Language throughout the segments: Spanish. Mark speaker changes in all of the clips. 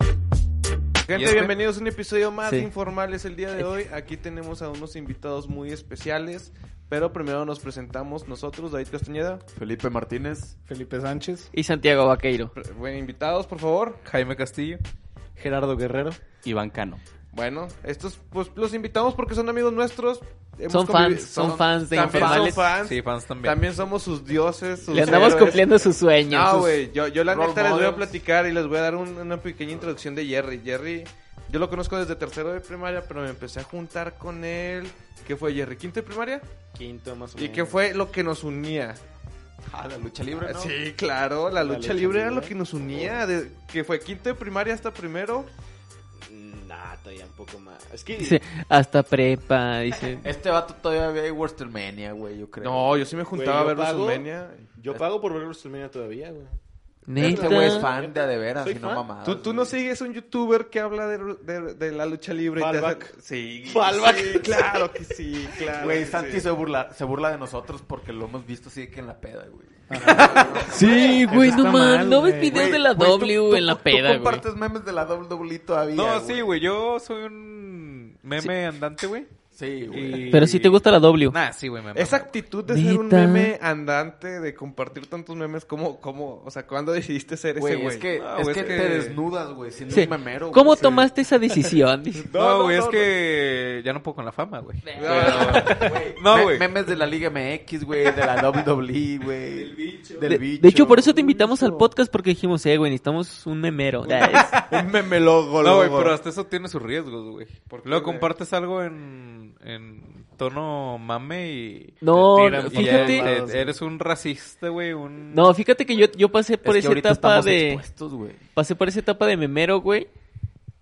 Speaker 1: Gente,
Speaker 2: este?
Speaker 1: bienvenidos a un episodio más
Speaker 2: Sí.
Speaker 1: de informales el día de hoy. Aquí tenemos a unos invitados muy especiales, pero primero nos presentamos nosotros, David Castañeda.
Speaker 2: Felipe Martínez.
Speaker 3: Felipe Sánchez.
Speaker 4: Y Santiago Vaqueiro.
Speaker 1: Pre- Bueno, invitados, por favor.
Speaker 5: Jaime Castillo.
Speaker 3: Gerardo Guerrero.
Speaker 4: Iván Cano.
Speaker 1: Bueno, estos pues los invitamos porque son amigos nuestros. Hemos
Speaker 4: Son
Speaker 1: convivi-
Speaker 4: fans, son fans de
Speaker 1: también
Speaker 4: Informales.
Speaker 1: Son fans.
Speaker 5: Sí, fans también.
Speaker 1: También somos sus dioses. Sus
Speaker 4: Le andamos
Speaker 1: héroes.
Speaker 4: cumpliendo sus sueños.
Speaker 1: No,
Speaker 4: sus-
Speaker 1: güey, yo, yo la
Speaker 2: role
Speaker 1: neta les voy a
Speaker 2: models.
Speaker 1: platicar y les voy a dar un- una pequeña introducción de Jerry. Jerry, yo lo conozco desde tercero de primaria, pero me empecé a juntar con él. ¿Qué fue Jerry? ¿Quinto de primaria?
Speaker 3: Quinto más o
Speaker 1: ¿Y qué fue lo que nos unía?
Speaker 2: Ah, la lucha libre, ¿no?
Speaker 1: Sí, claro, la lucha,
Speaker 3: lucha
Speaker 1: libre era
Speaker 3: libre.
Speaker 1: lo que nos unía, de- que fue quinto de primaria hasta primero.
Speaker 3: Nah, todavía un poco más. Es que
Speaker 4: Dice, hasta prepa, dice.
Speaker 2: Este vato todavía ve WrestleMania, güey, yo creo.
Speaker 1: No, yo sí me juntaba
Speaker 3: Güey,
Speaker 1: a ver
Speaker 3: yo pago.
Speaker 1: WrestleMania.
Speaker 3: yo pago por ver WrestleMania todavía, güey.
Speaker 2: Este güey es
Speaker 4: Neta.
Speaker 2: fan de a de veras,
Speaker 3: Soy
Speaker 2: y no
Speaker 3: fan.
Speaker 2: mamadas.
Speaker 1: ¿Tú, tú no
Speaker 2: Ah, güey.
Speaker 1: sigues un youtuber que habla de, de- de la lucha libre? y te hace-
Speaker 3: Fallback.
Speaker 1: Sí,
Speaker 3: Fallback.
Speaker 1: sí, claro que sí, claro.
Speaker 2: Güey,
Speaker 1: que
Speaker 2: Santi
Speaker 1: sí.
Speaker 2: se, burla, se burla de nosotros porque lo hemos visto así de que en la peda, güey.
Speaker 4: Sí, güey,
Speaker 3: Está
Speaker 4: no mames.
Speaker 3: mal,
Speaker 4: No ves
Speaker 3: güey.
Speaker 4: videos
Speaker 2: Güey,
Speaker 4: de la
Speaker 2: güey, tú-
Speaker 4: W
Speaker 2: tú-
Speaker 4: en la
Speaker 2: tú
Speaker 4: peda, güey.
Speaker 2: compartes memes de la WWE todavía,
Speaker 5: No, sí, güey. Yo soy un meme andante, güey.
Speaker 2: Sí, güey.
Speaker 5: Y-
Speaker 4: Pero si te gusta la W.
Speaker 5: Nah, sí, güey. me
Speaker 1: Esa
Speaker 5: mama.
Speaker 1: actitud de ser un
Speaker 4: Neta.
Speaker 1: meme andante, de compartir tantos memes, ¿cómo, cómo, o sea, cuándo decidiste ser ese
Speaker 2: Güey,
Speaker 1: güey?
Speaker 2: es que,
Speaker 1: No,
Speaker 2: es
Speaker 1: güey,
Speaker 2: que te desnudas, güey, siendo
Speaker 4: Dice,
Speaker 2: un memero. güey.
Speaker 4: ¿Cómo
Speaker 2: Sí.
Speaker 4: tomaste esa decisión? Dice,
Speaker 5: No,
Speaker 1: No, no,
Speaker 5: güey,
Speaker 1: no,
Speaker 5: es que ya no puedo con la fama, güey.
Speaker 1: No,
Speaker 5: No,
Speaker 2: Me-
Speaker 5: güey.
Speaker 2: memes de la Liga MX, güey, de la WWE, güey. Del bicho.
Speaker 4: De, de hecho, por eso te invitamos al podcast porque dijimos, eh, güey, necesitamos un memero. Nah, es-
Speaker 2: Un memelogo,
Speaker 5: No, güey,
Speaker 2: logo.
Speaker 5: pero hasta eso tiene sus riesgos, güey.
Speaker 1: ¿Por qué,
Speaker 5: Luego
Speaker 1: güey?
Speaker 5: compartes algo en, en tono mame y...
Speaker 4: No,
Speaker 5: te tiran- y ya
Speaker 4: fíjate-
Speaker 5: te- Eres un racista, güey, un...
Speaker 4: No, fíjate que yo, yo pasé por
Speaker 2: Es que
Speaker 4: esa
Speaker 2: ahorita
Speaker 4: etapa
Speaker 2: estamos
Speaker 4: de...
Speaker 2: expuestos, güey.
Speaker 4: Pasé por esa etapa de memero, güey.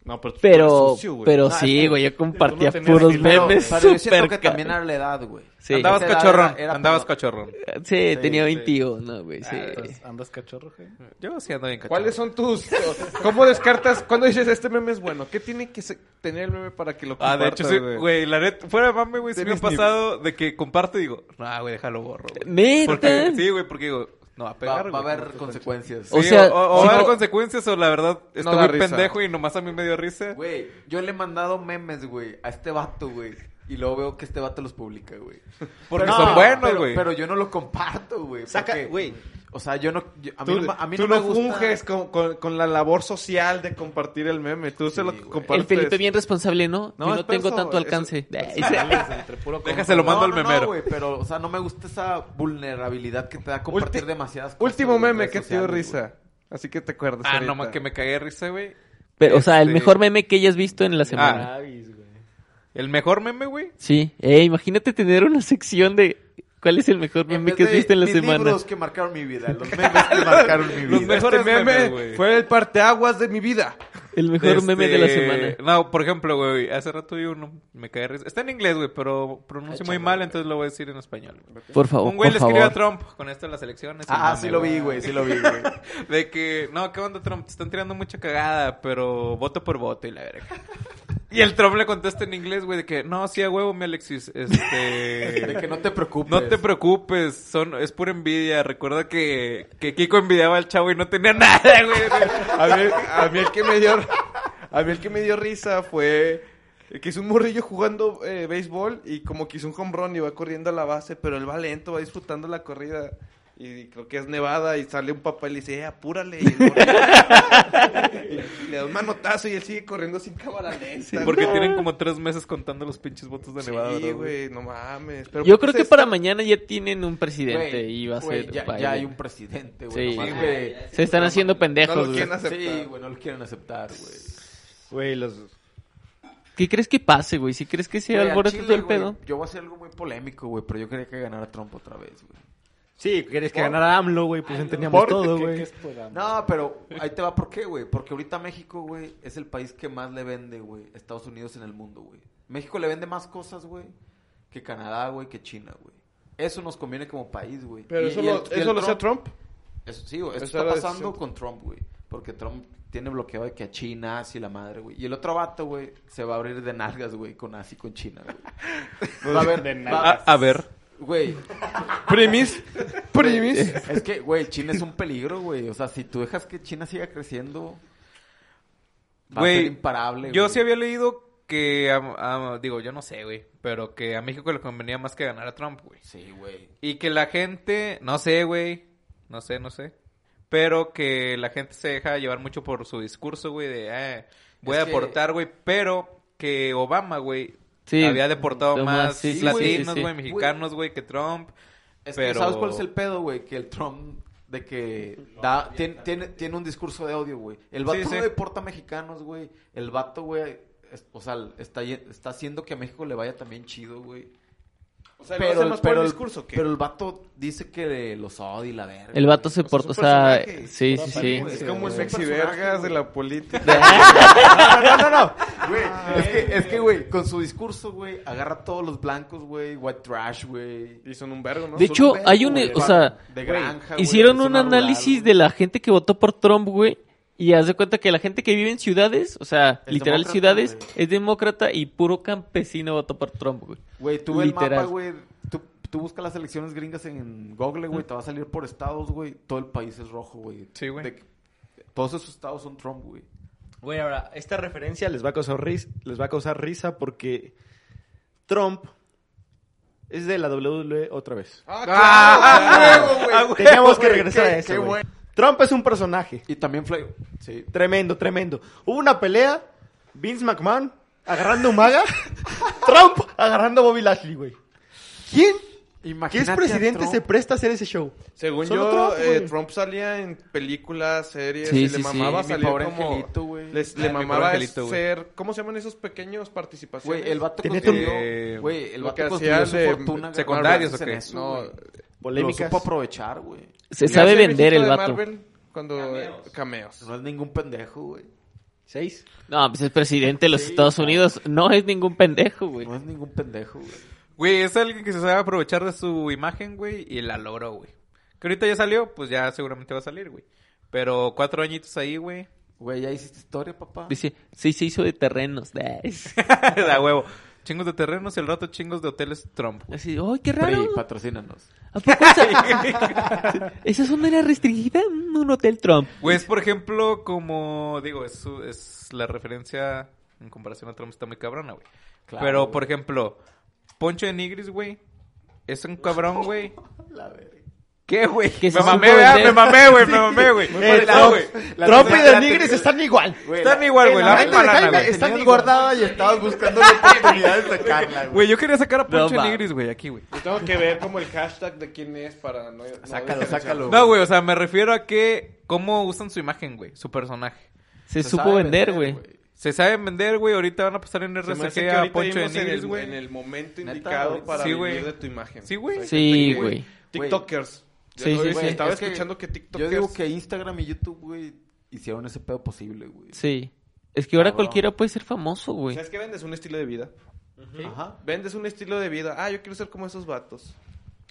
Speaker 1: No, pero, tú eres
Speaker 4: Pero,
Speaker 1: sucio, güey.
Speaker 4: pero
Speaker 1: No,
Speaker 4: sí, güey, yo compartía
Speaker 3: tú no tenías
Speaker 4: puros
Speaker 3: filtro,
Speaker 2: Pero,
Speaker 4: memes
Speaker 2: pero yo siento
Speaker 4: súper
Speaker 2: que
Speaker 4: ca-
Speaker 2: también a la edad, güey.
Speaker 4: Sí.
Speaker 5: Andabas
Speaker 2: Esa edad
Speaker 5: cachorrón,
Speaker 2: era- era
Speaker 5: andabas
Speaker 2: para-
Speaker 5: cachorrón.
Speaker 4: Sí, tenía
Speaker 3: sí.
Speaker 4: 21, no, güey, sí.
Speaker 1: Ah,
Speaker 3: Entonces, ¿Andas cachorro, güey?
Speaker 5: Yo sí ando bien cachorro.
Speaker 1: ¿Cuáles son tus, cómo descartas, cuándo dices este meme es bueno? ¿Qué tiene que se- tener el meme para que lo
Speaker 5: Ah,
Speaker 1: compartas,
Speaker 5: de hecho, sí, güey, la neta, fuera de mame, güey, sí me ha
Speaker 1: Tienes
Speaker 5: pasado de que comparto y digo, no, güey, déjalo borro, güey.
Speaker 4: Neta.
Speaker 5: Porque, sí, güey, porque digo, no va a
Speaker 2: Va,
Speaker 5: pegar,
Speaker 2: va a
Speaker 5: güey.
Speaker 2: haber consecuencias.
Speaker 5: Sí,
Speaker 4: O sea,
Speaker 5: o, o
Speaker 4: sí,
Speaker 5: va a haber
Speaker 4: no-
Speaker 5: consecuencias o la verdad, estoy
Speaker 1: da
Speaker 5: muy
Speaker 1: risa.
Speaker 5: pendejo y nomás a mí me dio risa.
Speaker 2: Güey, yo le he mandado memes, güey, a este vato, güey. Y luego veo que este vato los publica, güey.
Speaker 5: Porque
Speaker 2: Pero-
Speaker 5: son buenos,
Speaker 2: pero-
Speaker 5: güey.
Speaker 2: Pero yo no lo comparto, güey.
Speaker 3: Saca-
Speaker 2: porque-
Speaker 3: güey.
Speaker 2: O sea, yo no. yo- a mí
Speaker 1: Tú,
Speaker 2: no, me- a mí
Speaker 1: tú
Speaker 2: no,
Speaker 1: no,
Speaker 2: me gusta.
Speaker 1: funges con, con- con la labor social de compartir el meme, tú se lo
Speaker 2: güey.
Speaker 1: compartes.
Speaker 4: El Felipe bien responsable, ¿no?
Speaker 1: No,
Speaker 4: yo
Speaker 1: es
Speaker 4: no tengo
Speaker 1: eso,
Speaker 4: tanto
Speaker 1: eso-
Speaker 4: alcance.
Speaker 3: Entre puro
Speaker 5: Déjase lo mando al memero.
Speaker 2: No, güey, pero, o sea, no me gusta esa vulnerabilidad que te da compartir
Speaker 1: Ulti-
Speaker 2: demasiadas cosas.
Speaker 1: Último
Speaker 2: güey, en
Speaker 1: meme
Speaker 2: redes
Speaker 1: que te dio
Speaker 2: sociales,
Speaker 1: risa, así que te acuerdas
Speaker 5: Ah, no,
Speaker 1: ahorita. Este
Speaker 5: ma, que me cagué de risa, güey.
Speaker 4: Pero, o sea, el
Speaker 5: Este-
Speaker 4: mejor meme que hayas visto en la
Speaker 1: Ah,
Speaker 4: semana.
Speaker 3: Travis, güey.
Speaker 5: El mejor meme, güey.
Speaker 4: Sí. Eh, imagínate tener una sección de cuál es el mejor
Speaker 2: güey. En
Speaker 4: meme
Speaker 2: vez
Speaker 4: que has
Speaker 2: de
Speaker 4: visto en la
Speaker 2: mis
Speaker 4: semana.
Speaker 2: libros que marcaron mi vida, los memes que marcaron mi vida.
Speaker 5: Los mejores
Speaker 1: Este meme
Speaker 5: memes, güey. Este,
Speaker 1: fue el parteaguas de mi vida.
Speaker 4: El mejor
Speaker 1: este,
Speaker 4: meme de la semana.
Speaker 5: No, por ejemplo, güey, hace rato vi uno, me cagué de risa. Está en inglés, güey, pero pronuncio muy mal, entonces lo voy a decir en español. güey.
Speaker 4: Por favor,
Speaker 5: Un güey
Speaker 4: por
Speaker 5: le escribió a
Speaker 4: favor.
Speaker 5: Trump con esto de las elecciones. y
Speaker 2: Ah,
Speaker 5: mame,
Speaker 2: sí lo vi, güey, sí lo vi, güey.
Speaker 5: De que, no, ¿qué onda, Trump? Te están tirando mucha cagada, pero voto por voto y la verga. Y el Trump le contesta en inglés, güey, de que, no, sí, a huevo, mi Alexis,
Speaker 2: De que
Speaker 5: este...
Speaker 2: no te preocupes.
Speaker 5: No te preocupes, son, es pura envidia. Recuerda que, que Kiko envidiaba al chavo y no tenía nada, güey.
Speaker 1: A mí, a mí el que me dio a mí el que me dio risa fue que es un morrillo jugando eh, béisbol y como que hizo un home run y va corriendo a la base, pero él va lento, va disfrutando la corrida. Y creo que es nevada y sale un papá y le dice, "Eh, apúrale. Y el morrillo- y le da un manotazo y él sigue corriendo sin cámara lenta.
Speaker 5: Porque
Speaker 1: ¿no?
Speaker 5: tienen como tres meses contando los pinches votos de Nevada,
Speaker 1: Sí,
Speaker 5: ¿verdad,
Speaker 1: güey, no mames. Pero
Speaker 4: Yo
Speaker 1: ¿por
Speaker 4: creo
Speaker 1: qué
Speaker 4: que
Speaker 1: se
Speaker 4: para
Speaker 1: está-
Speaker 4: mañana ya tienen un presidente
Speaker 2: Güey,
Speaker 4: y va a
Speaker 2: güey,
Speaker 4: ser
Speaker 2: ya,
Speaker 4: Biden.
Speaker 2: ya hay un presidente, güey.
Speaker 4: Sí,
Speaker 2: nomás
Speaker 4: güey.
Speaker 2: que-
Speaker 4: Se están haciendo
Speaker 1: No
Speaker 4: pendejos.
Speaker 1: lo
Speaker 4: güey.
Speaker 1: quieren aceptar.
Speaker 2: Sí, güey, no lo quieren aceptar, güey.
Speaker 3: Güey, los...
Speaker 4: ¿Qué crees que pase, güey? ¿Si crees que se
Speaker 2: Güey, al
Speaker 4: alborote
Speaker 2: chile,
Speaker 4: todo el
Speaker 2: güey,
Speaker 4: pedo?
Speaker 2: Yo voy a hacer algo muy polémico, güey, pero yo quería que ganara Trump otra vez, güey.
Speaker 6: Sí, querías que ganara AMLO, güey, pues entendíamos
Speaker 1: ¿por
Speaker 6: todo,
Speaker 3: ¿Qué- qué
Speaker 6: güey.
Speaker 3: es por AMLO?
Speaker 2: No, pero ahí te va por qué, güey. Porque ahorita México, güey, es el país que más le vende, güey, Estados Unidos en el mundo, güey. México le vende más cosas, güey, que Canadá, güey, que China, güey. Eso nos conviene como país, güey.
Speaker 1: Pero
Speaker 2: Y-
Speaker 1: eso,
Speaker 2: y
Speaker 1: lo,
Speaker 2: el- y el
Speaker 1: eso lo hacía Trump.
Speaker 2: Eso, sí, güey.
Speaker 1: Esa
Speaker 2: Esto está
Speaker 1: era la
Speaker 2: pasando
Speaker 1: decisión.
Speaker 2: con Trump, güey. Porque Trump tiene bloqueado de que a China, así la madre, güey. Y el otro vato, güey, se va a abrir de nalgas, güey, con así con China, güey.
Speaker 6: pues,
Speaker 2: Va a ver,
Speaker 3: De
Speaker 2: va-
Speaker 5: Ah, A, a ver.
Speaker 2: Güey,
Speaker 1: Primis. Primis.
Speaker 2: es que, güey, China es un peligro, güey. O sea, si tú dejas que China siga creciendo, va a
Speaker 5: Güey,
Speaker 2: ser imparable,
Speaker 5: Yo
Speaker 2: güey.
Speaker 5: sí había leído que, a- a- digo, yo no sé, güey, pero que a México le convenía más que ganar a Trump, güey.
Speaker 2: Sí, güey.
Speaker 5: Y que la gente, no sé, güey, no sé, no sé, pero que la gente se deja llevar mucho por su discurso, güey, de, eh, voy
Speaker 2: Es
Speaker 5: a
Speaker 2: que-
Speaker 5: deportar, güey, pero que Obama, güey,
Speaker 4: Sí,
Speaker 5: había deportado
Speaker 4: lo más,
Speaker 5: más
Speaker 4: sí,
Speaker 2: sí, sí,
Speaker 5: latinos,
Speaker 4: sí.
Speaker 5: güey, mexicanos, güey, que Trump.
Speaker 2: Es que,
Speaker 5: pero...
Speaker 2: ¿sabes cuál es el pedo, güey? Que el Trump de que da, tiene, tiene, tiene un discurso de odio, güey. El vato
Speaker 5: Sí, sí.
Speaker 2: no deporta mexicanos, güey. El vato, güey, es- o sea, está, ye- está haciendo que a México le vaya también chido, güey.
Speaker 1: O sea, pero, más por el discurso que.
Speaker 2: pero el vato dice que los odia y la verga.
Speaker 4: El vato
Speaker 2: güey.
Speaker 4: se
Speaker 1: es
Speaker 4: porta, o
Speaker 1: un
Speaker 4: sea,
Speaker 1: personaje,
Speaker 4: sí,
Speaker 3: pura
Speaker 4: sí, sí.
Speaker 3: apariencia.
Speaker 1: es
Speaker 3: Sí,
Speaker 1: como
Speaker 3: güey.
Speaker 1: el sexy vergas de la política.
Speaker 2: No, no, no. Güey, es que, es que, güey, con su discurso, güey, agarra a todos los blancos, güey, white trash, güey.
Speaker 1: Y son un vergo, ¿no?
Speaker 4: De
Speaker 1: Son-
Speaker 4: hecho, hay un,
Speaker 2: güey,
Speaker 4: o sea,
Speaker 2: de granja, güey,
Speaker 4: hicieron
Speaker 2: de
Speaker 4: un
Speaker 2: zona rural,
Speaker 4: análisis
Speaker 2: güey.
Speaker 4: de la gente que votó por Trump, güey. Y haz de cuenta que la gente que vive en ciudades, o sea,
Speaker 2: Es
Speaker 4: literal
Speaker 2: demócrata,
Speaker 4: ciudades,
Speaker 2: güey.
Speaker 4: es demócrata y puro campesino votó por Trump, güey.
Speaker 2: Güey, tú ve el
Speaker 4: Literal.
Speaker 2: mapa, güey. Tú, tú buscas las elecciones gringas en Google, güey. Te va a salir por estados, güey. Todo el país es rojo, güey.
Speaker 5: Sí, güey.
Speaker 2: De- Todos esos estados son Trump, güey.
Speaker 6: Güey, ahora, esta referencia les va a causar risa, les va a causar risa porque Trump es de la WWE otra vez.
Speaker 5: Ah,
Speaker 6: Teníamos que regresar a eso, güey. Trump es un personaje.
Speaker 2: Y también Flavor. Sí.
Speaker 6: Tremendo, tremendo. Hubo una pelea, Vince McMahon agarrando a Umaga, Trump agarrando a Bobby Lashley, güey. ¿Quién que es
Speaker 2: Imagínate a
Speaker 6: presidente
Speaker 2: Trump.
Speaker 6: se presta a hacer ese show?
Speaker 1: Según yo,
Speaker 6: Solo Trump,
Speaker 1: eh,
Speaker 6: güey.
Speaker 1: Trump, salía en películas, series,
Speaker 4: Sí,
Speaker 1: y le
Speaker 4: sí, sí.
Speaker 1: mamaba
Speaker 2: Mi
Speaker 1: salir
Speaker 2: pobre
Speaker 1: como...
Speaker 2: angelito, güey.
Speaker 1: les-
Speaker 5: Ah,
Speaker 1: le
Speaker 5: mi pobre
Speaker 1: mamaba
Speaker 5: angelito, güey.
Speaker 1: ser... ¿Cómo se llaman esos pequeños participaciones?
Speaker 2: Güey, el vato
Speaker 6: Tiene
Speaker 5: tu-
Speaker 2: construyó... Güey, el
Speaker 1: lo
Speaker 2: vato
Speaker 1: que
Speaker 2: construyó
Speaker 1: hacía
Speaker 2: su
Speaker 1: de
Speaker 2: fortuna.
Speaker 5: secundarios,
Speaker 2: gracias
Speaker 5: ¿o
Speaker 2: en
Speaker 5: qué?
Speaker 2: eso,
Speaker 1: No,
Speaker 2: güey. Lo
Speaker 6: Polémicas.
Speaker 2: supo aprovechar, güey.
Speaker 4: Se
Speaker 1: ¿Ya
Speaker 4: sabe
Speaker 1: hacía
Speaker 4: vender
Speaker 1: viejito
Speaker 4: el
Speaker 1: de
Speaker 4: vato.
Speaker 1: Marvel cuando... Cameos.
Speaker 2: No es ningún pendejo, güey.
Speaker 6: Seis.
Speaker 4: No, pues es presidente de los Estados Unidos. No es ningún pendejo, güey.
Speaker 2: No es ningún pendejo, güey.
Speaker 5: Güey, es alguien que se sabe aprovechar de su imagen, güey, y la logró, güey. Que ahorita ya salió, pues ya seguramente va a salir, güey. Pero cuatro añitos ahí, güey.
Speaker 2: Güey, ya hiciste historia, papá.
Speaker 4: Dice, sí, se hizo de terrenos. Así,
Speaker 5: da huevo. Chingos de terrenos y el rato chingos de hoteles Trump. güey.
Speaker 4: ¡ay, qué
Speaker 2: Pri,
Speaker 4: raro!
Speaker 2: patrocínanos.
Speaker 4: ¿A poco esa, esa zona era restringida? Mm, Un hotel Trump.
Speaker 5: Güey, es Pues, por ejemplo como, digo, es, su- es la referencia en comparación a Trump está muy cabrona, güey.
Speaker 2: Claro,
Speaker 5: Pero,
Speaker 2: güey.
Speaker 5: por ejemplo, Poncho de Nigris, güey, es un cabrón, güey.
Speaker 2: La verga.
Speaker 5: ¿Qué, güey?
Speaker 4: Que se
Speaker 5: Me
Speaker 4: supo
Speaker 5: mamé, ¿verdad?
Speaker 4: vender.
Speaker 5: me mamé, güey, me mamé, güey.
Speaker 6: Eh,
Speaker 5: No,
Speaker 6: Trump,
Speaker 5: güey.
Speaker 6: Trump y
Speaker 2: la-
Speaker 6: De Nigris están igual.
Speaker 5: Están igual, güey, la
Speaker 6: la-
Speaker 5: misma
Speaker 6: la-
Speaker 5: lana,
Speaker 6: la-
Speaker 5: güey.
Speaker 6: Está
Speaker 2: Está
Speaker 6: ni
Speaker 2: guardada y estabas buscando la oportunidad de sacarla, güey.
Speaker 5: Güey, yo quería sacar a Poncho
Speaker 4: No,
Speaker 5: de
Speaker 4: va.
Speaker 5: Nigris, güey, aquí, güey.
Speaker 1: Yo tengo que ver como el hashtag de quién es para no... no
Speaker 2: Sácalo,
Speaker 1: diferenciar.
Speaker 2: sácalo.
Speaker 5: No, güey, o sea, me refiero a que cómo usan su imagen, güey, su personaje.
Speaker 4: Se,
Speaker 2: Se
Speaker 4: supo
Speaker 2: sabe
Speaker 4: vender, güey.
Speaker 5: Se saben vender, güey, ahorita van a pasar en
Speaker 1: Se me hace
Speaker 5: RSG
Speaker 1: que
Speaker 5: a
Speaker 1: ahorita
Speaker 5: Poncho de
Speaker 1: vivimos en
Speaker 5: Nigris,
Speaker 1: el,
Speaker 5: güey.
Speaker 1: en el momento
Speaker 2: Neta,
Speaker 1: indicado
Speaker 2: güey.
Speaker 1: para
Speaker 5: Sí, güey.
Speaker 1: vivir de tu imagen.
Speaker 5: Sí, güey.
Speaker 1: O sea,
Speaker 4: Sí,
Speaker 1: gente que-
Speaker 4: güey.
Speaker 1: TikTokers. Yo
Speaker 4: Sí, sí,
Speaker 1: hoy
Speaker 4: sí.
Speaker 1: Estaba
Speaker 2: Es que
Speaker 1: escuchando que
Speaker 2: Yo
Speaker 1: TikTokers...
Speaker 2: digo que Instagram y YouTube, güey, hicieron ese pedo posible, güey.
Speaker 4: Sí. Es que ahora
Speaker 2: Cabrón.
Speaker 4: cualquiera puede ser famoso, güey.
Speaker 1: ¿Sabes qué vendes? Un estilo de vida.
Speaker 2: Ajá.
Speaker 1: Vendes un estilo de vida. Ah, yo quiero ser como esos vatos.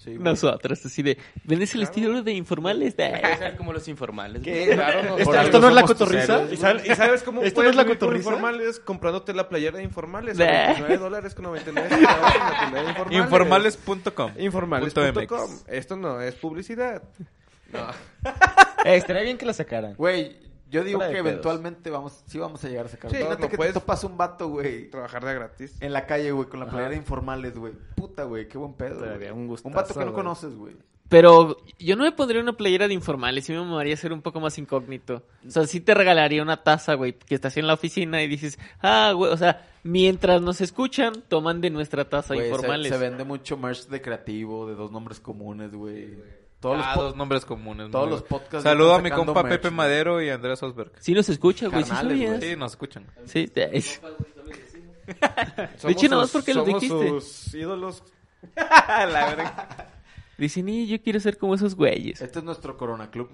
Speaker 2: Sí, güey.
Speaker 4: Nosotros, así de, vendes el estilo de informales.
Speaker 3: ser como los informales. güey.
Speaker 1: Claro, no.
Speaker 6: Esto,
Speaker 1: Por
Speaker 6: esto
Speaker 1: algo
Speaker 6: Este no es la
Speaker 2: somos tus
Speaker 6: cotorriza.
Speaker 1: ¿Y sabes, y sabes cómo
Speaker 6: ¿Esto
Speaker 1: puedes
Speaker 6: no es la
Speaker 1: vivir con
Speaker 6: cotorriza?
Speaker 1: informales comprándote la playera de informales?
Speaker 4: Bleh.
Speaker 1: A 29 dólares con 99 centavos en la tienda de informales.
Speaker 5: Informales.com.
Speaker 1: Informales.com. Esto no es publicidad.
Speaker 6: Eh, estaría bien que la sacaran.
Speaker 2: Güey, yo digo
Speaker 6: Fuera de
Speaker 2: que
Speaker 6: pedos.
Speaker 2: eventualmente vamos, sí vamos a llegar a sacar.
Speaker 1: Sí,
Speaker 2: Imagínate
Speaker 1: no
Speaker 2: que
Speaker 1: puedes-
Speaker 2: te topas un vato, güey,
Speaker 1: Trabajar de gratis.
Speaker 2: en la calle, güey, con la playera de informales, güey. Puta, güey, qué buen pedo,
Speaker 6: Estaría
Speaker 2: güey.
Speaker 6: un gustazo,
Speaker 2: Un vato que no
Speaker 6: güey.
Speaker 2: conoces, güey.
Speaker 4: Pero yo no me pondría una playera de informales, sí me mamaría ser un poco más incógnito. O sea, sí te regalaría una taza, güey, que estás en la oficina y dices, ah, güey, o sea, mientras nos escuchan, toman de nuestra taza
Speaker 2: Güey, se-
Speaker 4: informales.
Speaker 2: Se, vende mucho merch de creativo, de dos nombres comunes, güey. Todos los
Speaker 5: ah,
Speaker 2: po-
Speaker 5: dos nombres comunes.
Speaker 2: todos
Speaker 5: muy
Speaker 2: los
Speaker 5: bien.
Speaker 2: podcasts
Speaker 5: Saludo a
Speaker 2: están
Speaker 5: mi
Speaker 2: sacando
Speaker 5: compa
Speaker 2: merch,
Speaker 5: Pepe
Speaker 2: güey.
Speaker 5: Madero y Andrés Osberg.
Speaker 4: Sí nos escucha, güey, sí
Speaker 2: Carnales,
Speaker 4: sabías.
Speaker 5: Sí, nos escuchan.
Speaker 4: Sí, te- es- De hecho, nada más porque los
Speaker 1: los
Speaker 4: dijiste.
Speaker 1: sus ídolos.
Speaker 5: A la verga.
Speaker 4: Dicen, y yo quiero ser como esos güeyes.
Speaker 2: Este es nuestro Corona Club.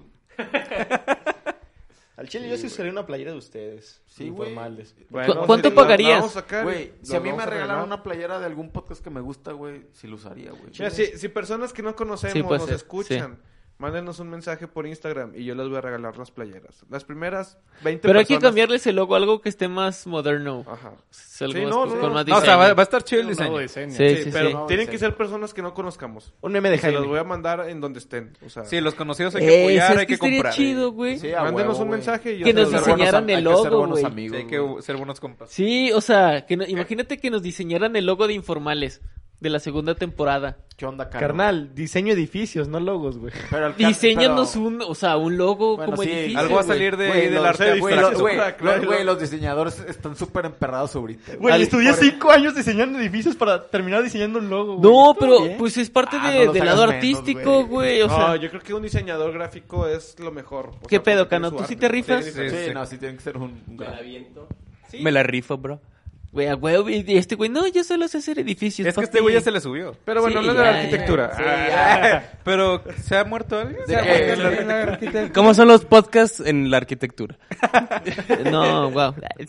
Speaker 6: Al chile yo sí usaría una playera de ustedes.
Speaker 2: Sí, güey.
Speaker 6: informales.
Speaker 4: ¿Cu- cuánto
Speaker 1: sí, la- la
Speaker 4: pagarías?
Speaker 1: vamos a sacar y
Speaker 2: Güey,
Speaker 1: la
Speaker 2: si a mí
Speaker 1: vamos
Speaker 2: me regalaran
Speaker 1: regalar.
Speaker 2: una playera de algún podcast que me gusta, güey, sí lo usaría, güey.
Speaker 1: Mira, si, si personas que no conocemos
Speaker 4: Sí, puede
Speaker 1: nos
Speaker 4: ser,
Speaker 1: escuchan, mándenos un mensaje por Instagram y yo les voy a regalar las playeras. Las primeras 20
Speaker 4: Pero hay que
Speaker 1: personas.
Speaker 4: cambiarles el logo a algo que esté más moderno.
Speaker 1: Ajá.
Speaker 4: Es algo
Speaker 1: Sí,
Speaker 4: más-
Speaker 1: no,
Speaker 4: con
Speaker 1: no, no.
Speaker 4: más
Speaker 5: No, o sea,
Speaker 4: diseño.
Speaker 5: va, va a estar chido el
Speaker 7: Un nuevo
Speaker 5: diseño.
Speaker 7: diseño.
Speaker 4: Sí,
Speaker 1: Sí,
Speaker 4: sí,
Speaker 1: pero
Speaker 4: sí.
Speaker 1: tienen que ser personas que no conozcamos.
Speaker 6: Un meme de
Speaker 1: Se los
Speaker 6: Jaime.
Speaker 1: voy a mandar en donde estén. O sea,
Speaker 5: Sí, los conocidos hay que
Speaker 4: Eh,
Speaker 5: apoyar,
Speaker 4: ¿sabes
Speaker 5: hay
Speaker 4: qué
Speaker 5: que
Speaker 4: estaría
Speaker 5: comprar.
Speaker 4: chido, güey?
Speaker 2: Sí, a
Speaker 1: mándenos
Speaker 2: huevo,
Speaker 1: un
Speaker 2: güey.
Speaker 1: mensaje y yo
Speaker 4: Que
Speaker 1: se
Speaker 4: nos
Speaker 1: los
Speaker 2: Hay que ser
Speaker 1: regalo.
Speaker 4: diseñaran
Speaker 2: buenos am- hay
Speaker 4: el
Speaker 2: que ser
Speaker 4: logo,
Speaker 2: buenos
Speaker 4: güey.
Speaker 5: Sí,
Speaker 2: amigos,
Speaker 5: hay que
Speaker 2: güey.
Speaker 5: ser buenos compas.
Speaker 4: Sí, o sea, que no- imagínate que nos diseñaran el logo de informales de la segunda temporada.
Speaker 2: ¿Qué onda, carnal?
Speaker 6: Carnal, diseño edificios, no logos, güey.
Speaker 2: Pero el car-
Speaker 4: Diseñanos
Speaker 2: pero-
Speaker 4: un, o sea, un logo
Speaker 2: Bueno,
Speaker 4: como
Speaker 2: sí,
Speaker 4: edificio.
Speaker 5: Algo va a
Speaker 4: güey.
Speaker 5: salir de,
Speaker 2: Güey,
Speaker 5: del
Speaker 2: los-
Speaker 5: arte
Speaker 2: güey,
Speaker 5: abstracto.
Speaker 2: los- güey,
Speaker 1: para crear
Speaker 2: los-
Speaker 1: el
Speaker 2: güey,
Speaker 1: logo.
Speaker 2: los diseñadores están súper emperrados ahorita.
Speaker 6: Güey,
Speaker 2: Al-
Speaker 6: estudié
Speaker 2: por-
Speaker 6: cinco años diseñando edificios para terminar diseñando un logo, güey.
Speaker 4: No,
Speaker 6: Está
Speaker 4: pero
Speaker 6: bien.
Speaker 4: pues es parte
Speaker 2: Ah,
Speaker 4: de-
Speaker 2: no los
Speaker 4: del
Speaker 2: hagas
Speaker 4: lado
Speaker 2: menos,
Speaker 4: artístico, güey. O
Speaker 1: No,
Speaker 4: sea,
Speaker 1: yo creo que un diseñador gráfico es lo mejor. O
Speaker 4: ¿Qué
Speaker 1: sea,
Speaker 4: pedo,
Speaker 1: porque tiene
Speaker 4: Cano?
Speaker 1: su
Speaker 4: ¿Tú sí
Speaker 1: arte.
Speaker 4: te rifas?
Speaker 1: Sí, sí,
Speaker 2: Sí,
Speaker 1: sí.
Speaker 2: no, sí tienen que ser un... un-
Speaker 3: Me la rifo, bro.
Speaker 4: güey, a huevo, y este güey, no, yo solo sé hacer edificios.
Speaker 5: Es que
Speaker 4: papi.
Speaker 5: este güey ya se le subió.
Speaker 1: Pero bueno,
Speaker 4: Sí,
Speaker 1: hablando de
Speaker 4: ya,
Speaker 1: la arquitectura.
Speaker 2: Sí,
Speaker 1: Ah,
Speaker 2: ya.
Speaker 5: Pero, ¿se ha muerto alguien?
Speaker 2: De
Speaker 5: Se ha
Speaker 2: que-
Speaker 5: muerto alguien.
Speaker 3: ¿Cómo son los podcasts en la arquitectura?
Speaker 4: No, wow.
Speaker 1: eh,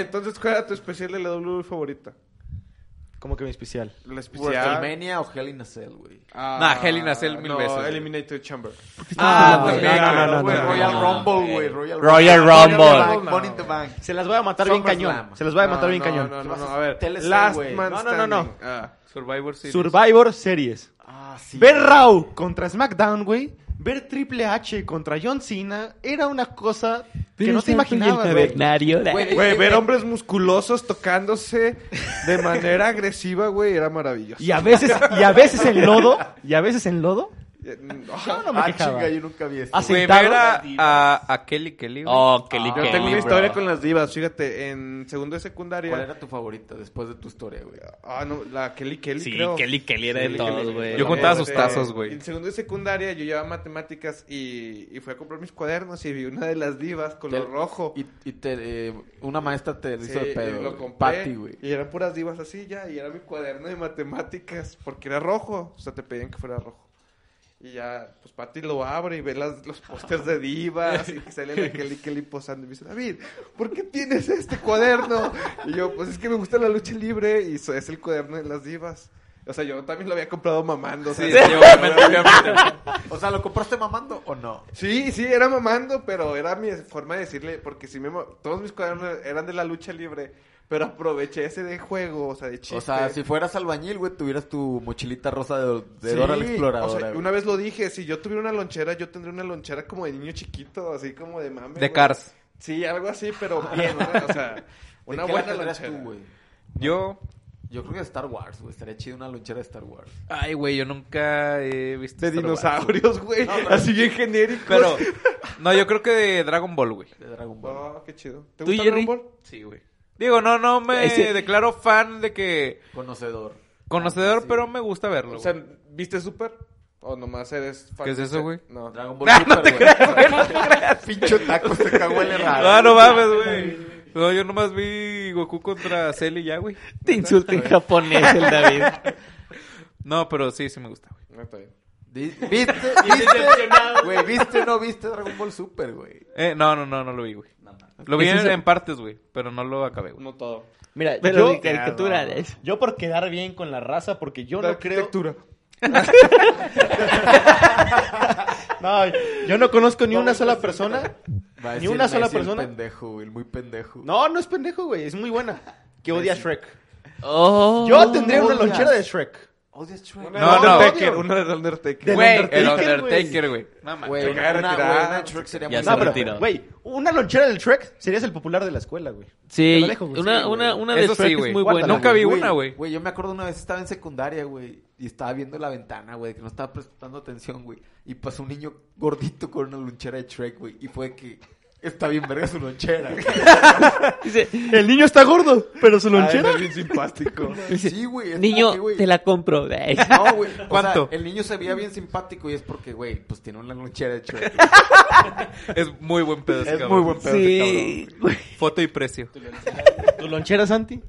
Speaker 1: Entonces, ¿cuál era tu especial de la W favorita?
Speaker 6: Como que mi especial.
Speaker 1: La especial.
Speaker 2: WrestleMania Pues, o Hell in a Cell, güey.
Speaker 1: Ah,
Speaker 5: Nah, Hell in a Cell mil
Speaker 1: no,
Speaker 5: veces, güey.
Speaker 1: Eliminated Chamber.
Speaker 4: Ah,
Speaker 2: güey,
Speaker 1: también,
Speaker 2: claro,
Speaker 1: no, no,
Speaker 2: güey,
Speaker 1: no,
Speaker 2: Royal
Speaker 1: no,
Speaker 2: Rumble, güey. Royal
Speaker 3: Royal Rumble.
Speaker 2: Bank, Money in the Bank.
Speaker 6: Se las voy a matar bien
Speaker 2: Summer
Speaker 6: cañón.
Speaker 2: Slam.
Speaker 6: Se las voy a matar
Speaker 1: No,
Speaker 6: bien
Speaker 1: no,
Speaker 6: cañón.
Speaker 1: No, no, no, a ver.
Speaker 2: Telecel,
Speaker 1: Last
Speaker 2: güey.
Speaker 1: Man
Speaker 6: No, no, no, no.
Speaker 1: Standing. Ah.
Speaker 5: Survivor Series.
Speaker 6: Survivor Series.
Speaker 2: Ah, sí.
Speaker 6: Ver Raw contra SmackDown, güey. Ver Triple H contra John Cena era una cosa que no te imaginabas, güey.
Speaker 2: Güey,
Speaker 1: Güey,
Speaker 2: eh,
Speaker 1: ver
Speaker 2: eh,
Speaker 1: hombres musculosos tocándose de manera agresiva, güey, era maravilloso.
Speaker 6: Y a veces, y a veces en lodo, y a veces en lodo,
Speaker 1: Eh, no.
Speaker 6: yo no me
Speaker 2: Ah,
Speaker 6: quejaba.
Speaker 2: chinga, yo nunca vi esto.
Speaker 6: Así-
Speaker 5: Güey,
Speaker 6: sentado.
Speaker 5: ver a, a, a Kelly Kelly. güey.
Speaker 3: Oh, Kelly
Speaker 1: Yo
Speaker 3: Kelly,
Speaker 1: tengo una
Speaker 3: bro.
Speaker 1: historia con las divas, fíjate, en segundo de secundaria.
Speaker 2: ¿Cuál era tu favorita después de tu historia, güey?
Speaker 1: Ah, no, la Kelly Kelly,
Speaker 3: Sí,
Speaker 1: creo.
Speaker 3: Kelly Kelly era de
Speaker 1: Kelly
Speaker 3: todos,
Speaker 1: Kelly.
Speaker 3: güey.
Speaker 5: Yo juntaba sus
Speaker 1: Eh,
Speaker 5: tazos, güey.
Speaker 1: En segundo de secundaria yo llevaba matemáticas y, y fui a comprar mis cuadernos y vi una de las divas color
Speaker 2: Te-
Speaker 1: rojo.
Speaker 2: Y, y te, eh, una maestra te
Speaker 1: Sí,
Speaker 2: hizo de pedo.
Speaker 1: y lo
Speaker 2: güey.
Speaker 1: compré.
Speaker 2: Patty, güey.
Speaker 1: Y eran puras divas así ya, y era mi cuaderno de matemáticas, porque era rojo, o sea, te pedían que fuera rojo. Y ya, pues Patty lo abre y ve las, los pósters de divas y sale la Kelly Kelly posando. Y me dice, David, ¿por qué tienes este cuaderno? Y yo, pues es que me gusta la lucha libre y so- es el cuaderno de las divas. O sea, yo también lo había comprado mamando. o sea,
Speaker 5: Sí,
Speaker 1: yo-
Speaker 5: sí, obviamente, obviamente.
Speaker 2: O sea, ¿lo compraste mamando o no?
Speaker 1: Sí, sí, era mamando, pero era mi forma de decirle, porque si me, mo- todos mis cuadernos eran de la lucha libre, pero aproveché ese de juego, o sea, de chiste.
Speaker 2: O sea, si fueras albañil, güey, tuvieras tu mochilita rosa de, de
Speaker 1: Sí, o
Speaker 2: Dora la
Speaker 1: sea,
Speaker 2: Exploradora.
Speaker 1: una vez lo dije, si yo tuviera una lonchera, yo tendría una lonchera como de niño chiquito, así como de mame.
Speaker 5: De
Speaker 1: güey.
Speaker 5: Cars.
Speaker 1: Sí, algo así, pero bien, güey, o sea, una buena lonchera.
Speaker 2: tú, güey?
Speaker 5: Yo,
Speaker 2: Yo creo que de Star Wars, güey. Estaría chido una lonchera de Star Wars.
Speaker 5: ay, güey, yo nunca he visto.
Speaker 1: de
Speaker 5: Star Wars.
Speaker 1: dinosaurios, güey,
Speaker 2: No, pero-
Speaker 1: así bien genéricos.
Speaker 5: Pero, no, yo creo que de Dragon Ball, güey.
Speaker 2: De Dragon Ball.
Speaker 1: Oh, qué chido. ¿Te
Speaker 4: ¿Tú,
Speaker 1: gusta
Speaker 4: Jerry?
Speaker 1: Dragon Ball?
Speaker 5: Sí, güey. Digo, no, no me
Speaker 4: Ese-
Speaker 5: declaro fan de que.
Speaker 2: Conocedor.
Speaker 5: Conocedor,
Speaker 2: Sí.
Speaker 5: pero me gusta verlo.
Speaker 1: O sea, ¿viste Super? ¿O nomás eres fan?
Speaker 5: ¿Qué es
Speaker 1: de
Speaker 5: eso,
Speaker 1: Super?
Speaker 5: güey?
Speaker 1: No.
Speaker 2: Dragon Ball Super, no te creas, Pincho taco, se cagó el errado.
Speaker 5: Ah, no mames, güey. No, yo nomás vi Goku contra Cell y ya, güey.
Speaker 4: Te insulta en japonés el David.
Speaker 5: No, pero sí, sí me gusta, güey.
Speaker 1: No, está bien.
Speaker 2: Di- ¿Viste? ¿Viste? Güey, ¿viste o no viste Dragon Ball Super, güey?
Speaker 5: Eh, no, no, no, no lo vi, güey. Lo vi
Speaker 4: ¿Es
Speaker 5: en,
Speaker 4: eso?
Speaker 5: en partes, güey, pero no lo acabé, güey.
Speaker 1: No todo.
Speaker 6: Mira,
Speaker 4: Pero de
Speaker 6: yo,
Speaker 4: caricatura. eh.
Speaker 6: yo por quedar bien con la raza, porque yo
Speaker 1: La
Speaker 6: no creo...
Speaker 1: arquitectura.
Speaker 6: No, yo no conozco ni una sola persona.
Speaker 2: Va a
Speaker 6: Ni
Speaker 2: decir-
Speaker 6: una
Speaker 2: va a
Speaker 6: sola
Speaker 2: decir
Speaker 6: persona.
Speaker 2: El pendejo, güey, el muy pendejo.
Speaker 6: No, no es pendejo, güey. Es muy buena. Que odia a Shrek.
Speaker 4: Oh.
Speaker 6: Yo tendría una
Speaker 2: odias.
Speaker 6: lonchera de Shrek.
Speaker 2: Odias Shrek.
Speaker 1: Una
Speaker 5: No,
Speaker 1: de
Speaker 5: no.
Speaker 1: Undertaker, una de Undertaker.
Speaker 6: Del
Speaker 5: Güey, el
Speaker 6: Undertaker, güey.
Speaker 5: Undertaker, güey. No mames.
Speaker 2: Güey,
Speaker 1: Se
Speaker 2: una,
Speaker 1: cae
Speaker 2: una,
Speaker 1: retirado.
Speaker 2: güey, una Shrek sería
Speaker 3: Ya
Speaker 2: muy
Speaker 3: se
Speaker 6: No,
Speaker 2: buena.
Speaker 3: retiró.
Speaker 6: pero, güey, una lonchera del Shrek serías el popular de la escuela, güey. Te
Speaker 4: Sí,
Speaker 6: la dejo, güey.
Speaker 4: una,
Speaker 6: Sí, güey.
Speaker 4: una, una de
Speaker 5: Eso sí,
Speaker 4: Shrek
Speaker 5: güey.
Speaker 4: es muy
Speaker 6: Guárdala,
Speaker 4: buena.
Speaker 5: Nunca vi
Speaker 2: Güey,
Speaker 5: una, güey.
Speaker 2: Güey, yo me acuerdo una vez estaba en secundaria, güey, y estaba viendo la ventana, güey, que no estaba prestando atención, güey, y pasó un niño gordito con una lonchera de Shrek, güey, y fue que Está bien verga su lonchera. güey.
Speaker 4: Dice,
Speaker 6: El niño está gordo, pero su lonchera.
Speaker 1: Ay, es bien simpático.
Speaker 2: Sí, güey. es como que,
Speaker 4: niño,
Speaker 2: güey,
Speaker 4: te la compro.
Speaker 2: No, güey. ¿Cuánto?
Speaker 5: ¿Cuánto?
Speaker 2: el niño se veía bien simpático y es porque, güey, pues tiene una lonchera de chueco.
Speaker 5: Es muy buen pedo. ese
Speaker 6: Es
Speaker 5: cabrón.
Speaker 6: muy buen pedo. ese
Speaker 4: Sí,
Speaker 5: Foto y precio.
Speaker 6: ¿Tu lonchera, Santi?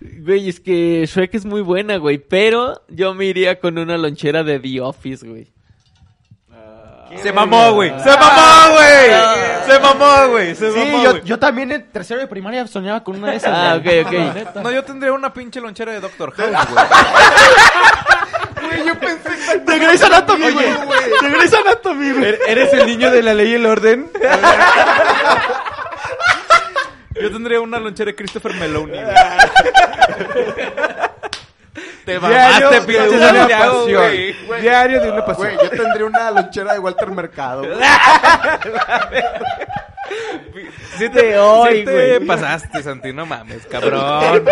Speaker 4: güey, es que Shrek es muy buena, güey, pero yo me iría con una lonchera de The Office, güey.
Speaker 5: Se mamó, güey. Se mamó, güey. Se mamó, güey. Se
Speaker 6: Ah. Sí,
Speaker 5: mamó,
Speaker 6: yo,
Speaker 5: güey.
Speaker 6: yo también en tercero de primaria soñaba con una de esas.
Speaker 4: Ah,
Speaker 6: güey.
Speaker 4: ok, ok.
Speaker 5: No, yo tendría una pinche lonchera de Doctor House, güey.
Speaker 6: De Grey's Anatomy, güey. De Grey's Anatomy,
Speaker 4: ¿Er,
Speaker 6: güey.
Speaker 1: ¿Eres el niño de la ley y el orden?
Speaker 5: Yo tendría una lonchera de Christopher Meloni, güey. Te
Speaker 1: Diario
Speaker 5: mamaste,
Speaker 1: de
Speaker 5: pinche
Speaker 1: una
Speaker 5: Santiago, güey.
Speaker 1: pasión. Diario de una pasión.
Speaker 2: Güey, yo tendría una lonchera de Walter Mercado. güey.
Speaker 5: Sí te,
Speaker 4: hoy,
Speaker 5: sí te
Speaker 4: güey.
Speaker 5: pasaste, Santi. No mames, cabrón.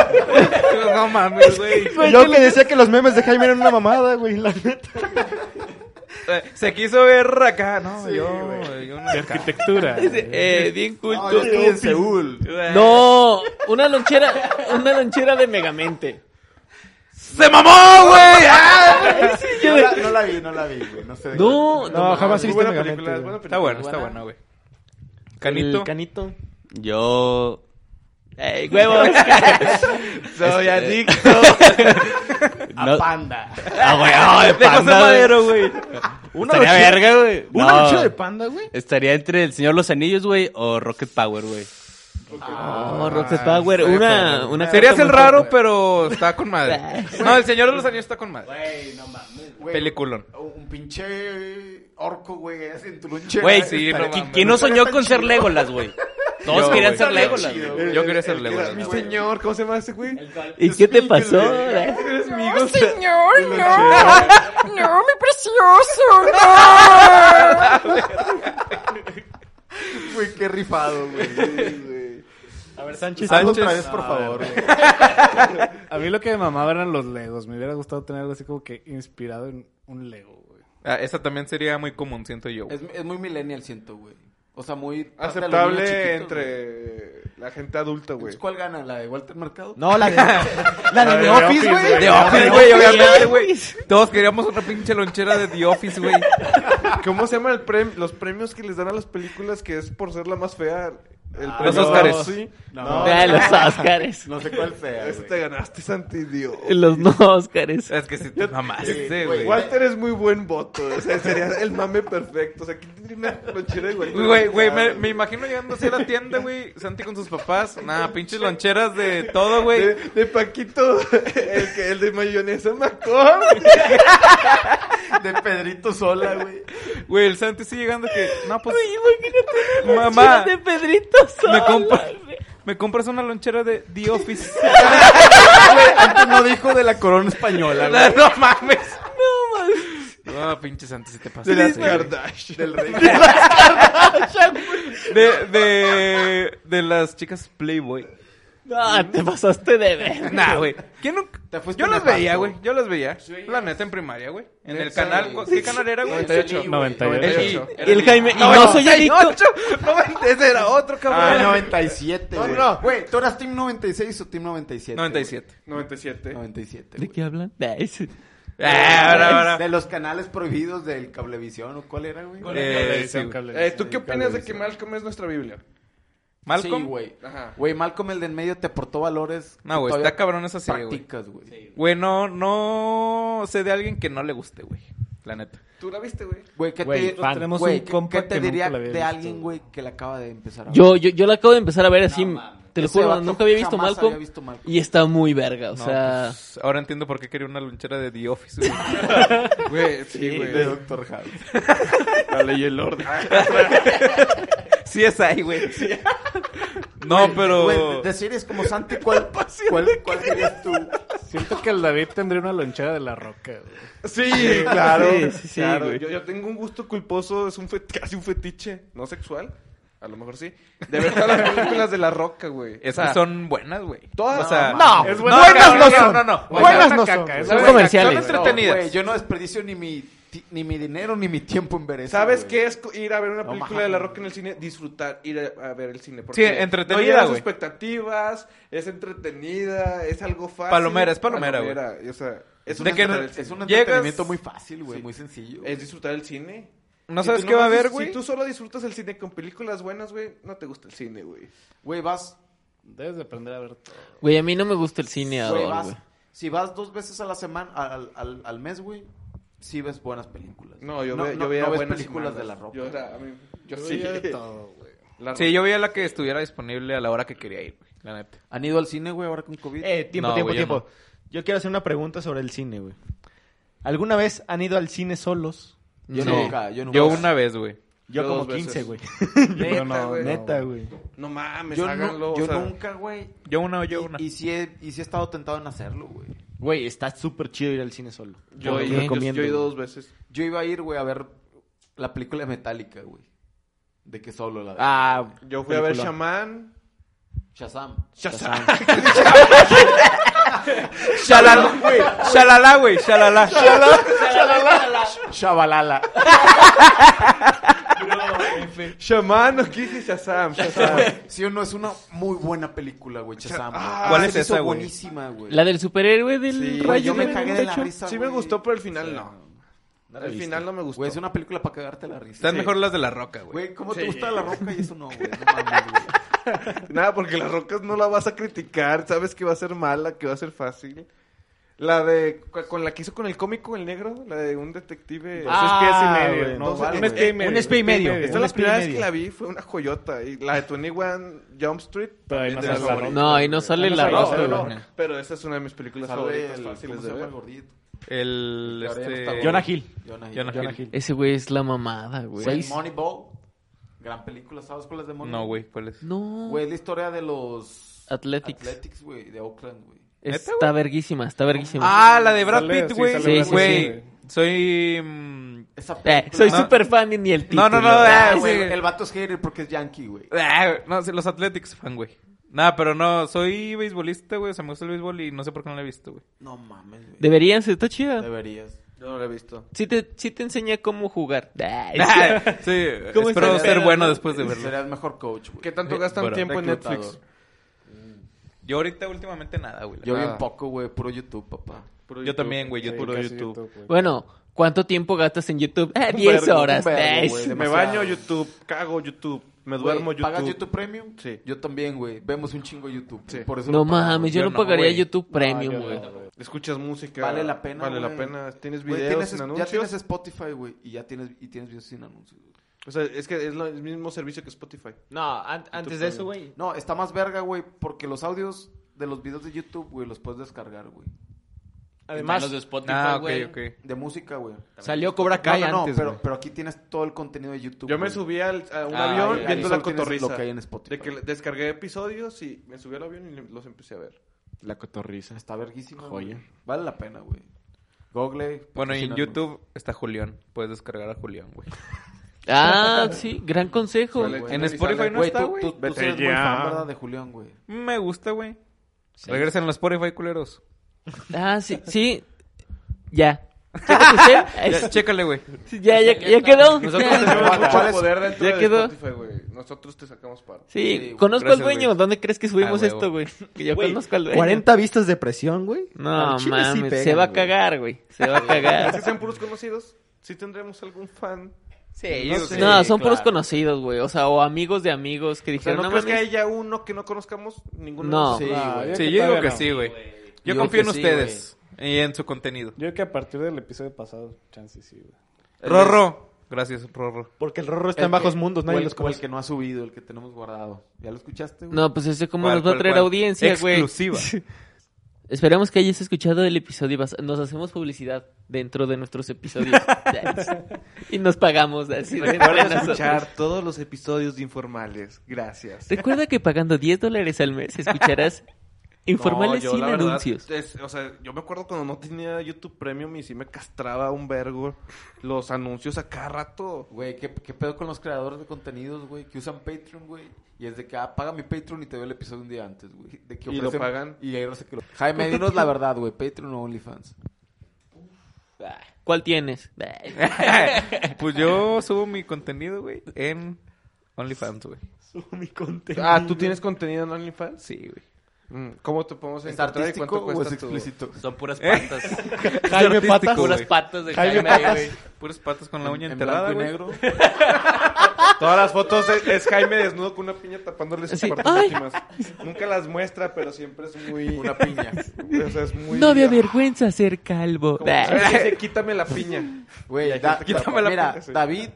Speaker 5: No mames, güey.
Speaker 6: Yo que decía que los memes de Jaime eran una mamada, güey, la neta.
Speaker 5: Se quiso ver acá, ¿no? yo, yo una acá.
Speaker 7: Arquitectura.
Speaker 4: Dice, eh, bien
Speaker 2: No,
Speaker 4: culto.
Speaker 2: yo estuve en Seúl.
Speaker 4: No, una lonchera, una lonchera de Megamente.
Speaker 5: ¡Se mamó, güey! ¡Ah!
Speaker 2: No la, no la vi, no la vi, güey. No sé de
Speaker 4: No,
Speaker 6: No, jamás
Speaker 1: Muy
Speaker 6: viste
Speaker 1: buena
Speaker 6: Megamente,
Speaker 1: película, es buena
Speaker 6: güey.
Speaker 5: Está
Speaker 1: película.
Speaker 5: bueno, está bueno, güey. Canito.
Speaker 4: El canito.
Speaker 3: Yo.
Speaker 4: Ey, huevos.
Speaker 1: Soy
Speaker 2: Este,
Speaker 1: adicto.
Speaker 2: A
Speaker 3: no-
Speaker 2: panda.
Speaker 3: Ah, güey, ah, de
Speaker 5: De José
Speaker 3: panda, güey.
Speaker 5: Madero, güey.
Speaker 6: Una
Speaker 3: Estaría
Speaker 6: lonchera-
Speaker 3: verga, güey.
Speaker 6: Una
Speaker 3: No.
Speaker 6: lonchera de panda, güey.
Speaker 3: Estaría entre el señor Los Anillos, güey, o Rocket Power, güey.
Speaker 4: No, Ah, Rocket Power. Una, una
Speaker 5: Serías
Speaker 4: carta
Speaker 5: el
Speaker 4: mejor,
Speaker 5: raro,
Speaker 4: güey.
Speaker 5: pero está con madre. No, el Señor de los Anillos está con madre.
Speaker 2: Güey, no mames. güey.
Speaker 5: Peliculón.
Speaker 2: Un pinche orco, güey, es en tu Ah, lonchera.
Speaker 3: Güey,
Speaker 5: sí,
Speaker 3: ¿qui-
Speaker 5: no mames.
Speaker 3: ¿quién no soñó
Speaker 2: Estaría
Speaker 3: con
Speaker 2: tan
Speaker 3: ser
Speaker 2: chido.
Speaker 3: Legolas, güey? Todos
Speaker 5: Yo,
Speaker 3: querían
Speaker 5: güey.
Speaker 3: ser
Speaker 5: Estaría
Speaker 3: Legolas,
Speaker 2: chido,
Speaker 3: güey.
Speaker 2: güey.
Speaker 5: Yo quería ser
Speaker 2: El que
Speaker 5: Legolas.
Speaker 2: era mi
Speaker 1: Mi
Speaker 2: güey.
Speaker 1: señor, ¿cómo se llama ese güey?
Speaker 4: ¿Y qué te
Speaker 2: Speaker,
Speaker 4: pasó?
Speaker 2: güey.
Speaker 4: eh?
Speaker 1: Eres mi
Speaker 8: No,
Speaker 1: hijo.
Speaker 8: señor, no. No, mi precioso, no.
Speaker 2: Güey, qué rifado, güey. Sí, güey.
Speaker 7: A ver, Sánchez.
Speaker 2: Hazlo otra vez, por favor, güey.
Speaker 7: A mí lo que me mamaba eran los Legos. Me hubiera gustado tener algo así como que inspirado en un Lego, güey.
Speaker 5: Ah, esa también sería muy común, siento yo. güey.
Speaker 2: Es, es muy millennial, siento, güey. O sea, muy...
Speaker 1: Aceptable
Speaker 2: hasta los niños chiquitos, güey.
Speaker 1: entre la gente adulta, güey.
Speaker 2: Entonces, ¿Cuál gana? ¿La de Walter Mercado?
Speaker 6: No, la de, la de The Office, güey.
Speaker 5: The Office, güey, obviamente, güey. Todos queríamos una pinche lonchera de The Office, güey.
Speaker 1: ¿Cómo se llaman los premios que les dan a las películas que es por ser la más fea? El
Speaker 5: Los
Speaker 1: premio-
Speaker 5: Óscares.
Speaker 1: Sí.
Speaker 2: No,
Speaker 4: Vea los Oscars.
Speaker 2: no sé cuál sea,
Speaker 1: Ese
Speaker 2: güey.
Speaker 1: te ganaste, Santi, Dios.
Speaker 4: Los no Oscars.
Speaker 5: Es que si te mamaste,
Speaker 2: Sí,
Speaker 5: güey.
Speaker 2: güey.
Speaker 1: Walter es muy buen voto, o sea, sería el mame perfecto. O sea, ¿quién tendría una lonchera Ah, igual?
Speaker 5: Güey, güey, me, me imagino llegando así a la tienda, güey. Santi con sus papás. Nada, pinches loncheras de todo,
Speaker 1: De,
Speaker 5: güey.
Speaker 1: de Paquito, el, que, el de mayonesa Macor.
Speaker 2: De Pedrito Sola, güey.
Speaker 5: Güey, el Santi sí llegando que. No, pues.
Speaker 4: Imagínate una
Speaker 5: Mamá.
Speaker 4: lonchera de Pedrito Sola.
Speaker 5: Me, compra- me compras una lonchera de The Office.
Speaker 2: Antes no dijo de la corona española, güey.
Speaker 5: no mames. No mames. No, pinche Santi, si
Speaker 1: De
Speaker 5: te pasaste.
Speaker 1: las
Speaker 5: güey.
Speaker 1: Kardashian.
Speaker 2: Del rey.
Speaker 5: De, de, de las chicas Playboy.
Speaker 4: No, te pasaste de ver.
Speaker 5: Nah, güey. ¿Quién nunca?
Speaker 2: Te fuiste
Speaker 5: Yo las
Speaker 2: nefasto.
Speaker 5: veía, güey. Yo las veía. La neta en primaria, güey. En el
Speaker 2: Sí,
Speaker 5: canal.
Speaker 2: sí.
Speaker 5: ¿cu- ¿Qué canal era, güey?
Speaker 2: 98.
Speaker 7: 98.
Speaker 5: El-
Speaker 4: Y el Jaime, y
Speaker 5: No,
Speaker 4: no soy adicto.
Speaker 5: 98. No, ese era otro,
Speaker 2: Ah,
Speaker 5: cabrón.
Speaker 2: 97, güey.
Speaker 6: no.
Speaker 2: Güey, ¿tú eras Team 96 o Team 97?
Speaker 5: 97.
Speaker 1: 97.
Speaker 2: güey? 97.
Speaker 4: ¿De
Speaker 2: güey.
Speaker 4: qué hablan? Ay, sí.
Speaker 5: Ah, ahora, ahora.
Speaker 2: De los canales prohibidos del cablevisión, ¿o cuál era, güey?
Speaker 5: Eh,
Speaker 7: Cablevisión,
Speaker 5: sí, güey.
Speaker 7: cablevisión.
Speaker 1: Eh, ¿Tú qué opinas de que Malcolm es nuestra Biblia?
Speaker 5: Malcolm.
Speaker 2: Sí, güey.
Speaker 1: Ajá.
Speaker 2: Güey, Malcolm, el de en medio, te aportó valores.
Speaker 5: No, güey,
Speaker 2: que todavía
Speaker 5: está cabrón esa serie, güey.
Speaker 2: Practicas, güey.
Speaker 5: Güey, no, no sé de alguien que no le guste, güey. La neta.
Speaker 1: ¿Tú la viste, güey?
Speaker 2: Güey, ¿qué
Speaker 7: Güey,
Speaker 2: te,
Speaker 7: nosotros tenemos
Speaker 2: güey,
Speaker 7: un
Speaker 2: ¿qué-
Speaker 7: compa
Speaker 2: ¿qué te
Speaker 7: que nunca
Speaker 2: diría
Speaker 7: la había
Speaker 2: de
Speaker 7: visto,
Speaker 2: alguien, güey, que la acaba de empezar a ver?
Speaker 4: Yo, yo, yo la acabo de empezar a ver así.
Speaker 2: mames.
Speaker 4: te lo
Speaker 2: Ese
Speaker 4: juro,
Speaker 2: vato
Speaker 4: nunca había visto
Speaker 2: jamás
Speaker 4: Malcolm.
Speaker 2: había visto Malcolm.
Speaker 4: Y está muy verga, o
Speaker 5: No,
Speaker 4: sea.
Speaker 5: pues, ahora entiendo por qué quería una lonchera de The Office, güey.
Speaker 1: Güey, sí,
Speaker 2: De
Speaker 1: güey.
Speaker 2: Doctor House.
Speaker 1: La ley y el orden.
Speaker 2: Ah,
Speaker 5: Sí es ahí, güey. No,
Speaker 2: Güey,
Speaker 5: pero...
Speaker 2: de series como Santi, ¿cuál, cuál, cuál serías tú?
Speaker 7: Siento que el David tendría una lonchera de la roca, güey.
Speaker 1: Sí, claro.
Speaker 4: Sí, sí, sí,
Speaker 1: claro.
Speaker 4: güey.
Speaker 1: Yo, yo tengo un gusto culposo, es un fet- casi un fetiche, no sexual, a lo mejor sí, de ver todas las películas de La Roca, güey.
Speaker 5: Es
Speaker 1: O sea,
Speaker 5: que son buenas, güey.
Speaker 1: todas.
Speaker 5: O sea,
Speaker 6: No,
Speaker 7: Es
Speaker 6: buenas
Speaker 5: cabrón,
Speaker 6: no son.
Speaker 5: No, no, no.
Speaker 6: Buenas no
Speaker 7: caca,
Speaker 6: son.
Speaker 7: es
Speaker 4: Son
Speaker 5: Güey,
Speaker 4: comerciales.
Speaker 5: Son entretenidas.
Speaker 2: güey, yo no desperdicio ni mi ti- ni mi dinero ni mi tiempo en ver eso.
Speaker 1: ¿Sabes
Speaker 2: güey.
Speaker 1: qué es co- ir a ver una
Speaker 2: No
Speaker 1: película
Speaker 2: mames.
Speaker 1: de La Roca en el cine? Disfrutar, ir a, a ver el cine.
Speaker 5: Sí,
Speaker 1: No
Speaker 5: entretenida,
Speaker 1: llenas
Speaker 5: güey.
Speaker 1: expectativas, es entretenida, es algo fácil.
Speaker 5: Palomera, es palomera,
Speaker 1: y, o sea, es,
Speaker 5: De
Speaker 1: un
Speaker 5: que
Speaker 1: entre-
Speaker 5: no-
Speaker 2: Es un
Speaker 1: es
Speaker 5: Llegas-
Speaker 2: entretenimiento muy fácil, güey, muy sencillo.
Speaker 1: un- es disfrutar el cine.
Speaker 5: No
Speaker 1: Si
Speaker 5: sabes
Speaker 1: tú
Speaker 5: qué va a
Speaker 1: nomás-
Speaker 5: haber, güey.
Speaker 1: Si tú solo disfrutas el cine con películas buenas, güey, no te gusta el cine, güey.
Speaker 2: Güey, vas,
Speaker 7: Debes de aprender a ver todo.
Speaker 4: Güey, a mí no me gusta el cine
Speaker 2: güey,
Speaker 4: ahora,
Speaker 2: vas-
Speaker 4: güey.
Speaker 2: si vas dos veces a la semana, al, al, al mes, güey, sí ves buenas películas.
Speaker 1: No, yo, ve- yo
Speaker 2: no-
Speaker 1: veía
Speaker 2: no ves
Speaker 1: buenas
Speaker 2: películas de la
Speaker 1: semanas.
Speaker 2: ropa.
Speaker 1: Yo, era- a mí- yo
Speaker 7: Yo
Speaker 1: sí.
Speaker 7: veía de todo, güey.
Speaker 1: La
Speaker 5: Sí,
Speaker 1: Roca.
Speaker 5: yo veía la que estuviera disponible a la hora que quería ir, güey, la neta.
Speaker 2: ¿Han ido al cine, güey, ahora con COVID?
Speaker 6: Eh, tiempo,
Speaker 5: No,
Speaker 6: tiempo,
Speaker 5: güey, yo
Speaker 6: tiempo. Yo, quiero hacer una pregunta sobre el cine, güey. ¿Alguna vez han ido al cine solos?
Speaker 2: yo
Speaker 5: Sí.
Speaker 2: nunca, yo nunca.
Speaker 5: Yo una vez, güey.
Speaker 6: Yo
Speaker 1: Yo
Speaker 6: como
Speaker 1: dos
Speaker 6: 15,
Speaker 1: veces.
Speaker 6: güey.
Speaker 1: Neta, güey.
Speaker 6: Neta, güey.
Speaker 1: No mames,
Speaker 2: Yo, nu-
Speaker 1: háganlo.
Speaker 2: yo
Speaker 1: o sea,
Speaker 2: nunca, güey.
Speaker 5: Yo una o
Speaker 2: Y,
Speaker 5: yo una.
Speaker 2: y sí he, y sí he estado tentado en hacerlo, güey.
Speaker 6: Güey, está súper chido ir al cine solo.
Speaker 1: Yo,
Speaker 6: Te
Speaker 1: he
Speaker 6: lo
Speaker 1: ido- yo-
Speaker 6: recomiendo,
Speaker 1: yo he ido
Speaker 6: güey.
Speaker 1: dos veces.
Speaker 2: Yo iba a ir, güey, a ver la película de Metallica, güey. De que solo la
Speaker 6: Ah,
Speaker 1: Yo fui a ver
Speaker 6: Película.
Speaker 1: Shaman.
Speaker 2: Shazam.
Speaker 5: Shalala, güey. Shalala, güey. Shalala.
Speaker 6: Shabalala.
Speaker 1: Shaman, no quise Shazam. Shazam.
Speaker 2: Sí o no, es una muy buena película, güey, Shazam. güey.
Speaker 1: Ah,
Speaker 5: ¿cuál
Speaker 2: Se
Speaker 5: es
Speaker 2: me
Speaker 5: esa,
Speaker 2: hizo
Speaker 5: güey?
Speaker 2: buenísima, güey.
Speaker 4: La del superhéroe del
Speaker 1: Sí,
Speaker 4: rayo
Speaker 2: Güey, yo me
Speaker 4: del
Speaker 2: cagué de la
Speaker 4: techo.
Speaker 2: risa,
Speaker 1: Sí me
Speaker 2: güey.
Speaker 1: gustó, pero el final no. El final no me gustó.
Speaker 2: Güey, es una película para cagarte la risa.
Speaker 5: Están
Speaker 2: Sí.
Speaker 5: mejor las de la roca, güey.
Speaker 2: Güey, ¿cómo te
Speaker 1: Sí.
Speaker 2: gusta La Roca y eso no, güey? No mames, güey.
Speaker 1: Nada, porque las rocas no la vas a criticar. Sabes que va a ser mala, que va a ser fácil. La de. cu- Con la que hizo con el cómico, el negro. La de un detective.
Speaker 7: Dos
Speaker 4: Ah,
Speaker 7: espías y medio.
Speaker 6: güey,
Speaker 7: no,
Speaker 6: dos-
Speaker 7: un
Speaker 1: eh,
Speaker 7: espía
Speaker 1: eh,
Speaker 7: y medio.
Speaker 6: Ah, un espía y medio.
Speaker 7: güey.
Speaker 1: Esta es
Speaker 6: un
Speaker 1: la
Speaker 6: espía y
Speaker 1: primera vez que
Speaker 6: medio.
Speaker 1: la vi, fue una joyota. Y la de 21 Jump Street.
Speaker 7: Pero ahí no
Speaker 1: también
Speaker 7: sale
Speaker 1: de
Speaker 7: la
Speaker 1: las
Speaker 7: roca.
Speaker 4: No, y no sale
Speaker 7: No
Speaker 4: la
Speaker 1: favoritas.
Speaker 7: sale la
Speaker 4: roca,
Speaker 7: roca,
Speaker 4: güey.
Speaker 7: güey.
Speaker 1: Pero esa es una de mis películas
Speaker 2: Sale
Speaker 1: favoritas,
Speaker 2: el... ¿Cómo
Speaker 1: fáciles
Speaker 2: se
Speaker 1: de
Speaker 2: llama el
Speaker 1: ver.
Speaker 2: gordito?
Speaker 5: El,
Speaker 2: Ahora ya no está
Speaker 5: este...
Speaker 2: gordo.
Speaker 6: Jonah Hill.
Speaker 2: Jonah Hill.
Speaker 5: Jonah
Speaker 6: Jonah
Speaker 5: Hill.
Speaker 6: Hill.
Speaker 4: Ese güey es la mamada, güey.
Speaker 2: Güey, Moneyball. Gran película, ¿sabes cuál es de Moneyball?
Speaker 5: No, güey, ¿cuál es?
Speaker 4: No,
Speaker 2: Güey, es la historia de los...
Speaker 4: Athletics.
Speaker 2: Athletics, güey, de Oakland, güey.
Speaker 4: está
Speaker 5: ¿Neta,
Speaker 4: verguísima, está verguísima.
Speaker 5: Ah, la de Brad
Speaker 7: Sale-
Speaker 5: Pitt,
Speaker 7: sí,
Speaker 5: güey.
Speaker 7: sale
Speaker 4: Brad
Speaker 5: Sí,
Speaker 4: Pitt,
Speaker 5: güey.
Speaker 7: sí.
Speaker 5: Soy... mm,
Speaker 2: Esa
Speaker 4: Eh,
Speaker 2: película-
Speaker 4: soy
Speaker 5: No.
Speaker 4: super fan y ni el título.
Speaker 5: No, no, no,
Speaker 2: Ah,
Speaker 5: eh,
Speaker 2: güey,
Speaker 5: sí.
Speaker 2: El vato es hater porque es yankee, güey.
Speaker 5: Ah, No, sí, los Athletics fan, güey. Nada, pero no, soy beisbolista, güey. O sea, me gusta el béisbol y no sé por qué no la he visto, güey.
Speaker 2: No mames, güey.
Speaker 4: Deberían, sí, está chida.
Speaker 2: Deberías.
Speaker 1: Yo no la he visto.
Speaker 4: Sí te, sí te enseña cómo jugar. Ah,
Speaker 5: Sí,
Speaker 4: ¿Cómo
Speaker 5: espero
Speaker 4: estaría?
Speaker 5: ser bueno después de verlo.
Speaker 2: Serías mejor coach, güey.
Speaker 1: ¿Qué tanto gastan
Speaker 5: bueno,
Speaker 1: tiempo en
Speaker 2: reclutador.
Speaker 1: Netflix?
Speaker 5: Yo ahorita últimamente nada, güey. la
Speaker 2: Yo
Speaker 5: neta.
Speaker 2: bien poco, güey. Puro YouTube, papá.
Speaker 5: Yo, también, güey. Yo puro
Speaker 7: Ah, casi
Speaker 5: YouTube.
Speaker 7: güey.
Speaker 4: Bueno, ¿cuánto tiempo gastas en YouTube? Ah, 10
Speaker 2: vergo,
Speaker 4: horas.
Speaker 2: un vergo,
Speaker 4: Ah,
Speaker 2: güey,
Speaker 4: sí.
Speaker 2: de-
Speaker 1: Me
Speaker 2: Demasiado.
Speaker 1: baño YouTube, cago YouTube, me duermo
Speaker 2: Güey,
Speaker 1: YouTube.
Speaker 2: ¿Pagas YouTube Premium?
Speaker 1: Sí.
Speaker 2: Yo también, güey. Vemos un chingo YouTube.
Speaker 1: Sí.
Speaker 2: Por eso
Speaker 4: No
Speaker 2: lo pagamos.
Speaker 4: mames, yo
Speaker 5: Yo
Speaker 4: no
Speaker 5: no,
Speaker 4: pagaría
Speaker 5: güey.
Speaker 4: YouTube
Speaker 7: yo
Speaker 4: Premium,
Speaker 7: no,
Speaker 4: güey.
Speaker 1: Escuchas música.
Speaker 2: Vale la pena,
Speaker 1: Vale la
Speaker 2: güey.
Speaker 1: pena. Tienes
Speaker 2: Güey,
Speaker 1: videos
Speaker 2: tienes-
Speaker 1: sin
Speaker 2: ya
Speaker 1: anuncios.
Speaker 2: tienes Spotify, güey. Y ya tienes, y tienes videos sin anuncios. güey.
Speaker 1: O sea, es que es lo- el mismo servicio que Spotify.
Speaker 4: No, antes de eso, güey.
Speaker 2: No, está más verga, güey. Porque los audios de los videos de YouTube, güey, los puedes descargar, güey.
Speaker 4: los de Spotify,
Speaker 5: Ah, ok,
Speaker 4: güey.
Speaker 5: ok.
Speaker 2: De música, güey.
Speaker 4: Salió Cobra Kai
Speaker 2: No, no, no,
Speaker 4: antes,
Speaker 2: pero,
Speaker 4: güey.
Speaker 2: pero aquí tienes todo el contenido de YouTube.
Speaker 1: Yo me
Speaker 2: güey.
Speaker 1: subí al, a un avión
Speaker 4: Ah, ya, ya.
Speaker 1: viendo
Speaker 2: Ahí
Speaker 1: la
Speaker 2: solo tienes
Speaker 1: cotorriza.
Speaker 2: Lo que hay en Spotify.
Speaker 1: De que le- descargué episodios y me subí al avión y le- los empecé a ver.
Speaker 6: La cotorriza.
Speaker 2: Está verguísima,
Speaker 6: Joya.
Speaker 2: güey. Vale la pena, güey. Google. pues,
Speaker 5: Bueno, y en
Speaker 2: patrocínanos.
Speaker 5: YouTube está Julián. Puedes descargar a Julián, güey.
Speaker 4: Ah, sí, gran consejo.
Speaker 1: Sale,
Speaker 2: güey.
Speaker 5: En
Speaker 1: y
Speaker 5: Spotify
Speaker 1: sale-
Speaker 5: no
Speaker 2: Güey,
Speaker 5: está,
Speaker 2: tú,
Speaker 5: güey.
Speaker 2: tú, tú
Speaker 1: Vete
Speaker 2: eres muy
Speaker 1: ya.
Speaker 2: fan, ¿verdad? De Julián, güey.
Speaker 5: Me gusta, güey. Regresen los Spotify, culeros.
Speaker 4: Ah, sí, sí. Ya. Chécate usted.
Speaker 5: Ya, Chécale, güey.
Speaker 4: Sí, Ya, ya, ya quedó.
Speaker 5: Nosotros
Speaker 1: Tenemos
Speaker 5: tenemos-
Speaker 1: mucho
Speaker 2: ¿Cuál es-
Speaker 1: poder dentro
Speaker 4: ya
Speaker 1: de
Speaker 4: quedó?
Speaker 1: Spotify, güey. Nosotros te sacamos para.
Speaker 4: Sí, conozco
Speaker 5: gracias,
Speaker 4: al dueño.
Speaker 5: güey.
Speaker 4: ¿Dónde crees que subimos
Speaker 5: Ah, huevo.
Speaker 4: esto, güey? Que Yo conozco al dueño.
Speaker 6: 40 vistas de presión, güey.
Speaker 4: No,
Speaker 6: Al chile sí
Speaker 4: mames, se
Speaker 6: pegan,
Speaker 4: va a
Speaker 6: güey.
Speaker 4: cagar, güey. Se va a cagar.
Speaker 1: Si sean puros conocidos, sí tendremos algún fan.
Speaker 4: Sí,
Speaker 5: yo
Speaker 4: no,
Speaker 5: sé,
Speaker 4: no, son
Speaker 5: claro.
Speaker 4: puros conocidos, güey. O sea, o amigos de amigos que
Speaker 1: O sea,
Speaker 4: dijeron,
Speaker 1: ¿no,
Speaker 4: no,
Speaker 1: crees que
Speaker 4: mames".
Speaker 1: haya uno que no conozcamos? Ninguno.
Speaker 4: No.
Speaker 2: Sí,
Speaker 7: Ah,
Speaker 2: güey.
Speaker 7: yo
Speaker 5: Sí,
Speaker 7: que
Speaker 5: yo digo
Speaker 7: todavía
Speaker 5: que
Speaker 7: no.
Speaker 5: sí, güey. Yo
Speaker 2: Yo
Speaker 5: confío en
Speaker 2: que sí,
Speaker 5: ustedes y en su contenido.
Speaker 7: Yo creo que a partir del episodio pasado, chance sí, güey.
Speaker 5: Rorro. Gracias, Rorro.
Speaker 6: Porque el rorro está
Speaker 2: El
Speaker 6: en bajos
Speaker 2: que-
Speaker 6: mundos,
Speaker 2: o
Speaker 6: nadie
Speaker 2: el-
Speaker 6: los
Speaker 2: o el
Speaker 6: conoce.
Speaker 2: que no ha subido, el que tenemos guardado. ¿Ya lo escuchaste, güey?
Speaker 4: No, pues ese cómo
Speaker 5: ¿Cuál,
Speaker 4: nos va a
Speaker 5: cuál,
Speaker 4: traer
Speaker 5: cuál?
Speaker 4: audiencia, güey.
Speaker 5: Exclusiva.
Speaker 4: Esperamos que hayas escuchado el episodio. bas- Nos hacemos publicidad dentro de nuestros episodios. y nos pagamos así. de entre nosotros.
Speaker 1: todos los episodios de informales. Gracias.
Speaker 4: Recuerda que pagando 10 dólares al mes escucharás
Speaker 1: No,
Speaker 4: informales
Speaker 1: yo,
Speaker 4: sin
Speaker 1: la verdad,
Speaker 4: anuncios.
Speaker 1: es- o sea, yo me acuerdo cuando no tenía YouTube Premium y sí me castraba un vergo los anuncios a cada rato.
Speaker 2: Güey, ¿qué, ¿qué pedo con los creadores de contenidos, güey? Que usan Patreon, güey. Y es de que, ah, paga mi Patreon y te veo el episodio un día antes, güey. De que
Speaker 1: Y lo pagan.
Speaker 2: Y ahí no sé qué lo... Jaime, dinos la verdad, güey. ¿Patreon o OnlyFans?
Speaker 4: ¿Cuál tienes?
Speaker 5: pues yo subo mi contenido, güey, en OnlyFans, güey.
Speaker 6: Subo mi contenido.
Speaker 1: Ah, ¿tú tienes contenido en OnlyFans?
Speaker 5: Sí, güey.
Speaker 1: Mm, ¿Cómo te podemos
Speaker 2: ¿Es
Speaker 1: encontrar y cuánto
Speaker 2: artístico o es
Speaker 1: cuesta tu...?
Speaker 2: explícito?
Speaker 3: Son puras patas.
Speaker 6: Jaime
Speaker 5: artístico,
Speaker 6: Patas.
Speaker 5: güey.
Speaker 3: puras patas de
Speaker 6: Jaime
Speaker 3: Jaime,
Speaker 6: Patas.
Speaker 3: güey.
Speaker 5: Puras patas con la uña
Speaker 2: En
Speaker 5: enterrada,
Speaker 2: blanco y
Speaker 5: güey.
Speaker 2: negro.
Speaker 1: Todas las fotos es, es Jaime desnudo con una piña tapándole sus
Speaker 4: Sí.
Speaker 1: partes
Speaker 4: Ay.
Speaker 1: íntimas. Nunca las muestra, pero siempre es muy...
Speaker 2: Una piña.
Speaker 1: O sea, es muy...
Speaker 4: No había vergüenza ser calvo.
Speaker 1: Como que dice, quítame la piña.
Speaker 2: Güey, da-
Speaker 1: quítame la
Speaker 2: mira,
Speaker 1: puta, sí.
Speaker 2: David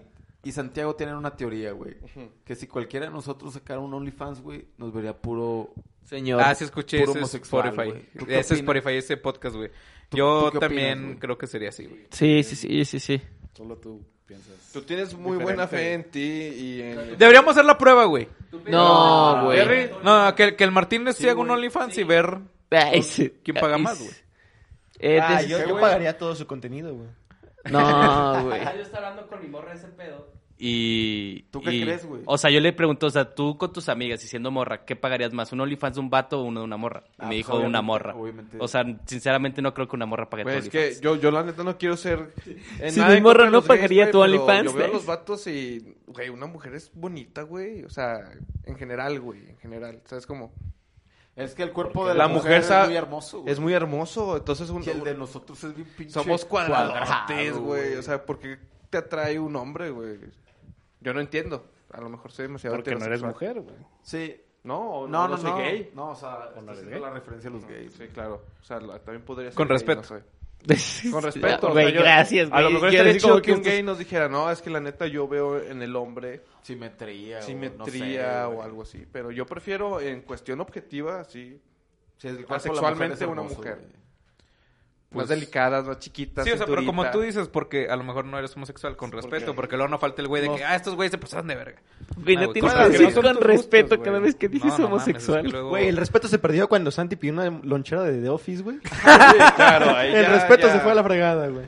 Speaker 2: y Santiago tienen una teoría, güey. Que si cualquiera de nosotros sacara un OnlyFans, güey, nos vería puro...
Speaker 4: Señor.
Speaker 5: Ah, sí escuché
Speaker 2: Puro
Speaker 5: ese
Speaker 2: homosexual,
Speaker 5: Spotify.
Speaker 2: güey. ¿Tú qué
Speaker 5: Ese
Speaker 2: opinas?
Speaker 5: Spotify, ese podcast, güey. Yo
Speaker 2: tú qué
Speaker 5: también
Speaker 2: opinas, güey?
Speaker 5: creo que sería así, güey.
Speaker 4: Sí, sí, sí, sí, sí.
Speaker 7: Solo tú piensas.
Speaker 1: Tú tienes muy buena fe en ti y en...
Speaker 5: Deberíamos hacer la prueba, güey.
Speaker 4: No, güey.
Speaker 5: Jerry, no, que, que el Martínez sí, haga un OnlyFans y ver
Speaker 4: Ay, sí.
Speaker 5: quién paga
Speaker 4: Ay,
Speaker 5: más,
Speaker 4: sí.
Speaker 5: güey.
Speaker 4: Eh,
Speaker 6: Ah,
Speaker 4: des-
Speaker 6: yo, yo pagaría todo su contenido, güey.
Speaker 4: No, güey.
Speaker 9: Ah, yo estaba hablando con mi morra de ese pedo.
Speaker 3: Y...
Speaker 2: ¿Tú qué
Speaker 3: y-
Speaker 2: crees, güey?
Speaker 3: O sea, yo le pregunto, o sea, tú con tus amigas y siendo morra, ¿qué pagarías más? ¿Un OnlyFans de un vato o uno de una morra? Y
Speaker 2: Ah,
Speaker 3: me
Speaker 2: pues,
Speaker 3: dijo una
Speaker 2: obviamente,
Speaker 3: morra.
Speaker 2: obviamente.
Speaker 3: O sea, sinceramente no creo que una morra pague
Speaker 1: Güey,
Speaker 3: tu
Speaker 1: es pues, que
Speaker 3: OnlyFans.
Speaker 1: yo, yo la neta no quiero ser... en
Speaker 4: Si
Speaker 1: nada
Speaker 4: mi
Speaker 1: en contra de
Speaker 4: morra no
Speaker 1: los gays,
Speaker 4: pagaría
Speaker 1: güey,
Speaker 4: tu
Speaker 1: pero
Speaker 4: OnlyFans,
Speaker 1: Yo veo a
Speaker 4: ¿eh?
Speaker 1: los vatos y... Güey, una mujer es bonita, güey. O sea, en general, güey. En general. ¿Sabes cómo?
Speaker 2: Es que el cuerpo de la,
Speaker 1: la
Speaker 2: mujer,
Speaker 1: mujer
Speaker 2: es
Speaker 1: sa-
Speaker 2: muy hermoso, güey.
Speaker 1: Es muy hermoso. Entonces, un,
Speaker 2: Y el de nosotros es bien pinche
Speaker 1: somos cuadradotes,
Speaker 2: cuadrado,
Speaker 1: güey. O sea, ¿por qué te atrae un hombre, güey? Yo no entiendo. A lo mejor soy demasiado
Speaker 7: Porque no eres
Speaker 1: heterosexual.
Speaker 7: mujer, güey.
Speaker 2: Sí.
Speaker 1: No, o
Speaker 2: No,
Speaker 1: no,
Speaker 2: no,
Speaker 1: soy
Speaker 2: no.
Speaker 1: gay.
Speaker 2: No, o sea, esto
Speaker 7: eres
Speaker 2: es
Speaker 7: gay?
Speaker 2: la referencia a los gays.
Speaker 1: Sí, claro. O sea, la- también podría ser
Speaker 5: Con
Speaker 1: gay,
Speaker 5: respeto.
Speaker 1: no soy. Con respeto. o
Speaker 4: Güey,
Speaker 1: sea, yo-
Speaker 4: gracias, güey.
Speaker 1: A lo mejor
Speaker 4: Yo
Speaker 1: estaría
Speaker 4: de
Speaker 1: chido
Speaker 4: hecho
Speaker 1: que un
Speaker 4: que
Speaker 1: gay nos dijera, no, es que la neta yo veo en el hombre
Speaker 2: Simetría. o no
Speaker 1: simetría
Speaker 2: sé,
Speaker 1: o
Speaker 2: güey.
Speaker 1: algo así. Pero yo prefiero, en cuestión objetiva, así,
Speaker 2: Sí, el cuerpo de la
Speaker 1: Asexualmente
Speaker 2: mujer es
Speaker 1: una
Speaker 2: hermoso,
Speaker 1: mujer.
Speaker 2: güey.
Speaker 1: más delicadas, más chiquitas,
Speaker 5: Sí, o sea, pero como
Speaker 1: cinturita.
Speaker 5: tú dices, porque a lo mejor no eres homosexual, con respeto, porque luego no falta el güey de que, ah, estos güeyes se pasaron de verga.
Speaker 4: Güey,
Speaker 5: Ah,
Speaker 4: no
Speaker 5: güey,
Speaker 4: tienes
Speaker 5: claro,
Speaker 4: que
Speaker 5: que
Speaker 4: decir
Speaker 5: no son
Speaker 4: con
Speaker 7: tus
Speaker 4: respeto
Speaker 7: gustos, güey.
Speaker 4: cada vez que
Speaker 5: No,
Speaker 4: dices
Speaker 5: no mames, es
Speaker 4: homosexual.
Speaker 5: que luego-
Speaker 6: Güey, el respeto se perdió cuando Santi pidió una lonchera de The Office, güey.
Speaker 1: Sí, claro, ahí
Speaker 6: El
Speaker 1: ya-
Speaker 6: respeto
Speaker 1: ya-
Speaker 6: se fue a la fregada, güey.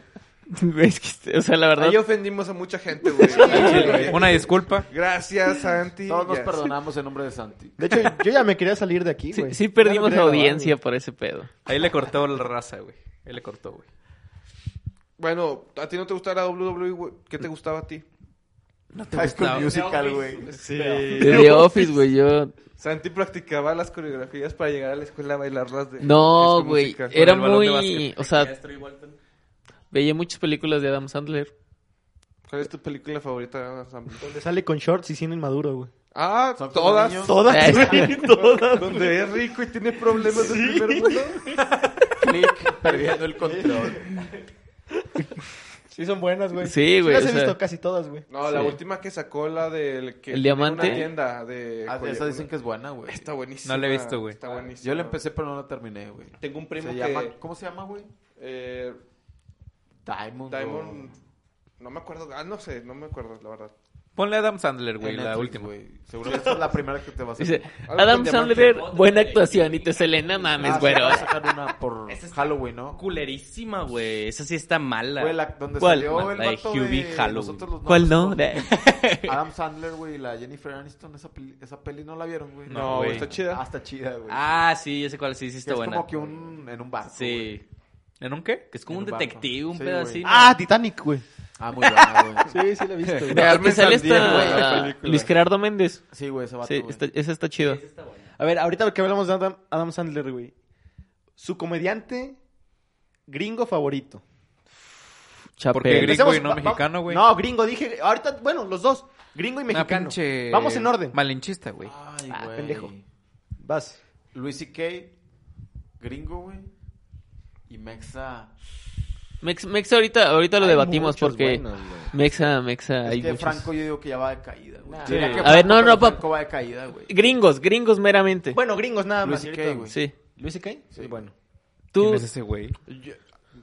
Speaker 4: Güey, es que, o sea, la verdad.
Speaker 1: Ahí ofendimos a mucha gente, güey.
Speaker 5: Una disculpa.
Speaker 1: Gracias, Santi.
Speaker 2: Todos nos
Speaker 1: Ya.
Speaker 2: perdonamos en nombre de Santi.
Speaker 6: De hecho, yo ya me quería salir de aquí,
Speaker 4: Sí,
Speaker 6: güey.
Speaker 4: sí
Speaker 6: Ya no
Speaker 4: perdimos
Speaker 6: quería grabar,
Speaker 4: audiencia
Speaker 6: güey.
Speaker 4: por ese pedo.
Speaker 5: Ahí le cortó la raza, güey. Ahí le cortó, güey.
Speaker 1: Bueno, ¿a ti no te gustaba la WWE? güey? ¿Qué te gustaba a ti?
Speaker 2: High School Musical, güey.
Speaker 1: Sí.
Speaker 4: De The Office, güey, yo...
Speaker 1: Santi practicaba las coreografías para llegar a la escuela a bailarlas. De
Speaker 4: No,
Speaker 1: es
Speaker 4: güey,
Speaker 1: música.
Speaker 4: era
Speaker 5: el balón de
Speaker 4: muy... O sea, veía muchas películas de Adam Sandler.
Speaker 1: ¿Cuál es tu película favorita de Adam Sandler?
Speaker 6: Donde sale con shorts y sin el maduro, güey.
Speaker 1: Ah,
Speaker 2: Son como
Speaker 1: todas.
Speaker 2: niños.
Speaker 6: Todas,
Speaker 4: Eh,
Speaker 6: güey, todas.
Speaker 1: Donde es rico y tiene problemas del primer mundo.
Speaker 2: Click, perdiendo el control.
Speaker 6: Sí son buenas, güey.
Speaker 4: Sí, güey,
Speaker 6: Las
Speaker 4: o
Speaker 6: he
Speaker 4: sea-
Speaker 6: visto casi todas, güey.
Speaker 1: No, la
Speaker 4: Sí.
Speaker 1: última que sacó la del... Que tiene
Speaker 4: ¿El diamante?
Speaker 1: Una tienda de...
Speaker 2: Ah,
Speaker 1: joya-
Speaker 2: esa dicen que es buena, güey.
Speaker 1: Está buenísima.
Speaker 5: No la he visto, güey.
Speaker 1: Está buenísima.
Speaker 2: Yo la empecé, pero no la terminé, güey.
Speaker 1: Tengo un primo
Speaker 2: Se
Speaker 1: que...
Speaker 2: llama- ¿Cómo se llama, güey?
Speaker 1: eh,
Speaker 2: Diamond.
Speaker 1: Diamond... No me acuerdo. Ah, no sé. No me acuerdo, la verdad.
Speaker 5: Ponle a Adam Sandler,
Speaker 2: o-
Speaker 5: güey,
Speaker 2: en
Speaker 5: la
Speaker 2: Netflix,
Speaker 5: última.
Speaker 2: güey. Seguro que esa es la primera que te vas a
Speaker 4: Dice,
Speaker 1: Algo
Speaker 4: Adam
Speaker 1: con
Speaker 4: Sandler,
Speaker 1: diamante.
Speaker 4: buena actuación. Y te Selena, mames,
Speaker 2: Ah,
Speaker 4: güero.
Speaker 2: sí, vas a sacar una por
Speaker 3: Esa está-
Speaker 2: Halloween, ¿no?
Speaker 3: Culerísima, güey. Esa sí está mala.
Speaker 2: Güey, la- donde
Speaker 3: ¿Cuál?
Speaker 2: salió el
Speaker 3: La de
Speaker 2: vato
Speaker 3: Hubie
Speaker 2: de
Speaker 3: Halloween.
Speaker 2: Nosotros los
Speaker 4: ¿Cuál no?
Speaker 2: Nobles, Adam Sandler, güey, y la Jennifer Aniston, esa peli, esa peli no la vieron, güey.
Speaker 3: No, güey.
Speaker 1: Está chida.
Speaker 2: Hasta chida, güey.
Speaker 3: Ah, sí, ya sé cuál. Sí, sí
Speaker 2: Que
Speaker 3: está
Speaker 2: es
Speaker 3: buena.
Speaker 2: como que un, en un barco, güey.
Speaker 3: Sí.
Speaker 5: ¿En un qué?
Speaker 3: Que es como
Speaker 2: En
Speaker 3: Ah, un
Speaker 2: un barco.
Speaker 3: detective, un
Speaker 2: Sí,
Speaker 3: pedo
Speaker 2: güey.
Speaker 3: así. ¿no?
Speaker 6: Ah, Titanic, güey.
Speaker 2: Ah, muy buena, güey.
Speaker 6: Sí, sí la he visto, güey.
Speaker 4: No,
Speaker 1: Carmen
Speaker 4: que sale esta-
Speaker 1: Sandiego en la película.
Speaker 4: Luis Gerardo Méndez.
Speaker 2: Sí, güey, ese vato,
Speaker 4: Sí,
Speaker 2: güey.
Speaker 4: está- esa está chida.
Speaker 6: A ver, ahorita que hablamos de Adam, Adam Sandler, güey. Su comediante gringo favorito.
Speaker 5: Porque
Speaker 4: Chapel.
Speaker 5: gringo y
Speaker 6: Empecemos-
Speaker 5: no
Speaker 6: va- va-
Speaker 5: mexicano, güey.
Speaker 6: No, gringo, dije. Ahorita, bueno, los dos. Gringo y
Speaker 5: Una
Speaker 6: mexicano.
Speaker 5: pinche
Speaker 6: Vamos en orden.
Speaker 5: Malinchista, güey.
Speaker 2: Ay,
Speaker 6: Ah,
Speaker 2: güey.
Speaker 6: pendejo. Vas.
Speaker 2: Luis C.K., gringo, güey. Y Mexa.
Speaker 4: Mex, Mexa ahorita, ahorita lo
Speaker 6: Hay
Speaker 4: debatimos
Speaker 6: muchos
Speaker 4: porque...
Speaker 6: buenos, güey.
Speaker 4: Mexa, Mexa,
Speaker 2: Es
Speaker 4: hay
Speaker 2: que
Speaker 4: muchos.
Speaker 2: Franco yo digo que ya va de caída, güey.
Speaker 6: Sí.
Speaker 2: Mira que
Speaker 6: A
Speaker 2: Franco,
Speaker 4: ver, no,
Speaker 2: pero
Speaker 4: no, pa-
Speaker 2: Franco va de caída, güey.
Speaker 4: Gringos, gringos meramente.
Speaker 6: Bueno, gringos nada
Speaker 2: Luis
Speaker 6: más.
Speaker 2: C.K.,
Speaker 6: ahorita.
Speaker 2: güey.
Speaker 4: sí.
Speaker 6: ¿Luis C.K.? Sí, bueno.
Speaker 4: Tú,
Speaker 5: ¿Quién es ese güey?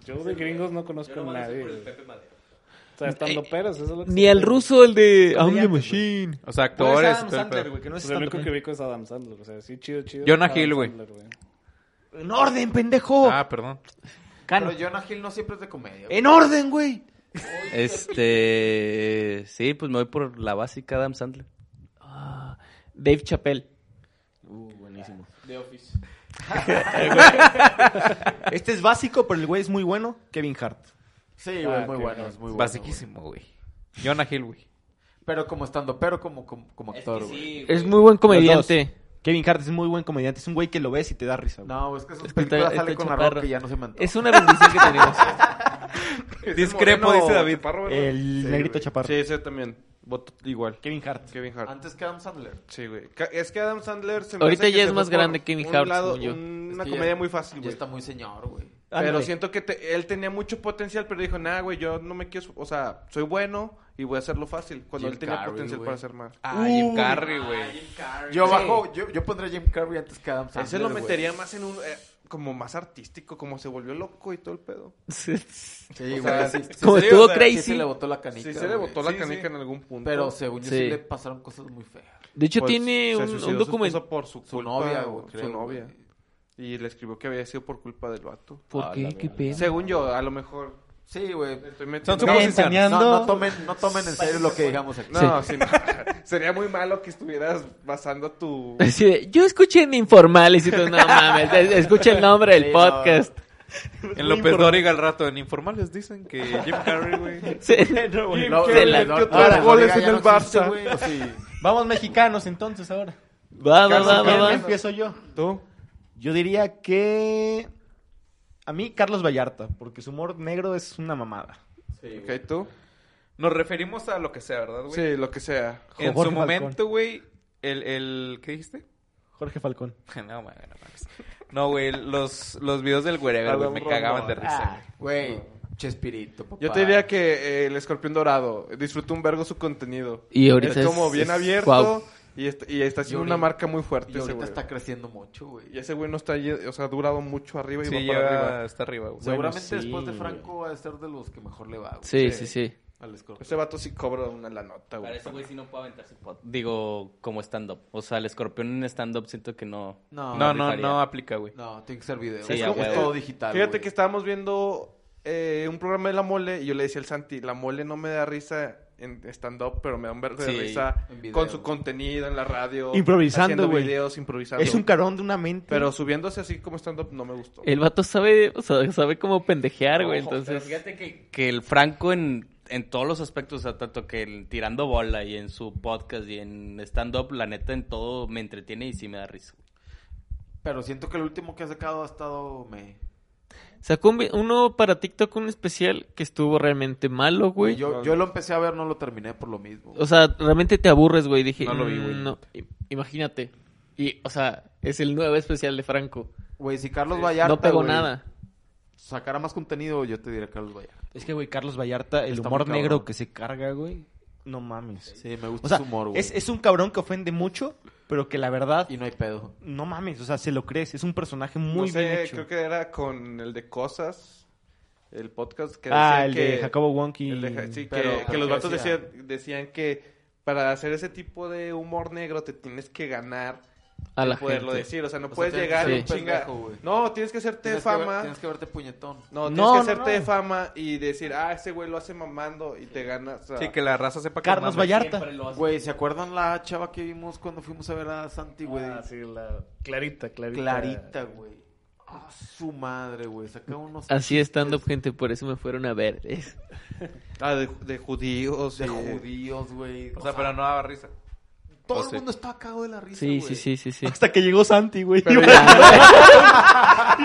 Speaker 7: Yo de gringos no conozco a nadie. güey. O sea, estando peros, eso es lo que
Speaker 4: Eh, ni el ruso, el de... I'm the
Speaker 6: Comediante,
Speaker 4: machine.
Speaker 5: O sea,
Speaker 6: No es
Speaker 5: actores.
Speaker 6: Adam
Speaker 5: todo el
Speaker 6: Sandler,
Speaker 5: pedo.
Speaker 6: güey, que no
Speaker 7: Pues
Speaker 6: es
Speaker 7: el único
Speaker 6: tanto-
Speaker 7: que ubico es Adam Sandler. O sea, sí, chido, chido.
Speaker 5: Jonah
Speaker 7: Adam
Speaker 5: Hill, güey.
Speaker 7: Sandler,
Speaker 6: En orden, pendejo.
Speaker 5: Ah, perdón.
Speaker 2: Pero Jonah Hill no siempre es de comedia. güey.
Speaker 6: En orden, güey.
Speaker 3: Este. Sí, pues me voy por la básica, Adam Sandler.
Speaker 4: Dave Chappelle.
Speaker 6: Este es básico, pero el güey es muy bueno. Kevin Hart.
Speaker 2: Sí, güey,
Speaker 7: Ah,
Speaker 2: muy
Speaker 7: qué
Speaker 2: bueno,
Speaker 7: bueno.
Speaker 2: es muy bueno.
Speaker 5: Basiquísimo, güey. Jonah Hill, güey.
Speaker 2: güey. Pero como estando, pero como, como, como
Speaker 3: Es
Speaker 2: actor,
Speaker 3: que
Speaker 2: güey.
Speaker 3: sí,
Speaker 4: Es
Speaker 3: güey.
Speaker 4: muy buen comediante.
Speaker 6: Kevin Hart es muy buen comediante. Es un güey que lo ves y te da risa. güey.
Speaker 2: No, es que sus
Speaker 4: Está-
Speaker 2: películas
Speaker 4: está
Speaker 2: sale con la
Speaker 4: chaparro.
Speaker 2: roca y ya no se me antoja.
Speaker 4: Es una bendición que tenemos.
Speaker 1: Discrepo, dice David.
Speaker 6: El negrito
Speaker 1: güey.
Speaker 6: chaparro.
Speaker 1: Sí, ese también. Voto igual.
Speaker 6: Kevin Hart.
Speaker 1: Kevin Hart.
Speaker 2: Antes que Adam Sandler.
Speaker 1: Sí, güey. Ca- Es que Adam Sandler se me
Speaker 4: Ahorita
Speaker 1: hace que
Speaker 4: ya es
Speaker 1: se
Speaker 4: más
Speaker 1: fue por
Speaker 4: grande que Kevin
Speaker 1: un
Speaker 4: Hart,
Speaker 1: lado-
Speaker 4: según yo.
Speaker 1: Una
Speaker 2: Es que ya-
Speaker 1: comedia muy fácil,
Speaker 2: Ya
Speaker 1: güey.
Speaker 2: está muy señor, güey.
Speaker 1: Pero
Speaker 4: Ándale.
Speaker 1: siento que te- él tenía mucho potencial, pero dijo, nah, güey, yo no me quiero... su- O sea, soy bueno y voy a hacerlo fácil. Cuando
Speaker 2: Jim
Speaker 1: él tenía
Speaker 2: Carrey,
Speaker 1: potencial
Speaker 2: güey.
Speaker 1: para hacer más.
Speaker 3: Ah, Jim Carrey,
Speaker 1: Ah,
Speaker 3: güey.
Speaker 2: Yo bajo, yo, yo pondría a Jim Carrey antes que Adam Sandler.
Speaker 1: Él se lo
Speaker 2: güey.
Speaker 1: metería más en un... eh, como más artístico, como se volvió loco y todo el pedo.
Speaker 2: Sí,
Speaker 1: O sea,
Speaker 2: güey.
Speaker 1: sí-
Speaker 2: sí-
Speaker 4: Como
Speaker 1: sí,
Speaker 4: estuvo
Speaker 1: o sea,
Speaker 4: crazy.
Speaker 2: Sí se le botó la canica.
Speaker 1: sí, se le
Speaker 2: güey.
Speaker 1: botó la
Speaker 2: Sí,
Speaker 1: canica
Speaker 2: sí.
Speaker 1: en algún punto.
Speaker 2: Pero según yo sí
Speaker 4: Sí.
Speaker 2: le pasaron cosas muy feas.
Speaker 4: De hecho,
Speaker 1: Pues,
Speaker 4: tiene
Speaker 1: se
Speaker 4: un,
Speaker 1: suicidó
Speaker 4: un
Speaker 1: su
Speaker 4: documento.
Speaker 1: esposa por su,
Speaker 2: Su
Speaker 1: culpa,
Speaker 2: novia, güey,
Speaker 1: o-
Speaker 2: creo,
Speaker 1: Su novia.
Speaker 2: güey.
Speaker 1: Y le escribió que había sido por culpa del vato.
Speaker 4: ¿Por qué? ¿Qué pedo?
Speaker 1: Según yo, a lo mejor
Speaker 2: Sí, güey.
Speaker 1: estoy
Speaker 5: Son
Speaker 1: metiendo...
Speaker 5: suposiciones.
Speaker 2: No, no
Speaker 6: Ventaneando.
Speaker 2: tomen, no tomen en serio lo que digamos aquí.
Speaker 1: No, sí, no. Sería muy malo que estuvieras basando tu...
Speaker 4: Así de, yo escuché en informales y todo, no mames, es- escucha el nombre del
Speaker 2: Sí, no.
Speaker 4: podcast.
Speaker 5: En López Dóriga al rato, en informales dicen que Jim Carrey, güey.
Speaker 4: Sí.
Speaker 2: No,
Speaker 4: Carrey
Speaker 2: no,
Speaker 4: metió
Speaker 2: no,
Speaker 6: tres
Speaker 2: no,
Speaker 6: goles
Speaker 2: ya
Speaker 6: en el
Speaker 2: no existe,
Speaker 6: Barça.
Speaker 2: güey, o sí.
Speaker 6: Vamos mexicanos entonces ahora.
Speaker 4: Va, va, va,
Speaker 6: Carlos,
Speaker 4: va,
Speaker 6: ¿quién
Speaker 4: va.
Speaker 6: empiezo yo?
Speaker 1: ¿Tú?
Speaker 6: Yo diría que... A mí, Carlos Vallarta, porque su humor negro es una mamada.
Speaker 1: Ok, ¿tú?
Speaker 5: Nos referimos a lo que sea, ¿verdad, güey?
Speaker 1: Sí, lo que sea.
Speaker 5: En
Speaker 6: Jorge
Speaker 5: su
Speaker 6: Falcón.
Speaker 5: momento, güey, el, el... ¿Qué dijiste?
Speaker 6: Jorge Falcón.
Speaker 5: No, güey, no mames. No, güey, los, los videos del Wherever, güey, me
Speaker 1: Adam
Speaker 5: cagaban
Speaker 1: Rondón.
Speaker 5: de risa.
Speaker 2: Güey, Chespirito, papá.
Speaker 1: Yo te diría que eh, el escorpión dorado. Disfruto un vergo su contenido.
Speaker 4: Y ahorita
Speaker 1: es como
Speaker 4: es-
Speaker 1: bien
Speaker 4: es-
Speaker 1: abierto
Speaker 4: guau.
Speaker 1: y, est- y está
Speaker 2: Y
Speaker 1: haciendo
Speaker 2: ahorita-
Speaker 1: una marca muy fuerte
Speaker 2: Y
Speaker 1: ese
Speaker 2: ahorita
Speaker 1: güey.
Speaker 2: está creciendo mucho, güey.
Speaker 1: Y ese güey no está, ye- o sea, ha durado mucho arriba y
Speaker 5: Sí,
Speaker 1: va para
Speaker 5: lleva
Speaker 1: arriba.
Speaker 5: hasta arriba, güey.
Speaker 2: Seguramente
Speaker 6: sí,
Speaker 2: después de
Speaker 6: güey.
Speaker 2: Franco va a ser de los que mejor le va, güey.
Speaker 4: Sí, sí, sí.
Speaker 2: Al escorpión.
Speaker 1: Ese vato sí cobra una la nota,
Speaker 3: Para
Speaker 1: güey.
Speaker 3: ese güey sí no puedo aventarse pot. Digo, como stand-up. O sea, el escorpión en stand-up siento que no.
Speaker 2: No,
Speaker 5: No,
Speaker 2: no,
Speaker 5: no,
Speaker 3: rifaría.
Speaker 5: no aplica, güey.
Speaker 2: tiene que ser video.
Speaker 3: Sí,
Speaker 2: güey.
Speaker 3: a
Speaker 2: es como
Speaker 3: huevo.
Speaker 2: todo digital,
Speaker 1: Fíjate
Speaker 2: güey.
Speaker 1: que estábamos viendo eh, un programa de La Mole y yo le decía al Santi, La Mole no me da risa en stand-up, pero me da un vergo
Speaker 3: Sí,
Speaker 1: de risa
Speaker 2: en video.
Speaker 1: con su contenido en la radio.
Speaker 6: Improvisando,
Speaker 1: haciendo
Speaker 6: güey.
Speaker 1: videos, improvisando.
Speaker 6: Es un carón de una mente.
Speaker 1: Pero subiéndose así como stand-up no me gustó.
Speaker 4: El vato sabe, o sea, sabe cómo pendejear, güey,
Speaker 3: Ojo, pero
Speaker 4: entonces.
Speaker 3: fíjate que, que el Franco en, en todos los aspectos, o sea, tanto que el tirando bola y en su podcast y en stand-up, la neta en todo me entretiene y sí me da risa.
Speaker 2: Pero siento que el último que ha sacado ha estado me.
Speaker 4: Sacó un vi- uno para TikTok, un especial que estuvo realmente malo, güey.
Speaker 2: Yo, yo lo empecé a ver, no lo terminé por lo mismo.
Speaker 4: O sea, realmente te aburres, güey. Dije,
Speaker 5: No lo vi,
Speaker 4: "Mm,
Speaker 5: güey".
Speaker 4: no". I- Imagínate. Y, o sea, es el nuevo especial de Franco.
Speaker 2: Güey, si Carlos Vallarta
Speaker 4: no pegó
Speaker 2: güey,
Speaker 4: nada.
Speaker 2: sacara más contenido, yo te diría Carlos Vallarta.
Speaker 6: Es que, güey, Carlos Vallarta, el
Speaker 2: Está
Speaker 6: humor
Speaker 2: muy cabrón.
Speaker 6: negro que se carga, güey. No mames.
Speaker 2: Sí, me gusta
Speaker 6: O sea,
Speaker 2: su humor, güey.
Speaker 6: es, es un cabrón que ofende mucho, pero que la verdad,
Speaker 2: Y no hay pedo.
Speaker 6: no mames, o sea, se lo crees. Es un personaje
Speaker 1: No
Speaker 6: muy
Speaker 1: sé,
Speaker 6: bien hecho.
Speaker 1: creo que era con el de Cosas, el podcast que
Speaker 6: Ah,
Speaker 1: decían
Speaker 6: el
Speaker 1: que-
Speaker 6: de Jacobo Wonky.
Speaker 1: el de Ja- sí, que,
Speaker 2: Pero-
Speaker 1: que
Speaker 2: pero
Speaker 1: los
Speaker 2: ¿qué
Speaker 1: vatos
Speaker 2: decía?
Speaker 1: decían, decían que para hacer ese tipo de humor negro te tienes que ganar
Speaker 4: A la
Speaker 1: poderlo
Speaker 4: gente.
Speaker 1: decir. O sea, no
Speaker 2: O sea,
Speaker 1: puedes
Speaker 2: tienes que
Speaker 1: llegar
Speaker 4: ser
Speaker 1: y
Speaker 4: un
Speaker 1: chinga.
Speaker 2: pendejo, güey.
Speaker 1: no, tienes que hacerte
Speaker 2: Tienes que ver-
Speaker 1: fama.
Speaker 2: tienes que verte puñetón.
Speaker 1: No, tienes
Speaker 6: No,
Speaker 1: que
Speaker 6: no,
Speaker 1: hacerte
Speaker 6: no.
Speaker 1: de fama y decir, ah, ese güey lo hace mamando y te ganas. o sea,
Speaker 5: Sí, que la raza sepa que
Speaker 6: Carlos
Speaker 5: mames.
Speaker 6: Vallarta.
Speaker 2: Güey, ¿se acuerdan la chava que vimos cuando fuimos a ver a Santi, güey?
Speaker 7: Ah, sí, la... Clarita, clarita.
Speaker 2: Clarita, güey. Ah, su madre, güey. Saca unos...
Speaker 4: Así estando gente, por eso me fueron a ver. Es-
Speaker 1: ah, de, de judíos.
Speaker 2: De
Speaker 1: y-
Speaker 2: judíos, güey.
Speaker 5: O sea, pero no daba risa.
Speaker 2: Todo
Speaker 5: o
Speaker 2: el
Speaker 5: sea.
Speaker 2: mundo estaba cagado de la risa,
Speaker 4: Sí,
Speaker 2: güey.
Speaker 4: sí, sí, sí, sí.
Speaker 6: Hasta que llegó Santi, güey.
Speaker 1: Pero,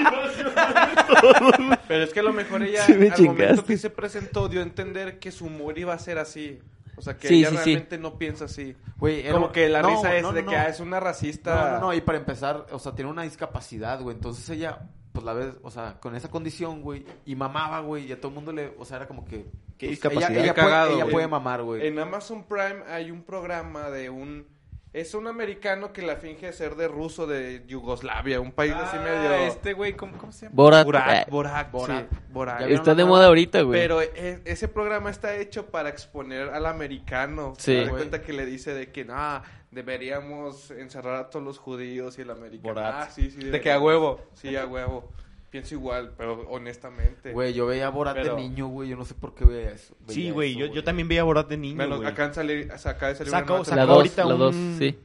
Speaker 1: ella- Pero es que a lo mejor ella,
Speaker 4: Sí me
Speaker 1: al momento
Speaker 4: chingaste.
Speaker 1: que se presentó, dio a entender que su humor iba a ser así. O sea, que
Speaker 4: Sí,
Speaker 1: ella
Speaker 4: sí, sí.
Speaker 1: realmente no piensa así.
Speaker 2: Güey, era-
Speaker 1: Como que la
Speaker 2: No,
Speaker 1: risa es
Speaker 2: no,
Speaker 1: de
Speaker 2: no,
Speaker 1: que
Speaker 2: no.
Speaker 1: ah, es una racista.
Speaker 2: No, no, no, y para empezar, o sea, tiene una discapacidad, güey. Entonces ella, pues la ves, o sea, con esa condición, güey, y mamaba, güey, y a todo el mundo le, o sea, era como que.
Speaker 6: Qué
Speaker 2: pues,
Speaker 6: discapacidad.
Speaker 2: Ella, ella
Speaker 1: Qué
Speaker 2: puede,
Speaker 1: cagado,
Speaker 2: ella
Speaker 1: güey.
Speaker 2: puede mamar, güey.
Speaker 1: En Amazon Prime hay un programa de un... Es un americano que la finge ser de ruso, de Yugoslavia, un país así medio...
Speaker 5: Ah, este güey, ¿cómo, cómo se llama?
Speaker 4: Borat.
Speaker 1: Borat,
Speaker 4: eh,
Speaker 1: Borat,
Speaker 2: Borat.
Speaker 1: sí, Borat.
Speaker 2: Ya vieron
Speaker 4: Está
Speaker 2: la
Speaker 4: de
Speaker 2: nueva?
Speaker 4: moda ahorita, güey.
Speaker 1: Pero e- ese programa está hecho para exponer al americano.
Speaker 4: Sí.
Speaker 1: Haz de
Speaker 2: Güey.
Speaker 1: cuenta que le dice de que, ah, deberíamos encerrar a todos los judíos y el americano.
Speaker 6: Borat.
Speaker 1: Ah, sí, sí.
Speaker 5: De que a huevo.
Speaker 1: Sí, a huevo. Pienso igual, pero honestamente.
Speaker 2: Güey, yo veía a Borat de
Speaker 1: Pero-
Speaker 2: niño, güey, yo no sé por qué veía eso. veía
Speaker 6: Sí, güey,
Speaker 2: eso,
Speaker 6: yo, yo también veía a Borat de niño,
Speaker 1: Bueno,
Speaker 6: güey.
Speaker 1: acá, sale, acaba de salir una
Speaker 6: Sacó,
Speaker 1: nota-
Speaker 6: sacó
Speaker 4: La dos,
Speaker 6: ahorita
Speaker 4: la
Speaker 6: un,
Speaker 4: dos, sí.
Speaker 2: Eh,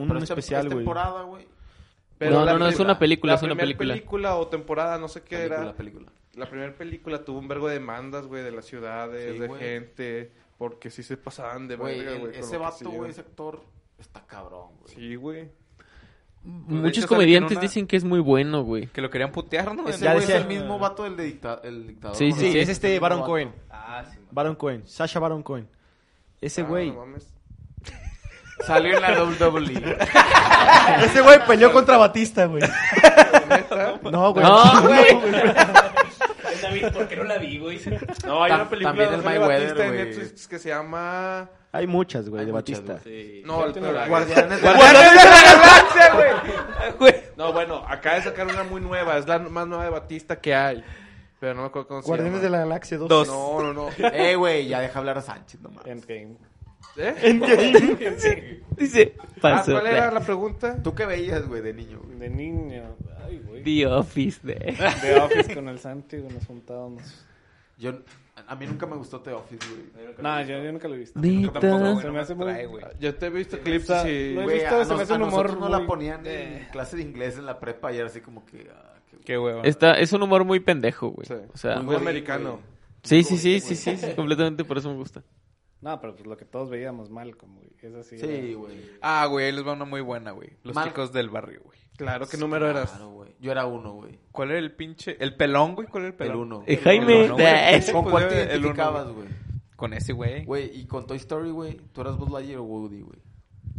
Speaker 6: un
Speaker 2: pero esta-
Speaker 6: especial,
Speaker 2: esta
Speaker 6: güey.
Speaker 2: temporada, güey.
Speaker 4: No,
Speaker 1: la
Speaker 4: no, no, es una película,
Speaker 1: la
Speaker 4: es una
Speaker 1: primera
Speaker 4: película.
Speaker 1: película o temporada, no sé qué
Speaker 2: Película,
Speaker 1: era.
Speaker 2: película.
Speaker 1: la primera película tuvo un vergo de demandas, güey, de las ciudades,
Speaker 2: Sí,
Speaker 1: de
Speaker 2: güey.
Speaker 1: gente, porque sí se pasaban de
Speaker 2: Güey,
Speaker 1: verga,
Speaker 2: el-
Speaker 1: güey. con
Speaker 2: ese
Speaker 1: lo que
Speaker 2: vato,
Speaker 1: hacían.
Speaker 2: güey, ese actor, está cabrón, güey.
Speaker 1: Sí, güey.
Speaker 4: Muchos
Speaker 5: hecho, sale que en
Speaker 4: comediantes
Speaker 5: una-
Speaker 4: dicen que es muy bueno, güey.
Speaker 5: Que lo querían putear, ¿no?
Speaker 2: Ese
Speaker 6: Ya
Speaker 2: güey es
Speaker 6: decía-
Speaker 2: el mismo vato del de dicta- el dictador.
Speaker 4: Sí,
Speaker 6: Sí,
Speaker 2: ¿no?
Speaker 6: es este Baron Cohen.
Speaker 3: Ah, sí.
Speaker 6: Baron Cohen. Sasha Baron Cohen. Ese
Speaker 1: Ah,
Speaker 6: güey.
Speaker 1: no mames.
Speaker 2: Salió en la WWE.
Speaker 6: Ese güey peleó contra Batista, güey. No, güey.
Speaker 4: No,
Speaker 3: David, ¿por qué no la vi, güey?
Speaker 1: No, hay
Speaker 2: Ta-
Speaker 1: una película
Speaker 2: también
Speaker 1: de
Speaker 2: es
Speaker 1: Jorge
Speaker 2: My
Speaker 1: Batista
Speaker 2: Weather,
Speaker 1: en
Speaker 2: güey.
Speaker 1: Netflix que se llama...
Speaker 6: Hay muchas, güey,
Speaker 2: Hay
Speaker 6: de
Speaker 2: muchas,
Speaker 6: Batista.
Speaker 3: Sí.
Speaker 1: No, el
Speaker 2: Guardianes de-
Speaker 1: Guardianes de la Galaxia, güey. No, bueno, acaba de sacar una muy nueva. Es la más nueva de Batista que hay. Pero no me acuerdo cómo se
Speaker 6: Guardianes de
Speaker 1: llama.
Speaker 6: la Galaxia 2.
Speaker 1: No, no, no.
Speaker 2: Eh, güey, ya deja hablar a Sánchez nomás.
Speaker 1: ¿Eh?
Speaker 4: Dice,
Speaker 1: Ah,
Speaker 4: pasó.
Speaker 1: ¿Cuál era la pregunta?
Speaker 2: ¿Tú qué veías, güey, de niño? güey?
Speaker 7: De niño. Ay, güey.
Speaker 4: The Office, de...
Speaker 7: De Office con el Santi, güey, nos juntábamos.
Speaker 2: Yo, a mí nunca me gustó The Office, güey.
Speaker 7: No, yo, yo nunca lo he visto.
Speaker 4: Neta.
Speaker 7: Se me hace muy...
Speaker 1: Yo te he visto clips
Speaker 7: está-
Speaker 1: y...
Speaker 7: no he
Speaker 2: Güey,
Speaker 7: visto,
Speaker 2: a,
Speaker 7: se me
Speaker 2: nos-
Speaker 7: hace
Speaker 2: a
Speaker 7: un
Speaker 2: nosotros
Speaker 7: humor
Speaker 2: no la
Speaker 7: muy-
Speaker 2: ponían en
Speaker 6: Eh.
Speaker 2: clase de inglés en la prepa y era así como que... ah, qué-
Speaker 5: Qué hueva.
Speaker 4: Está, es un humor muy pendejo, güey.
Speaker 1: Sí.
Speaker 4: O sea,
Speaker 1: Muy americano.
Speaker 4: sí, sí, sí, sí, sí, sí, completamente por eso me gusta.
Speaker 7: No, pero pues lo que todos veíamos mal, como, güey. Es así.
Speaker 2: Sí, güey.
Speaker 5: Ah, güey, ahí les va una muy buena, güey. Los
Speaker 2: Mal-
Speaker 5: chicos del barrio, güey.
Speaker 1: Claro, ¿qué número eras?
Speaker 2: Claro, güey. Yo era uno, güey.
Speaker 5: ¿Cuál era el pinche? ¿El pelón, güey? ¿Cuál era el pelón?
Speaker 2: El uno.
Speaker 4: Eh, Jaime.
Speaker 5: El uno, güey.
Speaker 4: Sí,
Speaker 2: ¿Con
Speaker 5: Pues,
Speaker 2: cuál
Speaker 5: yo
Speaker 2: te
Speaker 5: era el uno,
Speaker 2: identificabas,
Speaker 5: güey.
Speaker 2: güey?
Speaker 5: Con ese, güey.
Speaker 2: Güey, y con Toy Story, güey, tú eras Buzz Lightyear o Woody, güey.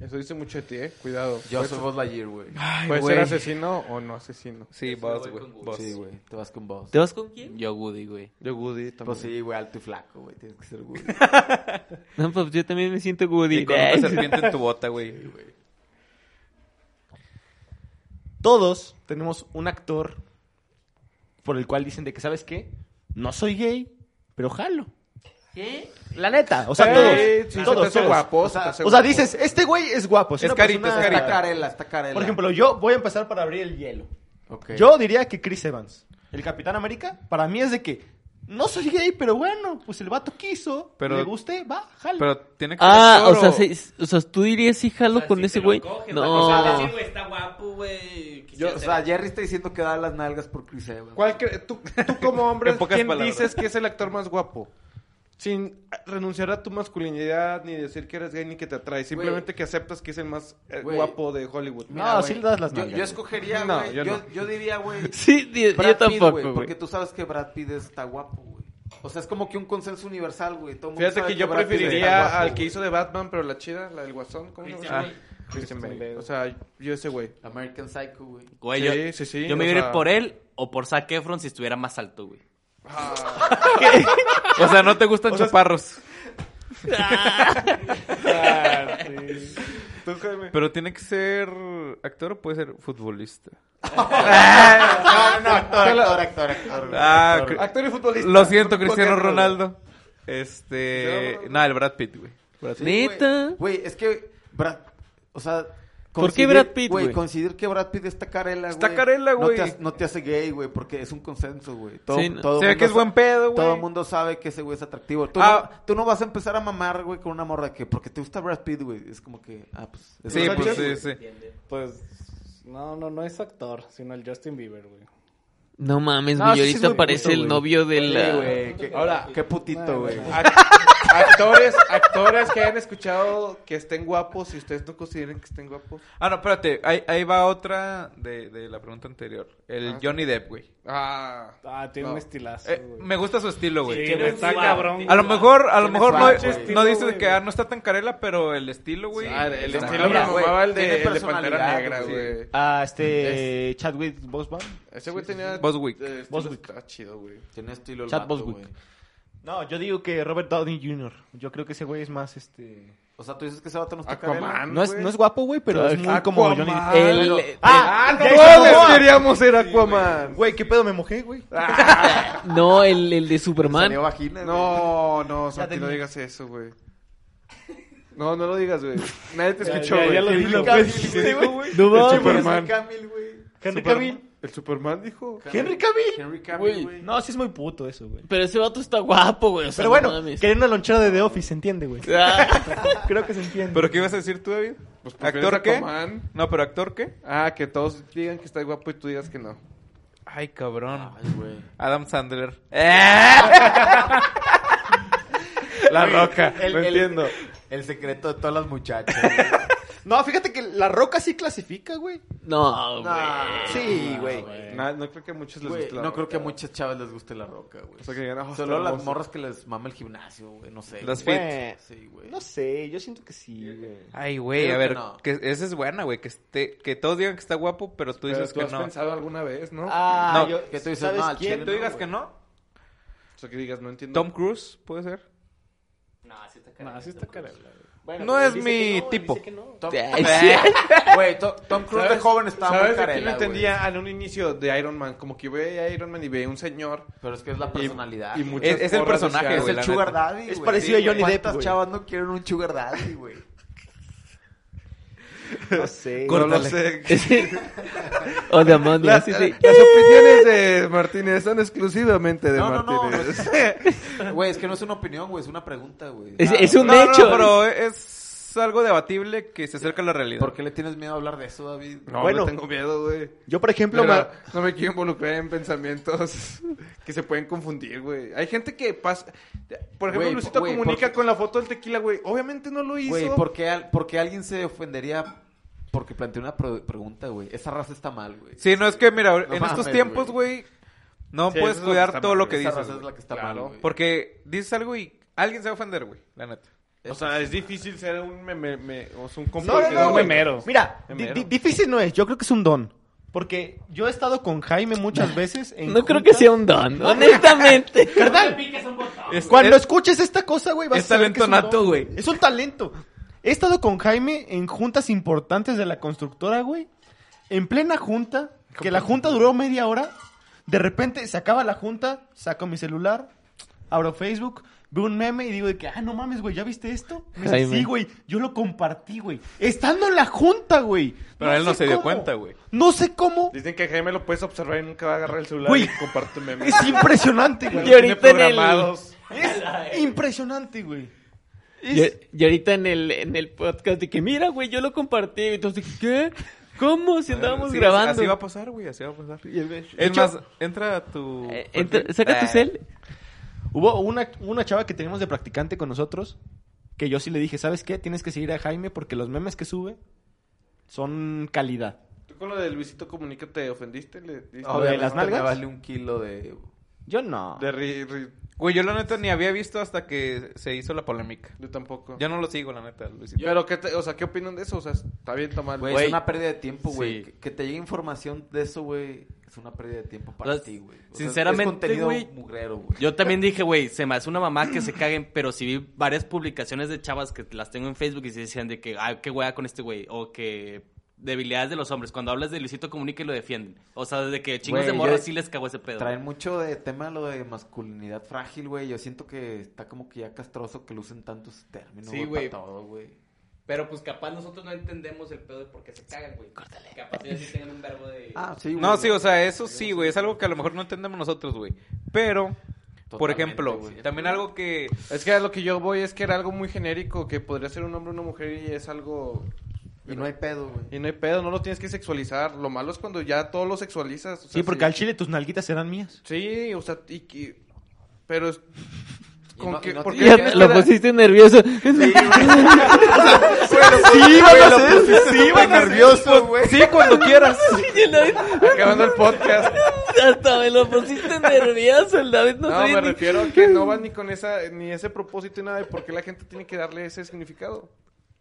Speaker 1: Eso dice mucho de ti, eh. Cuidado.
Speaker 2: Yo soy Buzz Lightyear, güey.
Speaker 1: Puede
Speaker 5: güey.
Speaker 1: ser asesino o no asesino.
Speaker 5: Sí, vos, güey. Vos.
Speaker 2: Sí, güey, te vas con Buzz.
Speaker 4: ¿Te vas con quién?
Speaker 3: Yo, Woody, güey.
Speaker 1: Yo Woody también.
Speaker 2: Pues sí, güey, alto y flaco, güey, tienes que ser Woody.
Speaker 4: No, pues yo también me siento Woody.
Speaker 5: Y con una serpiente en tu bota, güey.
Speaker 6: Todos tenemos un actor por el cual dicen de que, ¿sabes qué? No soy gay, pero jalo.
Speaker 4: ¿Qué?
Speaker 6: La neta, o sea,
Speaker 1: Sí,
Speaker 6: todos.
Speaker 1: sí, se te
Speaker 6: todos,
Speaker 1: hace
Speaker 6: todos.
Speaker 1: guapo,
Speaker 2: O sea,
Speaker 1: se te hace
Speaker 6: O sea,
Speaker 1: guapo.
Speaker 6: dices, este güey es guapo.
Speaker 5: Es
Speaker 6: una
Speaker 5: carita,
Speaker 6: persona-
Speaker 5: es
Speaker 2: Está
Speaker 5: carita.
Speaker 2: carela, está carela.
Speaker 6: Por ejemplo, yo voy a empezar para abrir el hielo.
Speaker 2: Ok.
Speaker 6: Yo diría que Chris Evans, el Capitán América, para mí es de que no soy gay, pero bueno, pues el vato quiso,
Speaker 5: Pero-
Speaker 6: le gusté, va, jalo.
Speaker 5: Pero tiene que
Speaker 4: Ah,
Speaker 5: ser
Speaker 4: o sea,
Speaker 5: toro.
Speaker 4: sí, o sea, tú dirías sí jalo con ese güey.
Speaker 3: No.
Speaker 4: No.
Speaker 3: güey, está guapo, güey.
Speaker 2: Yo- o sea, Jerry está diciendo que da las nalgas por Chris Evans.
Speaker 1: ¿Cuál cre- tú, tú como hombre,
Speaker 5: En pocas
Speaker 1: ¿quién
Speaker 5: palabras.
Speaker 1: dices que es el actor más guapo? Sin renunciar a tu masculinidad, ni decir que eres gay, ni que te atrae. Simplemente que aceptas que es el más eh,
Speaker 2: Güey.
Speaker 1: guapo de Hollywood.
Speaker 6: No, sí le das las
Speaker 2: Yo,
Speaker 6: nalgas.
Speaker 2: yo escogería,
Speaker 1: No,
Speaker 2: güey,
Speaker 1: yo
Speaker 2: yo,
Speaker 1: no.
Speaker 2: yo diría, güey,
Speaker 4: Sí, di-
Speaker 2: Brad
Speaker 4: yo
Speaker 2: Pitt,
Speaker 4: tampoco,
Speaker 2: güey,
Speaker 4: güey.
Speaker 2: porque tú sabes que Brad Pitt está guapo, güey. O sea, es como que un consenso universal, güey. Todo el mundo
Speaker 1: Fíjate
Speaker 2: sabe
Speaker 1: que yo
Speaker 2: Brad Pitt está
Speaker 1: preferiría
Speaker 2: guapo,
Speaker 1: al que
Speaker 2: güey.
Speaker 1: hizo de Batman, pero la chida, la del Guasón. ¿Cómo se llama?
Speaker 3: Christian
Speaker 1: Ah, Christian Bale. O sea, yo ese güey.
Speaker 2: American Psycho, güey.
Speaker 3: Güey,
Speaker 1: Sí,
Speaker 3: yo,
Speaker 1: sí, sí,
Speaker 3: yo me
Speaker 1: o
Speaker 3: iría
Speaker 1: sea-
Speaker 3: por él o por Zac Efron si estuviera más alto, güey.
Speaker 5: O sea, no te gustan chaparros. Ah,
Speaker 1: Tú, Jaime.
Speaker 5: Pero tiene que ser actor o puede ser futbolista.
Speaker 2: No, no, actor, actor, actor, actor. güey.
Speaker 5: Ah, cri-
Speaker 1: Actor y futbolista.
Speaker 5: lo siento,
Speaker 1: ¿Por qué
Speaker 5: Cristiano
Speaker 1: no?
Speaker 5: Ronaldo. Este.
Speaker 1: Cristiano
Speaker 5: Nada, el Brad Pitt, güey. Brad
Speaker 2: Sí,
Speaker 5: Pitt.
Speaker 2: güey.
Speaker 4: Neta.
Speaker 2: Güey, es que Brad, o sea,
Speaker 4: ¿Por qué
Speaker 2: coincidir-
Speaker 4: Brad Pitt, güey?
Speaker 2: coincidir que Brad Pitt está carela, güey.
Speaker 5: Está carela,
Speaker 2: No te
Speaker 5: güey.
Speaker 2: ha- No, te hace gay, güey, porque es un consenso, güey. Todo,
Speaker 4: Sí, no.
Speaker 5: Se
Speaker 2: todo
Speaker 5: ve
Speaker 2: mundo
Speaker 5: que es
Speaker 2: sa-
Speaker 5: buen pedo, güey.
Speaker 2: Todo el mundo sabe que ese güey es atractivo. Tú,
Speaker 5: Ah.
Speaker 2: no, tú no vas a empezar a mamar, güey, con una morra que porque te gusta Brad Pitt, güey. Es como que, ah, pues. es
Speaker 5: Sí,
Speaker 2: Brad
Speaker 5: pues
Speaker 2: Pitt,
Speaker 5: sí,
Speaker 2: güey.
Speaker 5: sí.
Speaker 7: Pues, no, no, no es actor, sino el Justin Bieber, güey.
Speaker 4: No mames,
Speaker 6: No,
Speaker 4: güey.
Speaker 6: sí, sí,
Speaker 4: ahorita
Speaker 6: es muy
Speaker 4: parece
Speaker 6: puto,
Speaker 4: el
Speaker 6: güey.
Speaker 4: novio de
Speaker 2: Sí,
Speaker 4: la.
Speaker 2: güey. qué- qué putito, güey.
Speaker 5: Ah.
Speaker 1: Ac- actores, actores que hayan escuchado que estén guapos y ustedes no consideren que estén guapos.
Speaker 5: Ah, no, espérate. Ahí, ahí va otra de, de la pregunta anterior. El
Speaker 1: Ah.
Speaker 5: Johnny Depp, güey.
Speaker 1: Ah,
Speaker 7: Ah, tiene
Speaker 1: No.
Speaker 7: un estilazo,
Speaker 5: Eh,
Speaker 7: güey.
Speaker 5: me gusta su estilo, güey.
Speaker 7: Sí, güey, está cabrón.
Speaker 5: A lo mejor, a lo
Speaker 2: Tiene
Speaker 5: mejor no,
Speaker 2: swag, güey.
Speaker 5: no dice
Speaker 7: Estilo,
Speaker 5: que
Speaker 7: güey.
Speaker 5: ah, no está tan carela, pero el estilo, güey.
Speaker 1: Ah, el
Speaker 5: está
Speaker 1: estilo me
Speaker 5: cabrón.
Speaker 2: güey.
Speaker 1: mamaba el
Speaker 2: Tiene
Speaker 1: de, el de Pantera
Speaker 2: personalidad,
Speaker 1: Negra,
Speaker 2: sí.
Speaker 1: güey.
Speaker 6: Ah, este Chadwick Boseman.
Speaker 1: Ese güey tenía...
Speaker 5: Boswick.
Speaker 1: eh, estilo-
Speaker 6: Boswick.
Speaker 1: Está chido, güey.
Speaker 2: Tiene estilo el
Speaker 6: Chad
Speaker 2: vato,
Speaker 6: Boswick.
Speaker 2: güey.
Speaker 6: No, yo digo que Robert Downey Jr. Yo creo que ese güey es más este
Speaker 2: O sea, tú dices que ese vato no
Speaker 5: Ah,
Speaker 2: está carela.
Speaker 1: Aquaman,
Speaker 6: no es,
Speaker 1: güey.
Speaker 6: no es guapo, güey, pero es muy como
Speaker 1: Aquaman.
Speaker 6: Johnny Depp.
Speaker 4: El-
Speaker 6: Pero-
Speaker 4: el-
Speaker 6: ah,
Speaker 1: ¡No
Speaker 6: Jason Momoa.
Speaker 1: mames! Queríamos ser Aquaman.
Speaker 6: Güey, qué pedo me mojé, güey.
Speaker 4: No, el, el de Superman.
Speaker 2: Salió vagina, güey.
Speaker 1: No, no, Santi,
Speaker 6: tenía-
Speaker 1: no digas eso, güey. No, no lo digas, güey. Nadie te escuchó,
Speaker 7: ya,
Speaker 1: güey.
Speaker 7: ya lo
Speaker 1: El
Speaker 7: dijo,
Speaker 6: Henry
Speaker 7: pues.
Speaker 6: Cavill, güey.
Speaker 4: No
Speaker 1: El
Speaker 4: mames.
Speaker 1: Superman.
Speaker 2: Camil, güey.
Speaker 6: Henry
Speaker 1: Superman.
Speaker 6: Cavill.
Speaker 1: El Superman dijo.
Speaker 6: Henry Cavill.
Speaker 2: Henry Cavill, güey.
Speaker 6: No, sí es muy puto eso, güey.
Speaker 4: Pero ese vato está guapo, güey. o sea,
Speaker 6: Pero
Speaker 4: no
Speaker 6: bueno,
Speaker 4: mames.
Speaker 6: quería una lonchera de The Office, ¿se entiende, güey?
Speaker 4: Ah,
Speaker 6: Creo que se entiende.
Speaker 5: ¿Pero qué ibas a decir tú, David?
Speaker 1: Pues, ¿por qué
Speaker 5: ¿Actor
Speaker 1: eres
Speaker 5: qué?
Speaker 1: Aquaman?
Speaker 5: No, pero ¿actor qué?
Speaker 1: Ah, que todos digan que está guapo y tú digas que no.
Speaker 5: Ay, cabrón.
Speaker 2: Ay, güey.
Speaker 5: Adam Sandler.
Speaker 1: La
Speaker 6: Güey,
Speaker 1: roca,
Speaker 6: el-
Speaker 1: no
Speaker 6: el-
Speaker 1: entiendo.
Speaker 6: El secreto de todas las muchachas. güey. no, fíjate que la roca sí clasifica, güey.
Speaker 4: No, güey.
Speaker 6: sí, güey.
Speaker 1: Na- no creo que a muchos les
Speaker 2: Eh. Güey,
Speaker 1: guste la
Speaker 2: no creo
Speaker 1: roca.
Speaker 2: que a muchas chavas les guste la roca, güey.
Speaker 1: O sea, que digan, "Ah,
Speaker 2: Solo
Speaker 1: está
Speaker 2: las
Speaker 1: hermoso".
Speaker 2: morras que les mama el gimnasio, güey. No sé.
Speaker 5: Las
Speaker 2: güey.
Speaker 6: fit.
Speaker 2: Sí, güey.
Speaker 6: No sé, yo siento que sí, güey.
Speaker 5: Ay, güey,
Speaker 2: Creo
Speaker 5: a
Speaker 2: que
Speaker 5: ver,
Speaker 2: no.
Speaker 5: que esa es buena, güey, que esté, que todos digan que está guapo, pero tú
Speaker 1: Pero
Speaker 5: dices
Speaker 1: tú
Speaker 5: que
Speaker 1: has
Speaker 5: no.
Speaker 1: pensado alguna vez, ¿no?
Speaker 6: Ah,
Speaker 2: No,
Speaker 6: yo,
Speaker 2: ¿qué tú dices?
Speaker 6: ¿sabes
Speaker 2: No, al
Speaker 6: quién?
Speaker 2: chile
Speaker 5: ¿Tú
Speaker 2: no,
Speaker 5: digas
Speaker 2: güey.
Speaker 5: que no?
Speaker 1: O sea, que digas, no entiendo.
Speaker 5: Tom Cruise, puede ser.
Speaker 7: No, así está caro.
Speaker 6: Bueno,
Speaker 5: No
Speaker 2: pues,
Speaker 6: pero
Speaker 5: es
Speaker 6: él dice
Speaker 5: mi
Speaker 6: que no, él
Speaker 5: tipo.
Speaker 6: dice que no.
Speaker 2: Tom,
Speaker 5: Ay, sí.
Speaker 2: güey, To- Tom Cruise de joven estaba muy
Speaker 1: ¿Sabes de
Speaker 2: carela,
Speaker 1: quién no
Speaker 2: güey.
Speaker 1: entendía en un inicio de Iron Man? Como que ve a Iron Man y ve a un señor.
Speaker 2: Pero es que es la personalidad.
Speaker 1: Y
Speaker 2: güey.
Speaker 1: muchas
Speaker 5: Es- es el
Speaker 1: morras
Speaker 5: personaje,
Speaker 1: decían,
Speaker 2: Es
Speaker 5: güey,
Speaker 2: el
Speaker 5: la
Speaker 2: sugar
Speaker 5: neta.
Speaker 2: daddy,
Speaker 6: Es
Speaker 2: güey.
Speaker 6: parecido a Johnny
Speaker 2: güey.
Speaker 6: Depp,
Speaker 2: ¿Cuántas
Speaker 6: güey?
Speaker 2: chavas no quieren un sugar daddy, güey?
Speaker 6: No sé.
Speaker 1: No lo sé.
Speaker 4: O de Among Us,
Speaker 1: Las,
Speaker 4: sí, sí.
Speaker 1: las opiniones de Martínez son exclusivamente de
Speaker 2: No, no, no.
Speaker 1: Martínez.
Speaker 2: Güey, es que no es una opinión, güey. Es una pregunta, güey.
Speaker 4: Es-
Speaker 2: Nada,
Speaker 4: es un
Speaker 2: güey.
Speaker 4: de hecho.
Speaker 5: pero es algo debatible que se acerca a la realidad.
Speaker 2: ¿Por qué le tienes miedo a hablar de eso, David?
Speaker 1: No,
Speaker 6: Bueno.
Speaker 1: no tengo miedo, güey.
Speaker 6: Yo, por ejemplo,
Speaker 1: Pero
Speaker 6: ma-
Speaker 1: no me quiero involucrar en pensamientos que se pueden confundir, güey. Hay gente que pasa... Por ejemplo,
Speaker 2: Güey,
Speaker 1: Luisito
Speaker 2: güey,
Speaker 1: comunica
Speaker 2: por-
Speaker 1: con la foto del tequila, güey. Obviamente no lo hizo.
Speaker 2: Güey, ¿por qué, al- por qué alguien se ofendería porque planteé una pro- pregunta, güey? Esa raza está mal, güey.
Speaker 5: Sí, no es que mira, en
Speaker 2: mames,
Speaker 5: estos tiempos, güey, no
Speaker 6: Sí,
Speaker 5: puedes
Speaker 6: eso es lo que
Speaker 5: cuidar
Speaker 6: está
Speaker 5: todo
Speaker 6: mal,
Speaker 5: lo
Speaker 6: güey.
Speaker 5: que
Speaker 2: Esa
Speaker 5: dices.
Speaker 2: raza es
Speaker 5: güey.
Speaker 2: la que está mal, güey.
Speaker 5: Porque dices algo y alguien se va a ofender, güey, la neta.
Speaker 1: O sea, es difícil ser un meme, me- o sea, un
Speaker 6: No, no,
Speaker 1: compartidor.
Speaker 6: no,
Speaker 7: un
Speaker 6: güey.
Speaker 7: memero.
Speaker 6: Mira, di-
Speaker 1: Memero.
Speaker 6: di- difícil no es. Yo creo que es un don. Porque yo he estado con Jaime muchas veces. En
Speaker 4: No creo que sea un don, honestamente.
Speaker 5: Es-
Speaker 6: Cuando
Speaker 5: es-
Speaker 6: escuches esta cosa, güey, vas
Speaker 5: es
Speaker 6: a saber que
Speaker 5: talento
Speaker 6: es un don,
Speaker 5: nato, güey.
Speaker 6: Es un talento. He estado con Jaime en juntas importantes de la constructora, güey. En plena junta, que la junta duró media hora. De repente se acaba la junta, saco mi celular, abro Facebook, veo un meme y digo de que, ah, no mames, güey, ¿ya viste esto? Me dice,
Speaker 4: Jaime.
Speaker 6: sí, güey, yo lo compartí, güey. Estando en la junta, güey.
Speaker 5: Pero él no
Speaker 6: sé
Speaker 5: se dio
Speaker 6: cómo.
Speaker 5: cuenta, güey.
Speaker 6: No sé cómo.
Speaker 1: Dicen que Jaime lo puedes observar y nunca va a agarrar el celular
Speaker 6: Güey.
Speaker 1: y comparte un meme.
Speaker 6: Es impresionante, güey.
Speaker 4: Y ahorita en el,
Speaker 1: Programados.
Speaker 6: Es impresionante, güey.
Speaker 4: y, y ahorita en el, en el podcast de que mira, güey, yo lo compartí. Y entonces, ¿qué? ¿Cómo? Si andábamos
Speaker 5: Sí,
Speaker 4: grabando.
Speaker 5: Así va a pasar, güey, así va a pasar.
Speaker 6: De
Speaker 5: Es
Speaker 6: hecho,
Speaker 5: más, entra a tu... pues,
Speaker 4: Eh, entra- saca tu cel.
Speaker 6: Hubo una, una chava que teníamos de practicante con nosotros que yo sí le dije, ¿sabes qué? Tienes que seguir a Jaime porque los memes que sube son calidad.
Speaker 1: ¿Tú con lo de Luisito comunica te ofendiste? ¿Le diste-
Speaker 6: A ver.
Speaker 2: Obviamente
Speaker 6: las nalgas?
Speaker 2: me vale un kilo de...
Speaker 6: Yo no.
Speaker 1: De ri- ri-
Speaker 5: Güey, yo la neta ni había visto hasta que se hizo la polémica.
Speaker 1: yo tampoco.
Speaker 5: Yo no lo sigo, la neta, Luisito.
Speaker 1: Pero, ¿qué, te- o sea, ¿qué opinan de eso? O sea, ¿está bien, está mal?
Speaker 2: Güey,
Speaker 3: Güey.
Speaker 2: es una pérdida de tiempo, güey.
Speaker 3: Sí.
Speaker 2: Que, que te llegue información de eso, güey, es una pérdida de tiempo para
Speaker 3: O sea,
Speaker 2: ti, güey. O sea,
Speaker 3: sinceramente,
Speaker 2: es contenido
Speaker 3: güey,
Speaker 2: mugrero, güey.
Speaker 3: Yo también dije, güey, se me hace una mamá que se caguen, pero sí vi varias publicaciones de chavas que las tengo en Facebook y se decían de que, ay, qué wea con este güey, o que debilidades de los hombres. Cuando hablas de Luisito Comunica y lo defienden. O sea, desde que chingos
Speaker 2: Güey,
Speaker 3: de morra
Speaker 2: yo-
Speaker 3: sí les cagó ese pedo.
Speaker 2: Traen mucho de tema lo de masculinidad frágil, güey. Yo siento que está como que ya castroso que lo usen tantos términos,
Speaker 3: Sí,
Speaker 2: güey,
Speaker 3: güey.
Speaker 2: para todo, güey.
Speaker 3: Pero pues capaz nosotros no entendemos el pedo de por qué se cagan, güey. Córtale. Capaz ellos sí tengan un verbo de...
Speaker 2: Ah, sí, güey.
Speaker 5: No, sí, o sea, eso sí, güey. Es algo que a lo mejor no entendemos nosotros, güey. Pero, por
Speaker 2: Totalmente,
Speaker 5: ejemplo,
Speaker 2: güey.
Speaker 5: también algo que...
Speaker 1: Es que a lo que yo voy es que era algo muy genérico, que podría ser un hombre o una mujer y es algo...
Speaker 2: Y no hay pedo, güey.
Speaker 1: Y no hay pedo, no lo tienes que sexualizar. Lo malo es cuando ya todo lo sexualizas. o sea,
Speaker 6: sí, porque al chile tus nalguitas serán mías.
Speaker 1: Sí, o sea, y que... Pero es...
Speaker 2: Y
Speaker 1: ¿Con
Speaker 2: no-
Speaker 1: qué-
Speaker 2: y no
Speaker 1: por
Speaker 2: te-
Speaker 1: qué
Speaker 4: Ya
Speaker 1: tienes
Speaker 4: lo
Speaker 1: que-
Speaker 4: pusiste nervioso.
Speaker 6: Sí, van a ser. pues, Sí, van a nervioso, güey.
Speaker 5: Sí, cuando quieras.
Speaker 1: Acabando el podcast.
Speaker 4: Hasta me lo pusiste nervioso el David. No,
Speaker 1: No,
Speaker 4: sabía
Speaker 1: me
Speaker 4: ni-
Speaker 1: refiero a que no va ni con esa, ni ese propósito y nada de por qué la gente tiene que darle ese significado.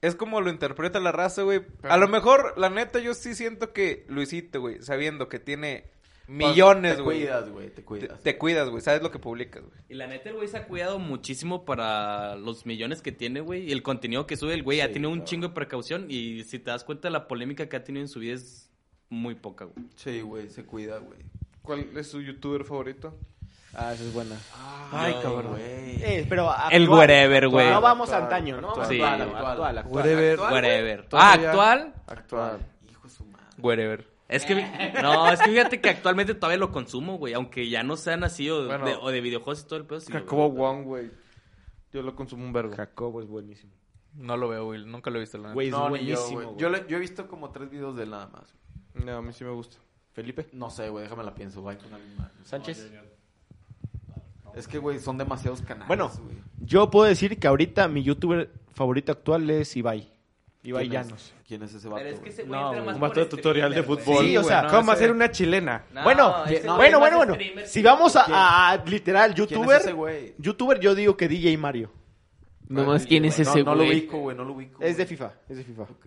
Speaker 5: Es como lo interpreta la raza, güey. A lo mejor, la neta, yo sí siento que Luisito, güey, sabiendo que tiene millones,
Speaker 2: Te
Speaker 5: güey.
Speaker 2: cuidas, güey, te
Speaker 5: Te,
Speaker 2: cuidas.
Speaker 5: te cuidas, güey. Sabes lo que publicas, güey.
Speaker 3: Y la neta, el güey se ha cuidado muchísimo para los millones que tiene, güey. Y el contenido que sube, el güey ha
Speaker 2: Sí,
Speaker 3: tenido un
Speaker 2: claro.
Speaker 3: chingo de precaución. Y si te das cuenta, la polémica que ha tenido en su vida es muy poca, güey.
Speaker 2: Sí, güey, se cuida, güey.
Speaker 1: ¿Cuál es su youtuber favorito?
Speaker 6: Ah, esa es buena.
Speaker 2: Ay, cabrón. Güey.
Speaker 6: eh, pero
Speaker 3: El
Speaker 6: actual,
Speaker 3: wherever,
Speaker 6: actual.
Speaker 3: güey.
Speaker 6: No vamos a antaño, ¿no?
Speaker 3: Sí.
Speaker 6: Actual,
Speaker 3: Actual,
Speaker 6: actual, actual.
Speaker 3: Whatever. Ah,
Speaker 1: Todavía-
Speaker 3: actual.
Speaker 1: Actual.
Speaker 2: Hijo de su madre.
Speaker 5: Whatever.
Speaker 3: Es que, no, es que fíjate que actualmente todavía lo consumo, güey. Aunque ya no sean así o,
Speaker 1: Bueno.
Speaker 3: de, o de videojuegos y todo el pedo. sí lo
Speaker 1: Jacobo
Speaker 3: veo.
Speaker 1: Wong, güey. Yo lo consumo un vergo.
Speaker 6: Jacobo es buenísimo.
Speaker 5: No lo veo, güey. Nunca lo he visto, la neta.
Speaker 6: Güey, es
Speaker 2: No, ni yo,
Speaker 6: buenísimo.
Speaker 2: güey.
Speaker 6: güey.
Speaker 2: Yo, le- yo he visto como tres videos de él nada más.
Speaker 1: No, a mí sí me gusta.
Speaker 6: Felipe.
Speaker 2: No sé, güey, déjame la pienso. Voy con alguien más.
Speaker 6: Sánchez.
Speaker 2: Es que, güey, son demasiados canales.
Speaker 6: Bueno,
Speaker 2: güey.
Speaker 6: yo puedo decir que ahorita mi youtuber favorito actual es Ibai. Ibai
Speaker 2: ¿Quién es?
Speaker 6: Llanos. este
Speaker 2: ¿Quién es ese vato?
Speaker 10: Pero es que
Speaker 2: güey?
Speaker 10: ese güey entra más
Speaker 6: un
Speaker 10: por
Speaker 6: vato de
Speaker 10: streamer,
Speaker 6: tutorial de
Speaker 10: güey.
Speaker 6: fútbol.
Speaker 1: Sí, o sea,
Speaker 11: bueno,
Speaker 1: ¿cómo
Speaker 11: ese-
Speaker 1: hacer una chilena?
Speaker 10: No,
Speaker 6: bueno,
Speaker 10: ese güey
Speaker 6: bueno,
Speaker 10: es más
Speaker 6: bueno, bueno.
Speaker 10: streamer
Speaker 6: Si
Speaker 10: que-
Speaker 6: vamos a, a- a literal
Speaker 2: ¿Quién
Speaker 6: youtuber,
Speaker 2: es ese güey?
Speaker 6: youtuber yo digo que DJ Mario.
Speaker 4: Nomás, ¿quién es ese
Speaker 2: No, no lo
Speaker 4: güey?
Speaker 2: ubico, güey, no lo ubico.
Speaker 6: Es de
Speaker 2: güey.
Speaker 6: FIFA, es de FIFA.
Speaker 2: Ok.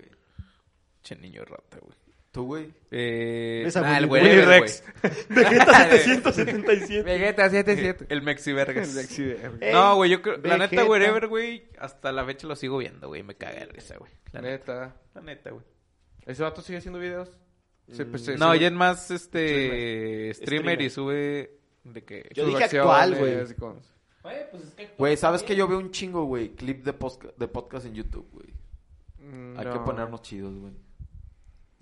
Speaker 5: Che, niño rata, güey.
Speaker 2: ¿Tú, güey?
Speaker 5: Eh,
Speaker 6: Esa
Speaker 5: nah, el
Speaker 6: Willy-
Speaker 5: Wherever,
Speaker 6: Willy
Speaker 5: güey.
Speaker 6: Rex. Vegeta
Speaker 5: Dale.
Speaker 6: 777.
Speaker 5: Vegeta 77. El Mexi Vergas.
Speaker 6: Ey,
Speaker 5: No, güey, yo creo. La neta,
Speaker 6: Vegeta.
Speaker 5: wherever, güey. Hasta la fecha lo sigo viendo, güey. Me caga de risa, güey. La neta,
Speaker 1: Neta.
Speaker 5: la neta, güey.
Speaker 1: ¿Ese vato sigue haciendo videos? Se- pues, se-
Speaker 5: No,
Speaker 1: sube
Speaker 5: ya es más este. Streamer,
Speaker 6: Streamer.
Speaker 5: y sube. De que.
Speaker 6: Yo
Speaker 1: sus
Speaker 6: dije
Speaker 1: versiones,
Speaker 6: actual, güey.
Speaker 1: así como-
Speaker 12: Güey, pues es que.
Speaker 2: Güey, ¿sabes que yo veo un chingo, güey? Clip de, posca- de podcast en YouTube, güey.
Speaker 1: Mm,
Speaker 2: Hay
Speaker 1: no.
Speaker 2: que ponernos chidos, güey.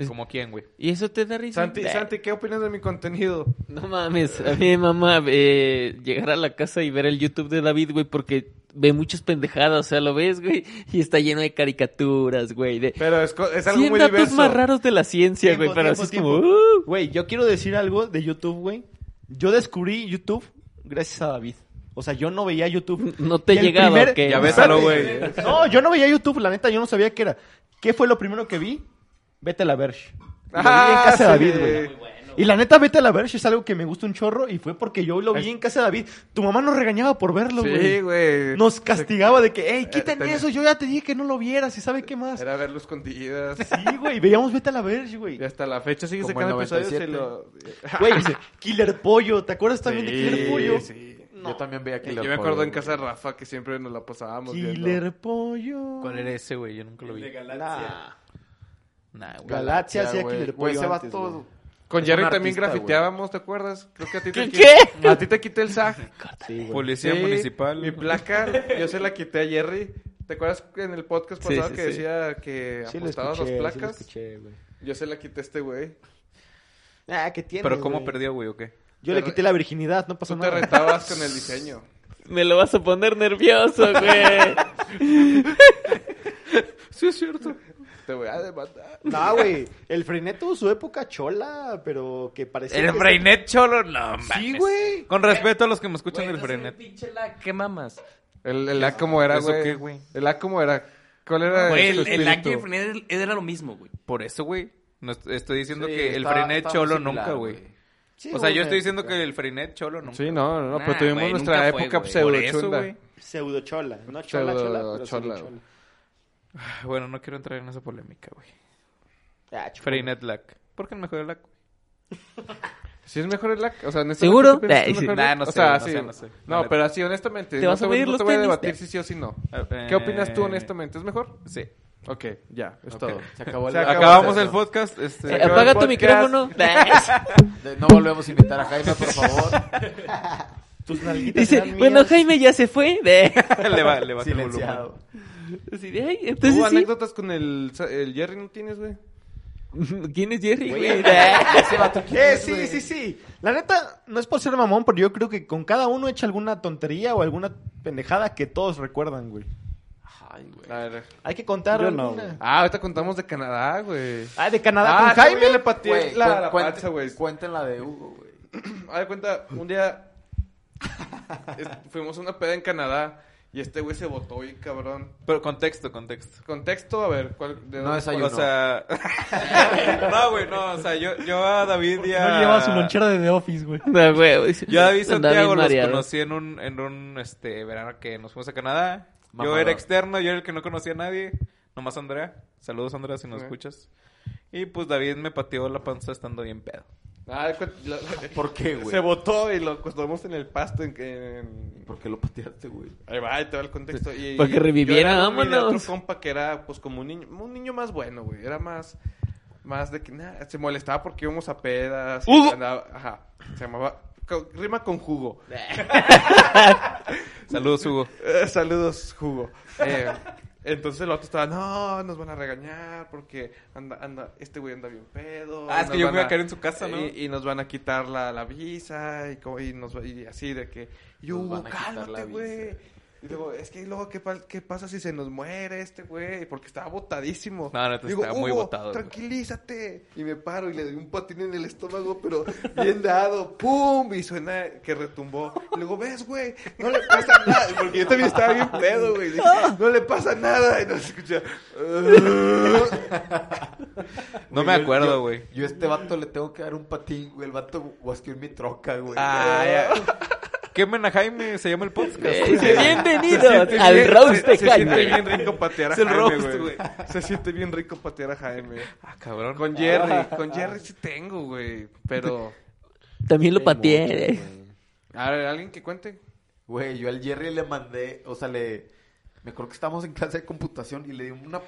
Speaker 5: Como quién, güey.
Speaker 4: ¿Y eso te da risa?
Speaker 1: Santi,
Speaker 4: Nah.
Speaker 1: Santi, ¿qué opinas de mi contenido?
Speaker 4: No mames, a mí mamá eh, llegar a la casa y ver el YouTube de David, güey, porque ve muchas pendejadas, o sea, lo ves, güey, y está lleno de caricaturas, güey, de
Speaker 1: Pero es, co- es algo
Speaker 4: 100
Speaker 1: muy
Speaker 4: datos
Speaker 1: diverso.
Speaker 4: más raros de la ciencia,
Speaker 6: Tiempo,
Speaker 4: güey, pero
Speaker 6: tiempo,
Speaker 4: así es como,
Speaker 6: tiempo.
Speaker 4: "Uh".
Speaker 6: Güey, yo quiero decir algo de YouTube, güey. Yo descubrí YouTube gracias a David. O sea, yo no veía YouTube.
Speaker 4: "Uh, no te
Speaker 6: Y el
Speaker 4: llegaba,
Speaker 6: primer-
Speaker 4: ¿o qué?
Speaker 5: Ya bésalo, güey.
Speaker 6: No, yo no veía YouTube, la neta, yo no sabía qué era. ¿Qué fue lo primero que vi? Vete a la Verge. Lo vi
Speaker 1: Ah,
Speaker 6: en casa de David, güey. Y la neta, vete a la Verge es algo que me gusta un chorro y fue porque yo lo vi en casa de David. Tu mamá nos regañaba por verlo, güey.
Speaker 1: Sí, güey. Eh,
Speaker 6: Nos castigaba de que, hey, quiten
Speaker 1: tenía-
Speaker 6: eso, yo ya te dije que no lo vieras y sabe qué más.
Speaker 1: Era verlo escondidas.
Speaker 6: Sí, güey, veíamos Vete a la Verge, güey.
Speaker 1: Y hasta la fecha sigue
Speaker 2: Como
Speaker 1: sacando
Speaker 2: el
Speaker 1: episodios y
Speaker 2: 97.
Speaker 1: lo...
Speaker 6: Güey, Killer Pollo, ¿te acuerdas también de
Speaker 1: Sí,
Speaker 6: Killer Pollo?
Speaker 1: sí.
Speaker 2: Yo también veía que
Speaker 1: Yo me acuerdo en casa de Rafa que siempre nos la pasábamos viendo.
Speaker 6: Killer Pollo.
Speaker 5: ¿Cuál era ese, güey? Yo nunca lo vi.
Speaker 6: Nah,
Speaker 5: Nah, güey.
Speaker 6: Galaxia hacía
Speaker 2: güey.
Speaker 6: Killer
Speaker 2: Güey,
Speaker 6: Pollo
Speaker 2: ese
Speaker 6: antes,
Speaker 2: vato-
Speaker 6: güey.
Speaker 1: Con
Speaker 2: Es
Speaker 1: Jerry
Speaker 2: un
Speaker 1: también
Speaker 2: artista,
Speaker 1: grafiteábamos, ¿te acuerdas? Creo que a ti te
Speaker 4: ¿Qué?
Speaker 1: quité- A ti te quité el SAG.
Speaker 6: Sí, güey.
Speaker 5: Policía
Speaker 1: Sí,
Speaker 5: municipal.
Speaker 1: Mi placa, yo se la quité a Jerry. ¿Te acuerdas que en el podcast
Speaker 4: Sí,
Speaker 1: pasado
Speaker 4: sí,
Speaker 1: que
Speaker 4: sí.
Speaker 1: decía que
Speaker 6: Sí lo
Speaker 1: apostabas
Speaker 6: escuché,
Speaker 1: las
Speaker 6: sí lo
Speaker 1: placas?
Speaker 6: escuché, güey.
Speaker 1: yo se la quité a este güey.
Speaker 6: Ah, ¿qué tiene?
Speaker 5: Pero ¿cómo
Speaker 6: güey?
Speaker 5: perdió, güey, o qué?
Speaker 6: Yo le quité la virginidad, no pasó
Speaker 1: Tú te
Speaker 6: nada.
Speaker 1: retabas con el diseño.
Speaker 4: Me lo vas a poner nervioso, güey.
Speaker 1: Sí, es cierto. Te voy a demandar.
Speaker 6: No, güey. El Freinet tuvo su época chola, pero que parecía.
Speaker 5: El
Speaker 6: que-
Speaker 5: Freinet Cholo, no,
Speaker 6: Sí,
Speaker 5: mames.
Speaker 6: güey.
Speaker 5: Con respeto a los que me escuchan
Speaker 10: Güey,
Speaker 5: del
Speaker 10: no sé,
Speaker 5: Freinet.
Speaker 10: pinche la- ¿Qué mamas?
Speaker 1: El, el A como era,
Speaker 5: ¿Eso qué,
Speaker 1: güey.
Speaker 5: güey?
Speaker 1: El A como era. ¿Cuál era
Speaker 10: Güey,
Speaker 1: su
Speaker 10: el, el
Speaker 1: espíritu?
Speaker 10: Aki y el Frenet era lo mismo, güey.
Speaker 5: Por eso, güey. No est- estoy diciendo
Speaker 2: Sí,
Speaker 5: que el
Speaker 2: está-
Speaker 5: Freinet
Speaker 2: está muy
Speaker 5: Cholo
Speaker 2: similar,
Speaker 5: nunca, güey.
Speaker 6: Sí,
Speaker 5: O sea,
Speaker 6: güey,
Speaker 5: yo
Speaker 6: una
Speaker 5: estoy diciendo
Speaker 6: época.
Speaker 5: que el Freinet Cholo nunca.
Speaker 1: Sí, no, no, no,
Speaker 10: Nah,
Speaker 1: pero tuvimos
Speaker 10: güey,
Speaker 1: nuestra
Speaker 10: nunca fue,
Speaker 1: época
Speaker 10: güey.
Speaker 5: Por
Speaker 1: pseudo
Speaker 5: eso, güey.
Speaker 6: Pseudo chola. No chola,
Speaker 1: Pseudo
Speaker 6: chola, pero
Speaker 1: chola,
Speaker 6: chola.
Speaker 1: güey.
Speaker 6: chola.
Speaker 5: Ah, Bueno, no quiero entrar en esa polémica, güey.
Speaker 6: Ah, chola.
Speaker 5: Freinet Lack. ¿Por qué el mejor Lack?
Speaker 1: Si es mejor el LAC, o sea, honestamente,
Speaker 4: ¿Seguro?
Speaker 1: ¿tú piensas que es
Speaker 4: Eh, sí.
Speaker 1: mejor
Speaker 5: Nah,
Speaker 1: el
Speaker 5: no
Speaker 1: LAC?
Speaker 5: sé,
Speaker 1: o sea,
Speaker 5: no
Speaker 1: sí.
Speaker 5: sé, no sé.
Speaker 1: No,
Speaker 5: La
Speaker 1: pero así, honestamente.
Speaker 4: ¿Te
Speaker 1: no
Speaker 4: vas a
Speaker 1: voy-
Speaker 4: pedir
Speaker 1: no
Speaker 4: los
Speaker 1: te voy a
Speaker 4: tenis?
Speaker 1: debatir si sí o si no.
Speaker 5: Eh.
Speaker 1: ¿Qué opinas tú, honestamente? ¿Es mejor?
Speaker 5: Ah, Sí.
Speaker 1: Ok, ya, es
Speaker 2: Ok,
Speaker 1: todo.
Speaker 2: Se acabó el...
Speaker 1: Se acabó.
Speaker 5: Acabamos el
Speaker 2: el
Speaker 5: podcast. Este,
Speaker 4: Eh, apaga tu
Speaker 1: podcast.
Speaker 4: micrófono.
Speaker 2: De- No volvemos a invitar a Jaime, por favor.
Speaker 6: Tus nalguitas.
Speaker 4: Dice,
Speaker 6: eran
Speaker 4: bueno,
Speaker 6: mías.
Speaker 4: Jaime ya se fue.
Speaker 5: le va, le va el volumen.
Speaker 6: Silenciado.
Speaker 4: Así de, "Ay,
Speaker 1: ¿Tú
Speaker 4: entonces Pues sí.
Speaker 1: anécdotas con el, el Jerry no tienes, güey?
Speaker 4: ¿Quién es Jerry, güey?
Speaker 2: Ese vato, ¿quién
Speaker 6: Eh,
Speaker 2: es,
Speaker 6: sí,
Speaker 2: güey?
Speaker 6: sí, sí. La neta, no es por ser mamón, pero yo creo que con cada uno echa alguna tontería o alguna pendejada que todos recuerdan, güey.
Speaker 2: Ay, güey.
Speaker 1: A ver.
Speaker 6: Hay que contar
Speaker 11: Yo no,
Speaker 6: alguna.
Speaker 11: güey.
Speaker 1: Ah, ahorita contamos de Canadá, güey.
Speaker 6: ah, de Canadá
Speaker 1: Ah,
Speaker 6: con
Speaker 1: ese
Speaker 6: Jaime.
Speaker 1: güey le pateé
Speaker 2: Güey,
Speaker 1: la,
Speaker 2: cuen-
Speaker 1: la
Speaker 2: cuente-
Speaker 1: panza, güey.
Speaker 2: Cuenten la de Hugo, güey.
Speaker 1: Haz de cuenta, un día es- fuimos a una peda en Canadá y este güey se botó y cabrón.
Speaker 5: Pero contexto, contexto.
Speaker 1: Contexto, a ver, ¿cuál? De
Speaker 2: No
Speaker 1: dónde-
Speaker 2: desayuno.
Speaker 5: O sea. no, güey, no. O sea, yo, yo a David y a.
Speaker 6: No lleva su lonchera de The Office, güey.
Speaker 4: No, güey, güey.
Speaker 5: Yo a David
Speaker 4: Andaba bien
Speaker 5: Santiago los
Speaker 4: mareado.
Speaker 5: conocí en un, en un este, verano que nos fuimos a Canadá. Yo
Speaker 2: Mamador.
Speaker 5: era externo, yo era el que no conocía a nadie. Nomás Andrea. Saludos, Andrea, si nos
Speaker 1: Ok.
Speaker 5: escuchas. Y pues David me pateó la panza estando bien pedo.
Speaker 1: Ah, haz de cuenta, la- la-
Speaker 2: ¿Por qué,
Speaker 1: se
Speaker 2: güey?
Speaker 1: botó y lo acostamos en el pasto en... en-
Speaker 2: ¿Por qué lo pateaste, güey?
Speaker 1: Ahí va, ahí te va el contexto. Y,
Speaker 4: Para que
Speaker 1: y yo
Speaker 4: reviviera,
Speaker 1: era muy de
Speaker 4: vámonos.
Speaker 1: otro compa que era, pues, como un niño, un niño más bueno, güey. Era más, más de que, nada, se molestaba porque íbamos a pedas. y
Speaker 4: Hugo.
Speaker 1: andaba- ajá, se llamaba, co- rima con jugo.
Speaker 5: Saludos, Hugo.
Speaker 1: Eh, saludos, jugo. Eh, entonces el otro estaba, no, nos van a regañar porque anda, anda, este güey anda bien pedo.
Speaker 5: Ah, es que
Speaker 1: nos
Speaker 5: yo me
Speaker 1: van
Speaker 5: voy a caer en su casa, ¿no?
Speaker 1: Y, y nos van a quitar la, la visa y, co- y nos va- y así de que, y
Speaker 2: Nos
Speaker 1: Hugo,
Speaker 2: van a quitar la
Speaker 1: cálmate,
Speaker 2: visa.
Speaker 1: güey. Y luego, es que luego, ¿qué, pa- qué pasa si se nos muere este güey? Porque estaba botadísimo.
Speaker 5: No, neta,
Speaker 1: Digo,
Speaker 5: estaba muy
Speaker 1: "Hugo,
Speaker 5: botado, güey".
Speaker 1: Tranquilízate. Y me paro y le doy un patín en el estómago, pero bien dado. ¡Pum! Y suena que retumbó. Y luego, ¿ves, güey? No le pasa nada. Porque yo también estaba bien pedo, güey. Dije, No le pasa nada. Y no se escucha.
Speaker 5: No me
Speaker 2: yo-
Speaker 5: acuerdo,
Speaker 2: yo-
Speaker 5: güey.
Speaker 2: Yo a este vato le tengo que dar un patín, güey. El vato basqueó en mi troca, güey.
Speaker 5: Ah, ya. Quemen a Jaime, se llama el podcast.
Speaker 4: Eh, Bienvenidos
Speaker 1: siente
Speaker 4: al
Speaker 1: bien-
Speaker 4: roast
Speaker 1: se- Se
Speaker 4: de
Speaker 1: siente
Speaker 4: Jaime.
Speaker 1: bien rico patear a
Speaker 5: Es el
Speaker 1: Jaime,
Speaker 5: roast,
Speaker 1: güey.
Speaker 5: güey.
Speaker 1: Se siente bien rico patear a Jaime.
Speaker 5: Ah, cabrón. Ah.
Speaker 1: Con Jerry, con Jerry sí tengo, güey. Pero.
Speaker 4: También lo pateé.
Speaker 1: A ver, alguien que cuente.
Speaker 2: Güey, yo al Jerry le mandé, o sea, le... Me acuerdo que estábamos en clase de computación y le di una...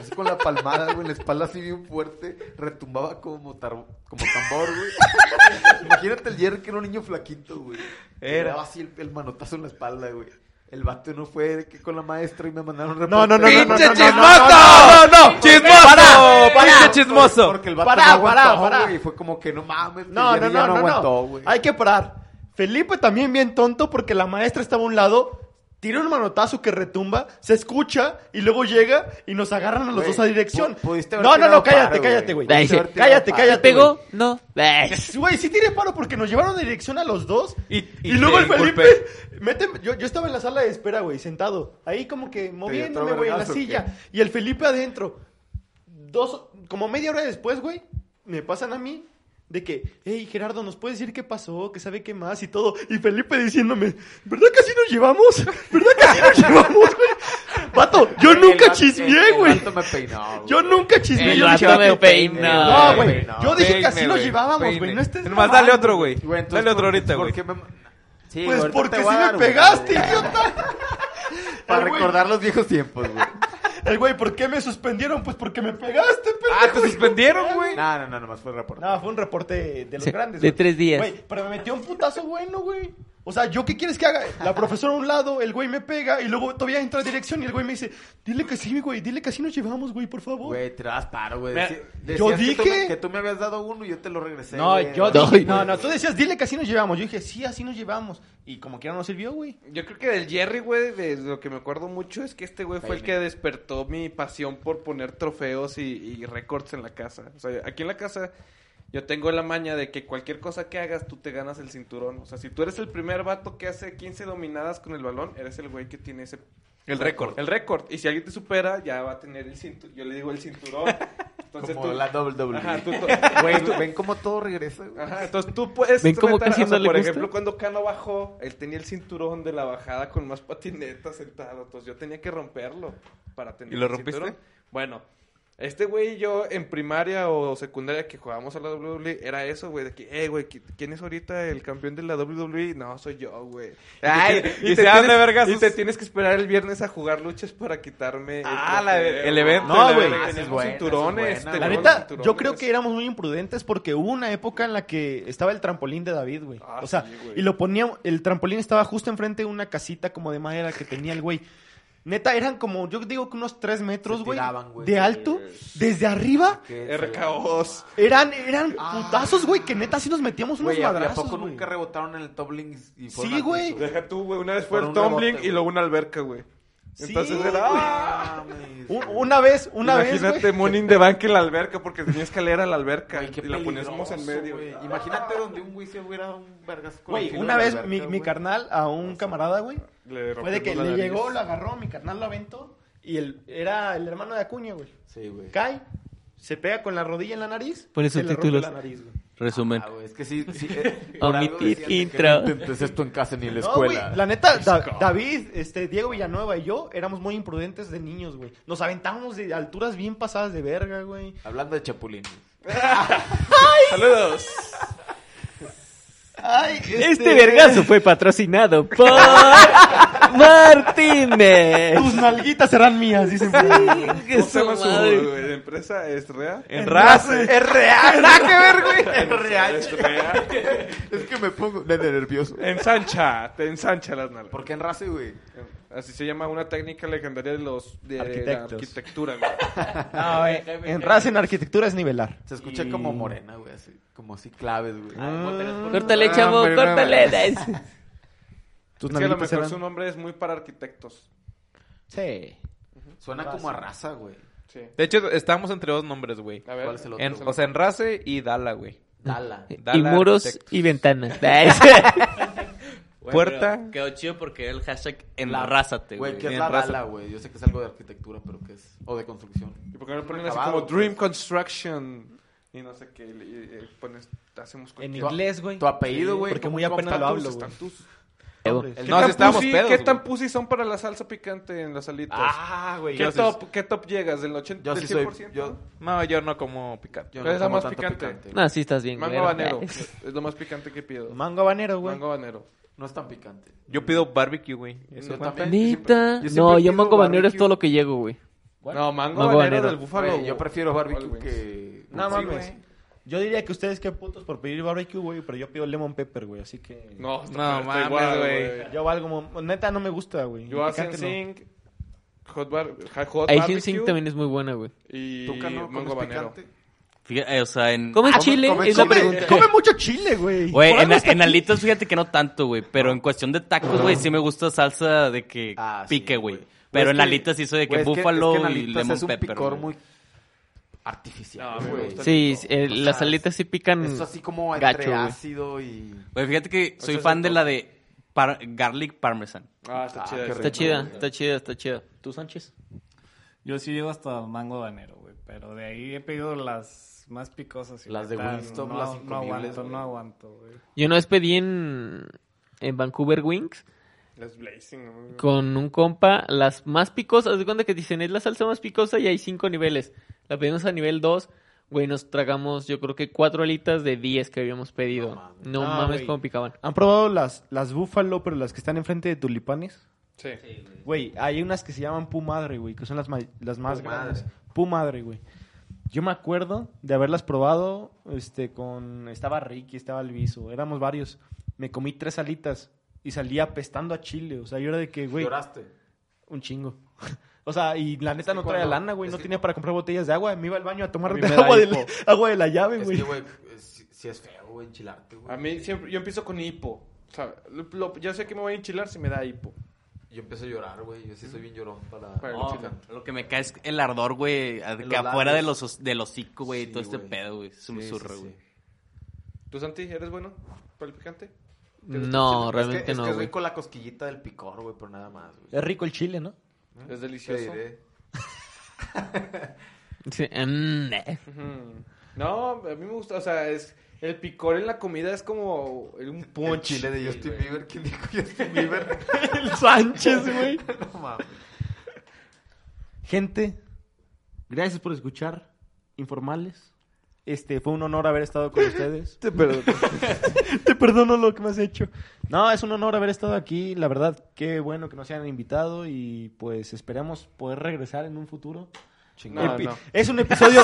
Speaker 2: Así con la palmada, güey, en la espalda así bien fuerte. Retumbaba como, tar- como tambor, güey. Imagínate el Jerry que era un niño flaquito, güey. Era daba así el, el manotazo en la espalda, güey. El vato no fue de que con la maestra y me mandaron
Speaker 6: No, no, no, no, no, no,
Speaker 5: ¡Pinche
Speaker 6: no,
Speaker 5: chismoso!
Speaker 6: no,
Speaker 5: ¡No, no, chismoso ¡Pinche chismoso!
Speaker 2: Porque el vato
Speaker 6: Pará,
Speaker 2: no
Speaker 6: pará,
Speaker 2: aguantó,
Speaker 6: pará.
Speaker 2: güey. Y fue como que no mames,
Speaker 6: No,
Speaker 2: el
Speaker 6: no,
Speaker 2: Jerry
Speaker 6: no,
Speaker 2: ya
Speaker 6: no, no.
Speaker 2: aguantó, güey.
Speaker 6: Hay que parar. Felipe también bien tonto porque la maestra estaba a un lado, tira un manotazo que retumba, se escucha y luego llega y nos agarran a los
Speaker 2: Güey,
Speaker 6: dos a dirección.
Speaker 2: pu- pudiste haber
Speaker 6: No, no, no,
Speaker 2: tirado
Speaker 6: cállate,
Speaker 2: paro,
Speaker 6: cállate, güey.
Speaker 2: güey.
Speaker 4: Pudiste haber
Speaker 2: tirado
Speaker 6: Cállate,
Speaker 2: paro.
Speaker 6: cállate.
Speaker 4: ¿Pegó? No. Ay.
Speaker 6: güey. Güey, sí tiré paro porque nos llevaron a dirección a los dos.
Speaker 5: Y-
Speaker 6: Y,
Speaker 5: y
Speaker 6: luego
Speaker 5: te
Speaker 6: el Felipe.
Speaker 5: inculpé.
Speaker 6: mete- yo, yo estaba en la sala de espera, güey, sentado. Ahí como que moviéndome,
Speaker 2: otro
Speaker 6: güey, en la
Speaker 2: vergazo, ¿o qué?
Speaker 6: silla. Y el Felipe adentro. Dos, como media hora después, güey, me pasan a mí de que, hey, Gerardo, ¿nos puedes decir qué pasó? ¿Qué sabe qué más? Y todo. Y Felipe diciéndome, ¿verdad que así nos llevamos? ¿Verdad que así nos llevamos, güey? Pato, yo
Speaker 2: El
Speaker 6: nunca
Speaker 2: vato- el-
Speaker 6: chismeé,
Speaker 2: el
Speaker 6: güey.
Speaker 2: vato me peinó, güey.
Speaker 6: Yo nunca chismeé.
Speaker 4: El
Speaker 6: Yo dije, "Ah,
Speaker 4: vato me
Speaker 2: peinó,
Speaker 4: peina.
Speaker 6: no, güey.
Speaker 2: no,
Speaker 6: Yo dije que así
Speaker 5: Ah, Peine,
Speaker 6: nos
Speaker 5: güey,
Speaker 6: llevábamos,
Speaker 5: peine.
Speaker 6: güey. No estés
Speaker 5: Nomás
Speaker 6: mamando,
Speaker 5: dale otro, güey.
Speaker 2: Güey, entonces,
Speaker 5: Dale otro
Speaker 2: ¿por-
Speaker 5: ahorita,
Speaker 2: por
Speaker 5: güey.
Speaker 2: qué me ma- Sí, güey,
Speaker 6: Pues
Speaker 2: ahorita
Speaker 6: porque
Speaker 2: te
Speaker 6: si
Speaker 2: voy a
Speaker 6: me
Speaker 2: dar una,
Speaker 6: pegaste,
Speaker 2: güey.
Speaker 6: idiota.
Speaker 2: Para
Speaker 6: Ay, güey.
Speaker 2: recordar los viejos tiempos, güey.
Speaker 6: El güey, ¿por qué me suspendieron? Pues porque me pegaste, pendejo.
Speaker 5: Ah, te suspendieron, güey.
Speaker 2: No, no, no, nomás fue el reporte.
Speaker 6: No, fue un reporte de los
Speaker 4: Sí,
Speaker 6: grandes.
Speaker 4: de
Speaker 6: güey.
Speaker 4: tres días.
Speaker 6: Güey, pero me metió un putazo bueno, güey. O sea, ¿yo qué quieres que haga? La profesora a un lado, el güey me pega y luego todavía entra a dirección y el güey me dice, dile que sí, güey, dile que así nos llevamos, güey, por favor.
Speaker 2: Güey, te das paro, güey.
Speaker 6: Me-
Speaker 2: Deci-
Speaker 6: yo
Speaker 2: decías Que tú,
Speaker 6: dije-
Speaker 2: me, que tú me habías dado uno y yo te lo regresé.
Speaker 6: no,
Speaker 2: güey.
Speaker 6: yo
Speaker 4: No,
Speaker 6: dije-
Speaker 4: güey.
Speaker 6: no, no, tú decías, dile que así nos llevamos. Yo dije, sí, así nos llevamos. Y como quiera no sirvió, güey.
Speaker 1: Yo creo que del Jerry, güey, de lo que me acuerdo mucho es que este güey fue el que despertó mi pasión por poner trofeos y, y récords en la casa. O sea, aquí en la casa yo tengo la maña de que cualquier cosa que hagas tú te ganas el cinturón. O sea, si tú eres el primer vato que hace 15 dominadas con el balón, eres el güey que tiene ese...
Speaker 5: El récord.
Speaker 1: El récord. Y si alguien te supera, ya va a tener el cinturón. Yo le digo el cinturón. Entonces
Speaker 2: Como
Speaker 1: tú...
Speaker 2: la WWE.
Speaker 1: Ajá, tú- tú-
Speaker 2: Güey, ven cómo todo regresa, güey.
Speaker 1: Ajá, entonces tú puedes
Speaker 4: ¿Ven cómo
Speaker 1: retar-
Speaker 4: casi
Speaker 1: o sea,
Speaker 4: no le
Speaker 1: por
Speaker 4: gusta?
Speaker 1: ejemplo, cuando Cano bajó, él tenía el cinturón de la bajada con más patinetas sentado, entonces yo tenía que romperlo para tener
Speaker 5: ¿Y lo
Speaker 1: el
Speaker 5: rompiste?
Speaker 1: cinturón. Bueno, este güey y yo en primaria o secundaria que jugábamos a la WWE era eso, güey, de que, eh, güey, ¿qui- ¿quién es ahorita el campeón de la WWE? No, soy yo, güey.
Speaker 5: Ay,
Speaker 1: te-
Speaker 5: y se dan de
Speaker 1: tienes,
Speaker 5: vergazos.
Speaker 1: y te tienes que esperar el viernes a jugar luchas para quitarme el
Speaker 5: Ah, la
Speaker 1: trofeo.
Speaker 5: ver- el evento,
Speaker 6: No,
Speaker 1: No,
Speaker 6: güey.
Speaker 1: güey,
Speaker 6: Ah,
Speaker 2: esa es
Speaker 1: teníamos
Speaker 2: buena, esa
Speaker 1: cinturones.
Speaker 2: es buena.
Speaker 6: La
Speaker 1: teníamos
Speaker 6: neta, yo
Speaker 1: cinturones.
Speaker 6: creo que éramos muy imprudentes porque hubo una época en la que estaba el trampolín de David, güey.
Speaker 1: Ah,
Speaker 6: o sea,
Speaker 1: sí, güey.
Speaker 6: y lo poníamos, el trampolín estaba justo enfrente de una casita como de madera que tenía el güey. Neta, eran como, yo digo que unos tres metros,
Speaker 2: Se
Speaker 6: güey,
Speaker 2: tiraban, güey.
Speaker 6: de
Speaker 2: Sí,
Speaker 6: alto,
Speaker 2: güey.
Speaker 6: desde arriba.
Speaker 2: Que-
Speaker 1: RKOs.
Speaker 6: Eran, eran putazos, güey, que neta sí nos metíamos unos
Speaker 2: Ah. Güey, ¿a- ¿a
Speaker 6: madrazos,
Speaker 2: poco
Speaker 6: güey.
Speaker 2: nunca rebotaron en el top link? y fueron
Speaker 6: Sí,
Speaker 2: al
Speaker 6: güey.
Speaker 2: piso?
Speaker 1: Deja tú, güey. Una vez fue
Speaker 2: Por
Speaker 1: el
Speaker 2: un
Speaker 1: tumbling
Speaker 2: rebote,
Speaker 1: y luego una alberca, güey.
Speaker 6: Sí,
Speaker 1: Entonces
Speaker 6: güey.
Speaker 1: era. ¡ah!
Speaker 2: Mames,
Speaker 6: Un-
Speaker 2: güey.
Speaker 6: una vez, una vez,
Speaker 1: Imagínate
Speaker 6: güey.
Speaker 1: Morning de Bank en la alberca porque tenía escalera a la alberca
Speaker 2: Güey, qué
Speaker 1: y la poníamos
Speaker 2: peligroso,
Speaker 1: en medio.
Speaker 2: güey.
Speaker 1: güey.
Speaker 2: Imagínate donde un güey se hubiera dado un vergas con el
Speaker 6: Güey,
Speaker 2: filo
Speaker 6: una
Speaker 2: de la
Speaker 6: vez
Speaker 2: alberca,
Speaker 6: mi, mi
Speaker 2: güey.
Speaker 6: carnal a un camarada, güey,
Speaker 1: Le
Speaker 6: fue de que
Speaker 1: rompimos
Speaker 6: le
Speaker 1: la nariz.
Speaker 6: llegó, lo agarró, mi carnal lo aventó y el, era el hermano de Acuña, güey.
Speaker 2: Sí, güey.
Speaker 6: cae, se pega con la rodilla en la nariz.
Speaker 4: Pone
Speaker 6: se le
Speaker 4: subtítulos.
Speaker 6: rompe la nariz, güey.
Speaker 4: Resumen.
Speaker 2: Ah, güey, es que sí, sí. eh, por algo
Speaker 4: Omitir
Speaker 2: decían de que
Speaker 4: intro.
Speaker 2: no intentes esto en casa ni en la
Speaker 6: No, güey,
Speaker 2: escuela.
Speaker 6: la neta, Da- David, este, Diego Villanueva y yo éramos muy imprudentes de niños, güey. Nos aventábamos de alturas bien pasadas de verga, güey.
Speaker 2: Hablando de chapulín.
Speaker 1: Saludos.
Speaker 6: Ay,
Speaker 4: Este vergazo fue patrocinado por Martínez.
Speaker 6: Tus nalguitas serán mías, dicen. por ahí.
Speaker 4: Chingue
Speaker 1: ¿Cómo
Speaker 4: su
Speaker 1: se llama su
Speaker 4: madre.
Speaker 1: güey, de empresa? ¿Es real?
Speaker 5: En raza.
Speaker 2: Es real, nada que ver, güey. Es
Speaker 1: Es real.
Speaker 2: Es que me pongo de nervioso.
Speaker 1: Ensancha, te ensancha las nalgas.
Speaker 2: ¿Por qué en raza, güey?
Speaker 1: Así se llama una técnica legendaria de los de
Speaker 6: Arquitectos.
Speaker 1: la arquitectura, güey.
Speaker 6: No, güey, en raza, en arquitectura es nivelar.
Speaker 2: Se escucha como morena, güey, Ah,
Speaker 6: Ah, Mm.
Speaker 2: así, como así claves, güey.
Speaker 4: Córtale, chavo,
Speaker 5: hombre, no,
Speaker 4: córtale.
Speaker 13: Tus
Speaker 1: es que a lo
Speaker 13: nalguitas
Speaker 1: mejor
Speaker 13: eran...
Speaker 1: su nombre es muy para arquitectos.
Speaker 6: Sí.
Speaker 2: Suena como a raza, güey.
Speaker 1: Sí.
Speaker 5: De hecho, estábamos entre dos nombres, güey.
Speaker 1: A ver.
Speaker 2: ¿Cuál es el otro?
Speaker 5: En- o sea, Enrace y Dala, güey.
Speaker 2: Dala.
Speaker 4: Y
Speaker 5: Dala
Speaker 4: muros
Speaker 5: Arquitectos.
Speaker 4: y ventanas.
Speaker 3: Güey,
Speaker 5: Puerta.
Speaker 3: pero Quedó chido porque era el hashtag enlarrázate, güey.
Speaker 2: Güey, ¿qué es
Speaker 5: bien
Speaker 2: la
Speaker 5: raza.
Speaker 2: Dala, güey? Yo sé que es algo de arquitectura, pero ¿qué es? O de construcción.
Speaker 1: ¿Y por qué no ponen así
Speaker 2: Acabado,
Speaker 1: como
Speaker 2: pues.
Speaker 1: Dream Construction? Y no sé qué. Y, y pones, hacemos
Speaker 6: En
Speaker 1: cualquier-
Speaker 6: inglés, güey.
Speaker 2: Tu apellido, güey.
Speaker 6: Porque
Speaker 2: ¿cómo-
Speaker 6: muy
Speaker 1: Con
Speaker 6: apenas lo
Speaker 1: tatus,
Speaker 6: hablo, güey.
Speaker 1: tatus.
Speaker 2: el-
Speaker 1: ¿Qué,
Speaker 5: No, sí
Speaker 1: tan
Speaker 5: estábamos
Speaker 1: pussy-
Speaker 5: pedos,
Speaker 1: ¿Qué
Speaker 5: güey.
Speaker 1: tan pussy son para la salsa picante en las alitas?
Speaker 2: Ah, güey.
Speaker 1: ¿Qué
Speaker 2: yo sí-
Speaker 1: top, ¿Qué top llegas? ¿Del 80,
Speaker 2: Yo
Speaker 1: del
Speaker 2: sí soy...
Speaker 1: 100%?
Speaker 2: Yo,
Speaker 5: No, yo no como picante.
Speaker 2: yo
Speaker 1: Es la
Speaker 2: como
Speaker 1: más
Speaker 2: tanto
Speaker 1: picante.
Speaker 2: güey.
Speaker 4: no, sí estás bien,
Speaker 1: Mango
Speaker 4: güero.
Speaker 1: habanero. Es lo más picante que pido.
Speaker 6: Mango habanero, güey.
Speaker 1: Mango habanero.
Speaker 2: No es tan picante.
Speaker 5: Yo pido barbecue, güey.
Speaker 2: Yo
Speaker 1: Eso
Speaker 2: también.
Speaker 4: Neta.
Speaker 1: Yo siempre
Speaker 4: No, yo
Speaker 1: pido
Speaker 4: mango banero es
Speaker 1: barbecue.
Speaker 4: todo lo que llego, güey.
Speaker 1: No, mango,
Speaker 4: Mango
Speaker 1: habanero
Speaker 4: habanero.
Speaker 1: del búfalo.
Speaker 2: Güey, yo prefiero barbecue
Speaker 1: Hot Wings.
Speaker 2: que...
Speaker 6: No
Speaker 2: Sí,
Speaker 6: mames.
Speaker 2: güey.
Speaker 6: Yo diría que ustedes qué putos por pedir barbecue, güey, pero yo pido lemon pepper, güey, así que...
Speaker 1: No, está
Speaker 5: No,
Speaker 1: peor, está
Speaker 5: mames,
Speaker 1: igual,
Speaker 5: güey.
Speaker 6: Yo valgo... mo- Neta, no me gusta, güey.
Speaker 1: Yo hacen
Speaker 6: Picante, no.
Speaker 1: zinc, hot, bar, ja- hot
Speaker 4: Asian
Speaker 1: barbecue
Speaker 4: Sing también es muy buena, güey.
Speaker 1: y
Speaker 2: ¿Tú, Cano, comes
Speaker 1: mango habanero.
Speaker 2: picante?
Speaker 3: Fíjate, eh, o sea, en...
Speaker 4: ¿Come
Speaker 2: come-
Speaker 4: chile?
Speaker 2: come
Speaker 4: es la
Speaker 2: chile.
Speaker 4: pregunta.
Speaker 6: Come mucho chile, güey.
Speaker 3: Güey,
Speaker 6: Por
Speaker 3: en,
Speaker 6: algo está
Speaker 3: en
Speaker 6: aquí.
Speaker 3: alitas fíjate que no tanto, güey. Pero en cuestión de tacos, güey, sí me gusta salsa de que
Speaker 2: Ah, sí,
Speaker 3: pique, güey.
Speaker 2: güey.
Speaker 3: Pero
Speaker 2: Güey, es
Speaker 3: en
Speaker 2: que-
Speaker 3: alitas hizo de que
Speaker 2: güey, es
Speaker 3: búfalo
Speaker 2: es que en
Speaker 3: y
Speaker 2: alitas
Speaker 3: lemon
Speaker 2: es un
Speaker 3: pepper.
Speaker 2: picor
Speaker 3: güey.
Speaker 2: muy artificial,
Speaker 1: No, me
Speaker 2: güey.
Speaker 1: gusta
Speaker 4: Sí, eh, las alitas sí
Speaker 3: mm.
Speaker 4: pican.
Speaker 2: Es así como entre
Speaker 4: Gacho, güey.
Speaker 2: ácido y...
Speaker 3: Güey, fíjate que soy
Speaker 2: es
Speaker 3: fan
Speaker 2: el
Speaker 3: de
Speaker 2: top.
Speaker 3: la de par- garlic parmesan.
Speaker 1: Ah, está
Speaker 2: Ah,
Speaker 1: chida.
Speaker 2: qué
Speaker 1: esa.
Speaker 4: Está
Speaker 2: rico.
Speaker 4: chida, está chida, está chida. ¿Tú, Sánchez?
Speaker 7: Yo sí llego hasta mango habanero, güey. Pero de ahí he pedido las más picosas. y
Speaker 2: Las de
Speaker 7: neta,
Speaker 2: Wingstop,
Speaker 7: no,
Speaker 2: las
Speaker 7: no
Speaker 2: incomibles,
Speaker 7: aguanto,
Speaker 2: güey.
Speaker 7: no aguanto, güey.
Speaker 4: Yo una vez pedí en, en Vancouver Wings
Speaker 1: Las blazing. ¿no?
Speaker 4: con un compa las más picosas. De cuenta que dicen es la salsa más picosa y hay cinco niveles. La pedimos a nivel 2. Güey, nos tragamos yo creo que cuatro alitas de 10 que habíamos pedido. No mames,
Speaker 6: No, güey.
Speaker 4: cómo picaban.
Speaker 6: ¿Han probado las, las búfalo, pero las que están enfrente de tulipanes?
Speaker 1: Sí.
Speaker 6: Güey, hay unas que se llaman Pumadre, güey, que son las, ma- las más
Speaker 2: Pumadre.
Speaker 6: grandes. Pumadre, güey. Yo me acuerdo de haberlas probado, este, con... Estaba Ricky, estaba Alviso, éramos varios. Me comí tres alitas y salía apestando a chile. O sea, yo era de que, güey,
Speaker 2: Lloraste.
Speaker 6: un chingo. O sea, y la neta
Speaker 2: que
Speaker 6: no traía
Speaker 2: cuando-
Speaker 6: lana, güey.
Speaker 2: es
Speaker 6: No
Speaker 2: que-
Speaker 6: tenía para comprar botellas de agua. Me iba al baño a tomar
Speaker 1: A mí
Speaker 6: de
Speaker 1: me da
Speaker 6: agua, de la,
Speaker 1: hipo.
Speaker 6: agua de la llave,
Speaker 2: Es
Speaker 6: güey.
Speaker 2: que, güey, es- si, si es feo, güey, enchilarte, güey.
Speaker 1: A mí siempre, yo empiezo con hipo. O sea, lo- lo- ya sé que me voy a enchilar si me da hipo.
Speaker 2: Yo empiezo a llorar, güey. Yo sí soy bien llorón para...
Speaker 1: Para el
Speaker 3: No,
Speaker 1: enchilante.
Speaker 3: lo que me cae es el ardor, güey, a-
Speaker 2: En
Speaker 3: que
Speaker 2: los
Speaker 3: afuera de
Speaker 2: labios.
Speaker 3: los, os- del hocico, güey, y
Speaker 2: Sí,
Speaker 3: todo este
Speaker 2: güey.
Speaker 3: pedo, güey. Es un
Speaker 2: Sí, sí,
Speaker 3: zurro,
Speaker 2: sí.
Speaker 3: güey.
Speaker 1: ¿Tú, Santi, eres bueno para el picante?
Speaker 4: No,
Speaker 2: Es que,
Speaker 4: realmente
Speaker 2: es, que
Speaker 4: no,
Speaker 2: es
Speaker 4: güey.
Speaker 2: rico la cosquillita del picor, güey, pero nada más, güey.
Speaker 6: Es rico el chile, ¿no?
Speaker 1: Es
Speaker 2: ¿Mm? Te
Speaker 1: delicioso.
Speaker 2: diré.
Speaker 4: Sí, mm, eh.
Speaker 1: Ujú. No, a mí me gusta. O sea, es el picor en la comida es como un
Speaker 2: Un
Speaker 1: punch.
Speaker 2: chile de Justin Bieber. ¿Quién dijo Justin Bieber?
Speaker 6: el Sánchez, güey.
Speaker 2: no mames.
Speaker 6: Gente, gracias por escuchar. Informales. Este, fue un honor haber estado con ustedes. Te perdono. Te perdono lo que me has hecho. No, es un honor haber estado aquí. La verdad, qué bueno que nos hayan invitado y pues esperamos poder regresar en un futuro.
Speaker 1: No,
Speaker 6: Epi-
Speaker 1: no.
Speaker 6: Es un episodio,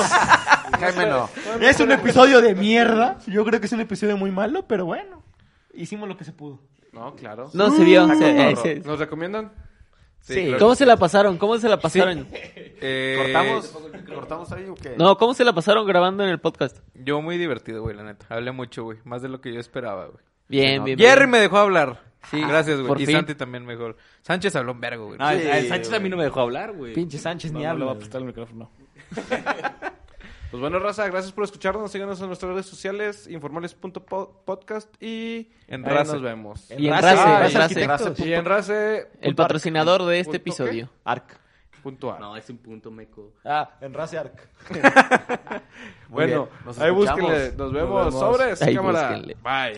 Speaker 2: Jaime no.
Speaker 6: es un episodio de mierda. Yo creo que es un episodio muy malo, pero bueno, hicimos lo que se pudo.
Speaker 1: No, claro.
Speaker 4: No, se vio. se- eh, se-
Speaker 1: ¿Nos recomiendan?
Speaker 4: Sí. ¿Cómo se la pasaron? ¿Cómo se la pasaron?
Speaker 5: Eh,
Speaker 2: ¿Cortamos? ¿Cortamos ahí o qué?
Speaker 4: No, ¿cómo se la pasaron grabando en el podcast?
Speaker 5: Yo muy divertido, güey, la neta. Hablé mucho, güey. Más de lo que yo esperaba, güey.
Speaker 4: Bien, bien.
Speaker 5: Jerry
Speaker 4: bien.
Speaker 5: me dejó hablar.
Speaker 4: Sí,
Speaker 5: Gracias, güey.
Speaker 4: por
Speaker 5: Y
Speaker 4: fin.
Speaker 5: Santi también me dejó. Sánchez habló un vergo, güey.
Speaker 3: Ah, el- el
Speaker 2: Sí,
Speaker 3: Sánchez a mí
Speaker 2: güey.
Speaker 3: no me dejó hablar, güey.
Speaker 6: Pinche Sánchez ni
Speaker 7: No, no le
Speaker 6: habla.
Speaker 7: voy a
Speaker 6: güey.
Speaker 7: prestar el micrófono.
Speaker 1: Pues bueno, raza, gracias por escucharnos. Síganos en nuestras redes sociales, informales.podcast y
Speaker 5: En
Speaker 1: ahí
Speaker 5: raza.
Speaker 1: nos vemos.
Speaker 4: Y en
Speaker 6: Raza, ah,
Speaker 4: Race,
Speaker 6: Raza
Speaker 4: en Race,
Speaker 6: Arquitectos.
Speaker 1: Y en race
Speaker 4: el patrocinador de este
Speaker 1: ¿Punto qué?
Speaker 4: episodio.
Speaker 6: Arc.
Speaker 1: punto A.
Speaker 3: No, es un punto meco.
Speaker 6: Ah, en Race Arc.
Speaker 2: Muy bien,
Speaker 1: bueno,
Speaker 2: nos
Speaker 1: ahí
Speaker 2: escuchamos.
Speaker 1: búsquenle. Nos vemos.
Speaker 6: vemos.
Speaker 1: Sobres,
Speaker 4: Ahí
Speaker 1: cámara.
Speaker 4: búsquenle.
Speaker 1: Bye.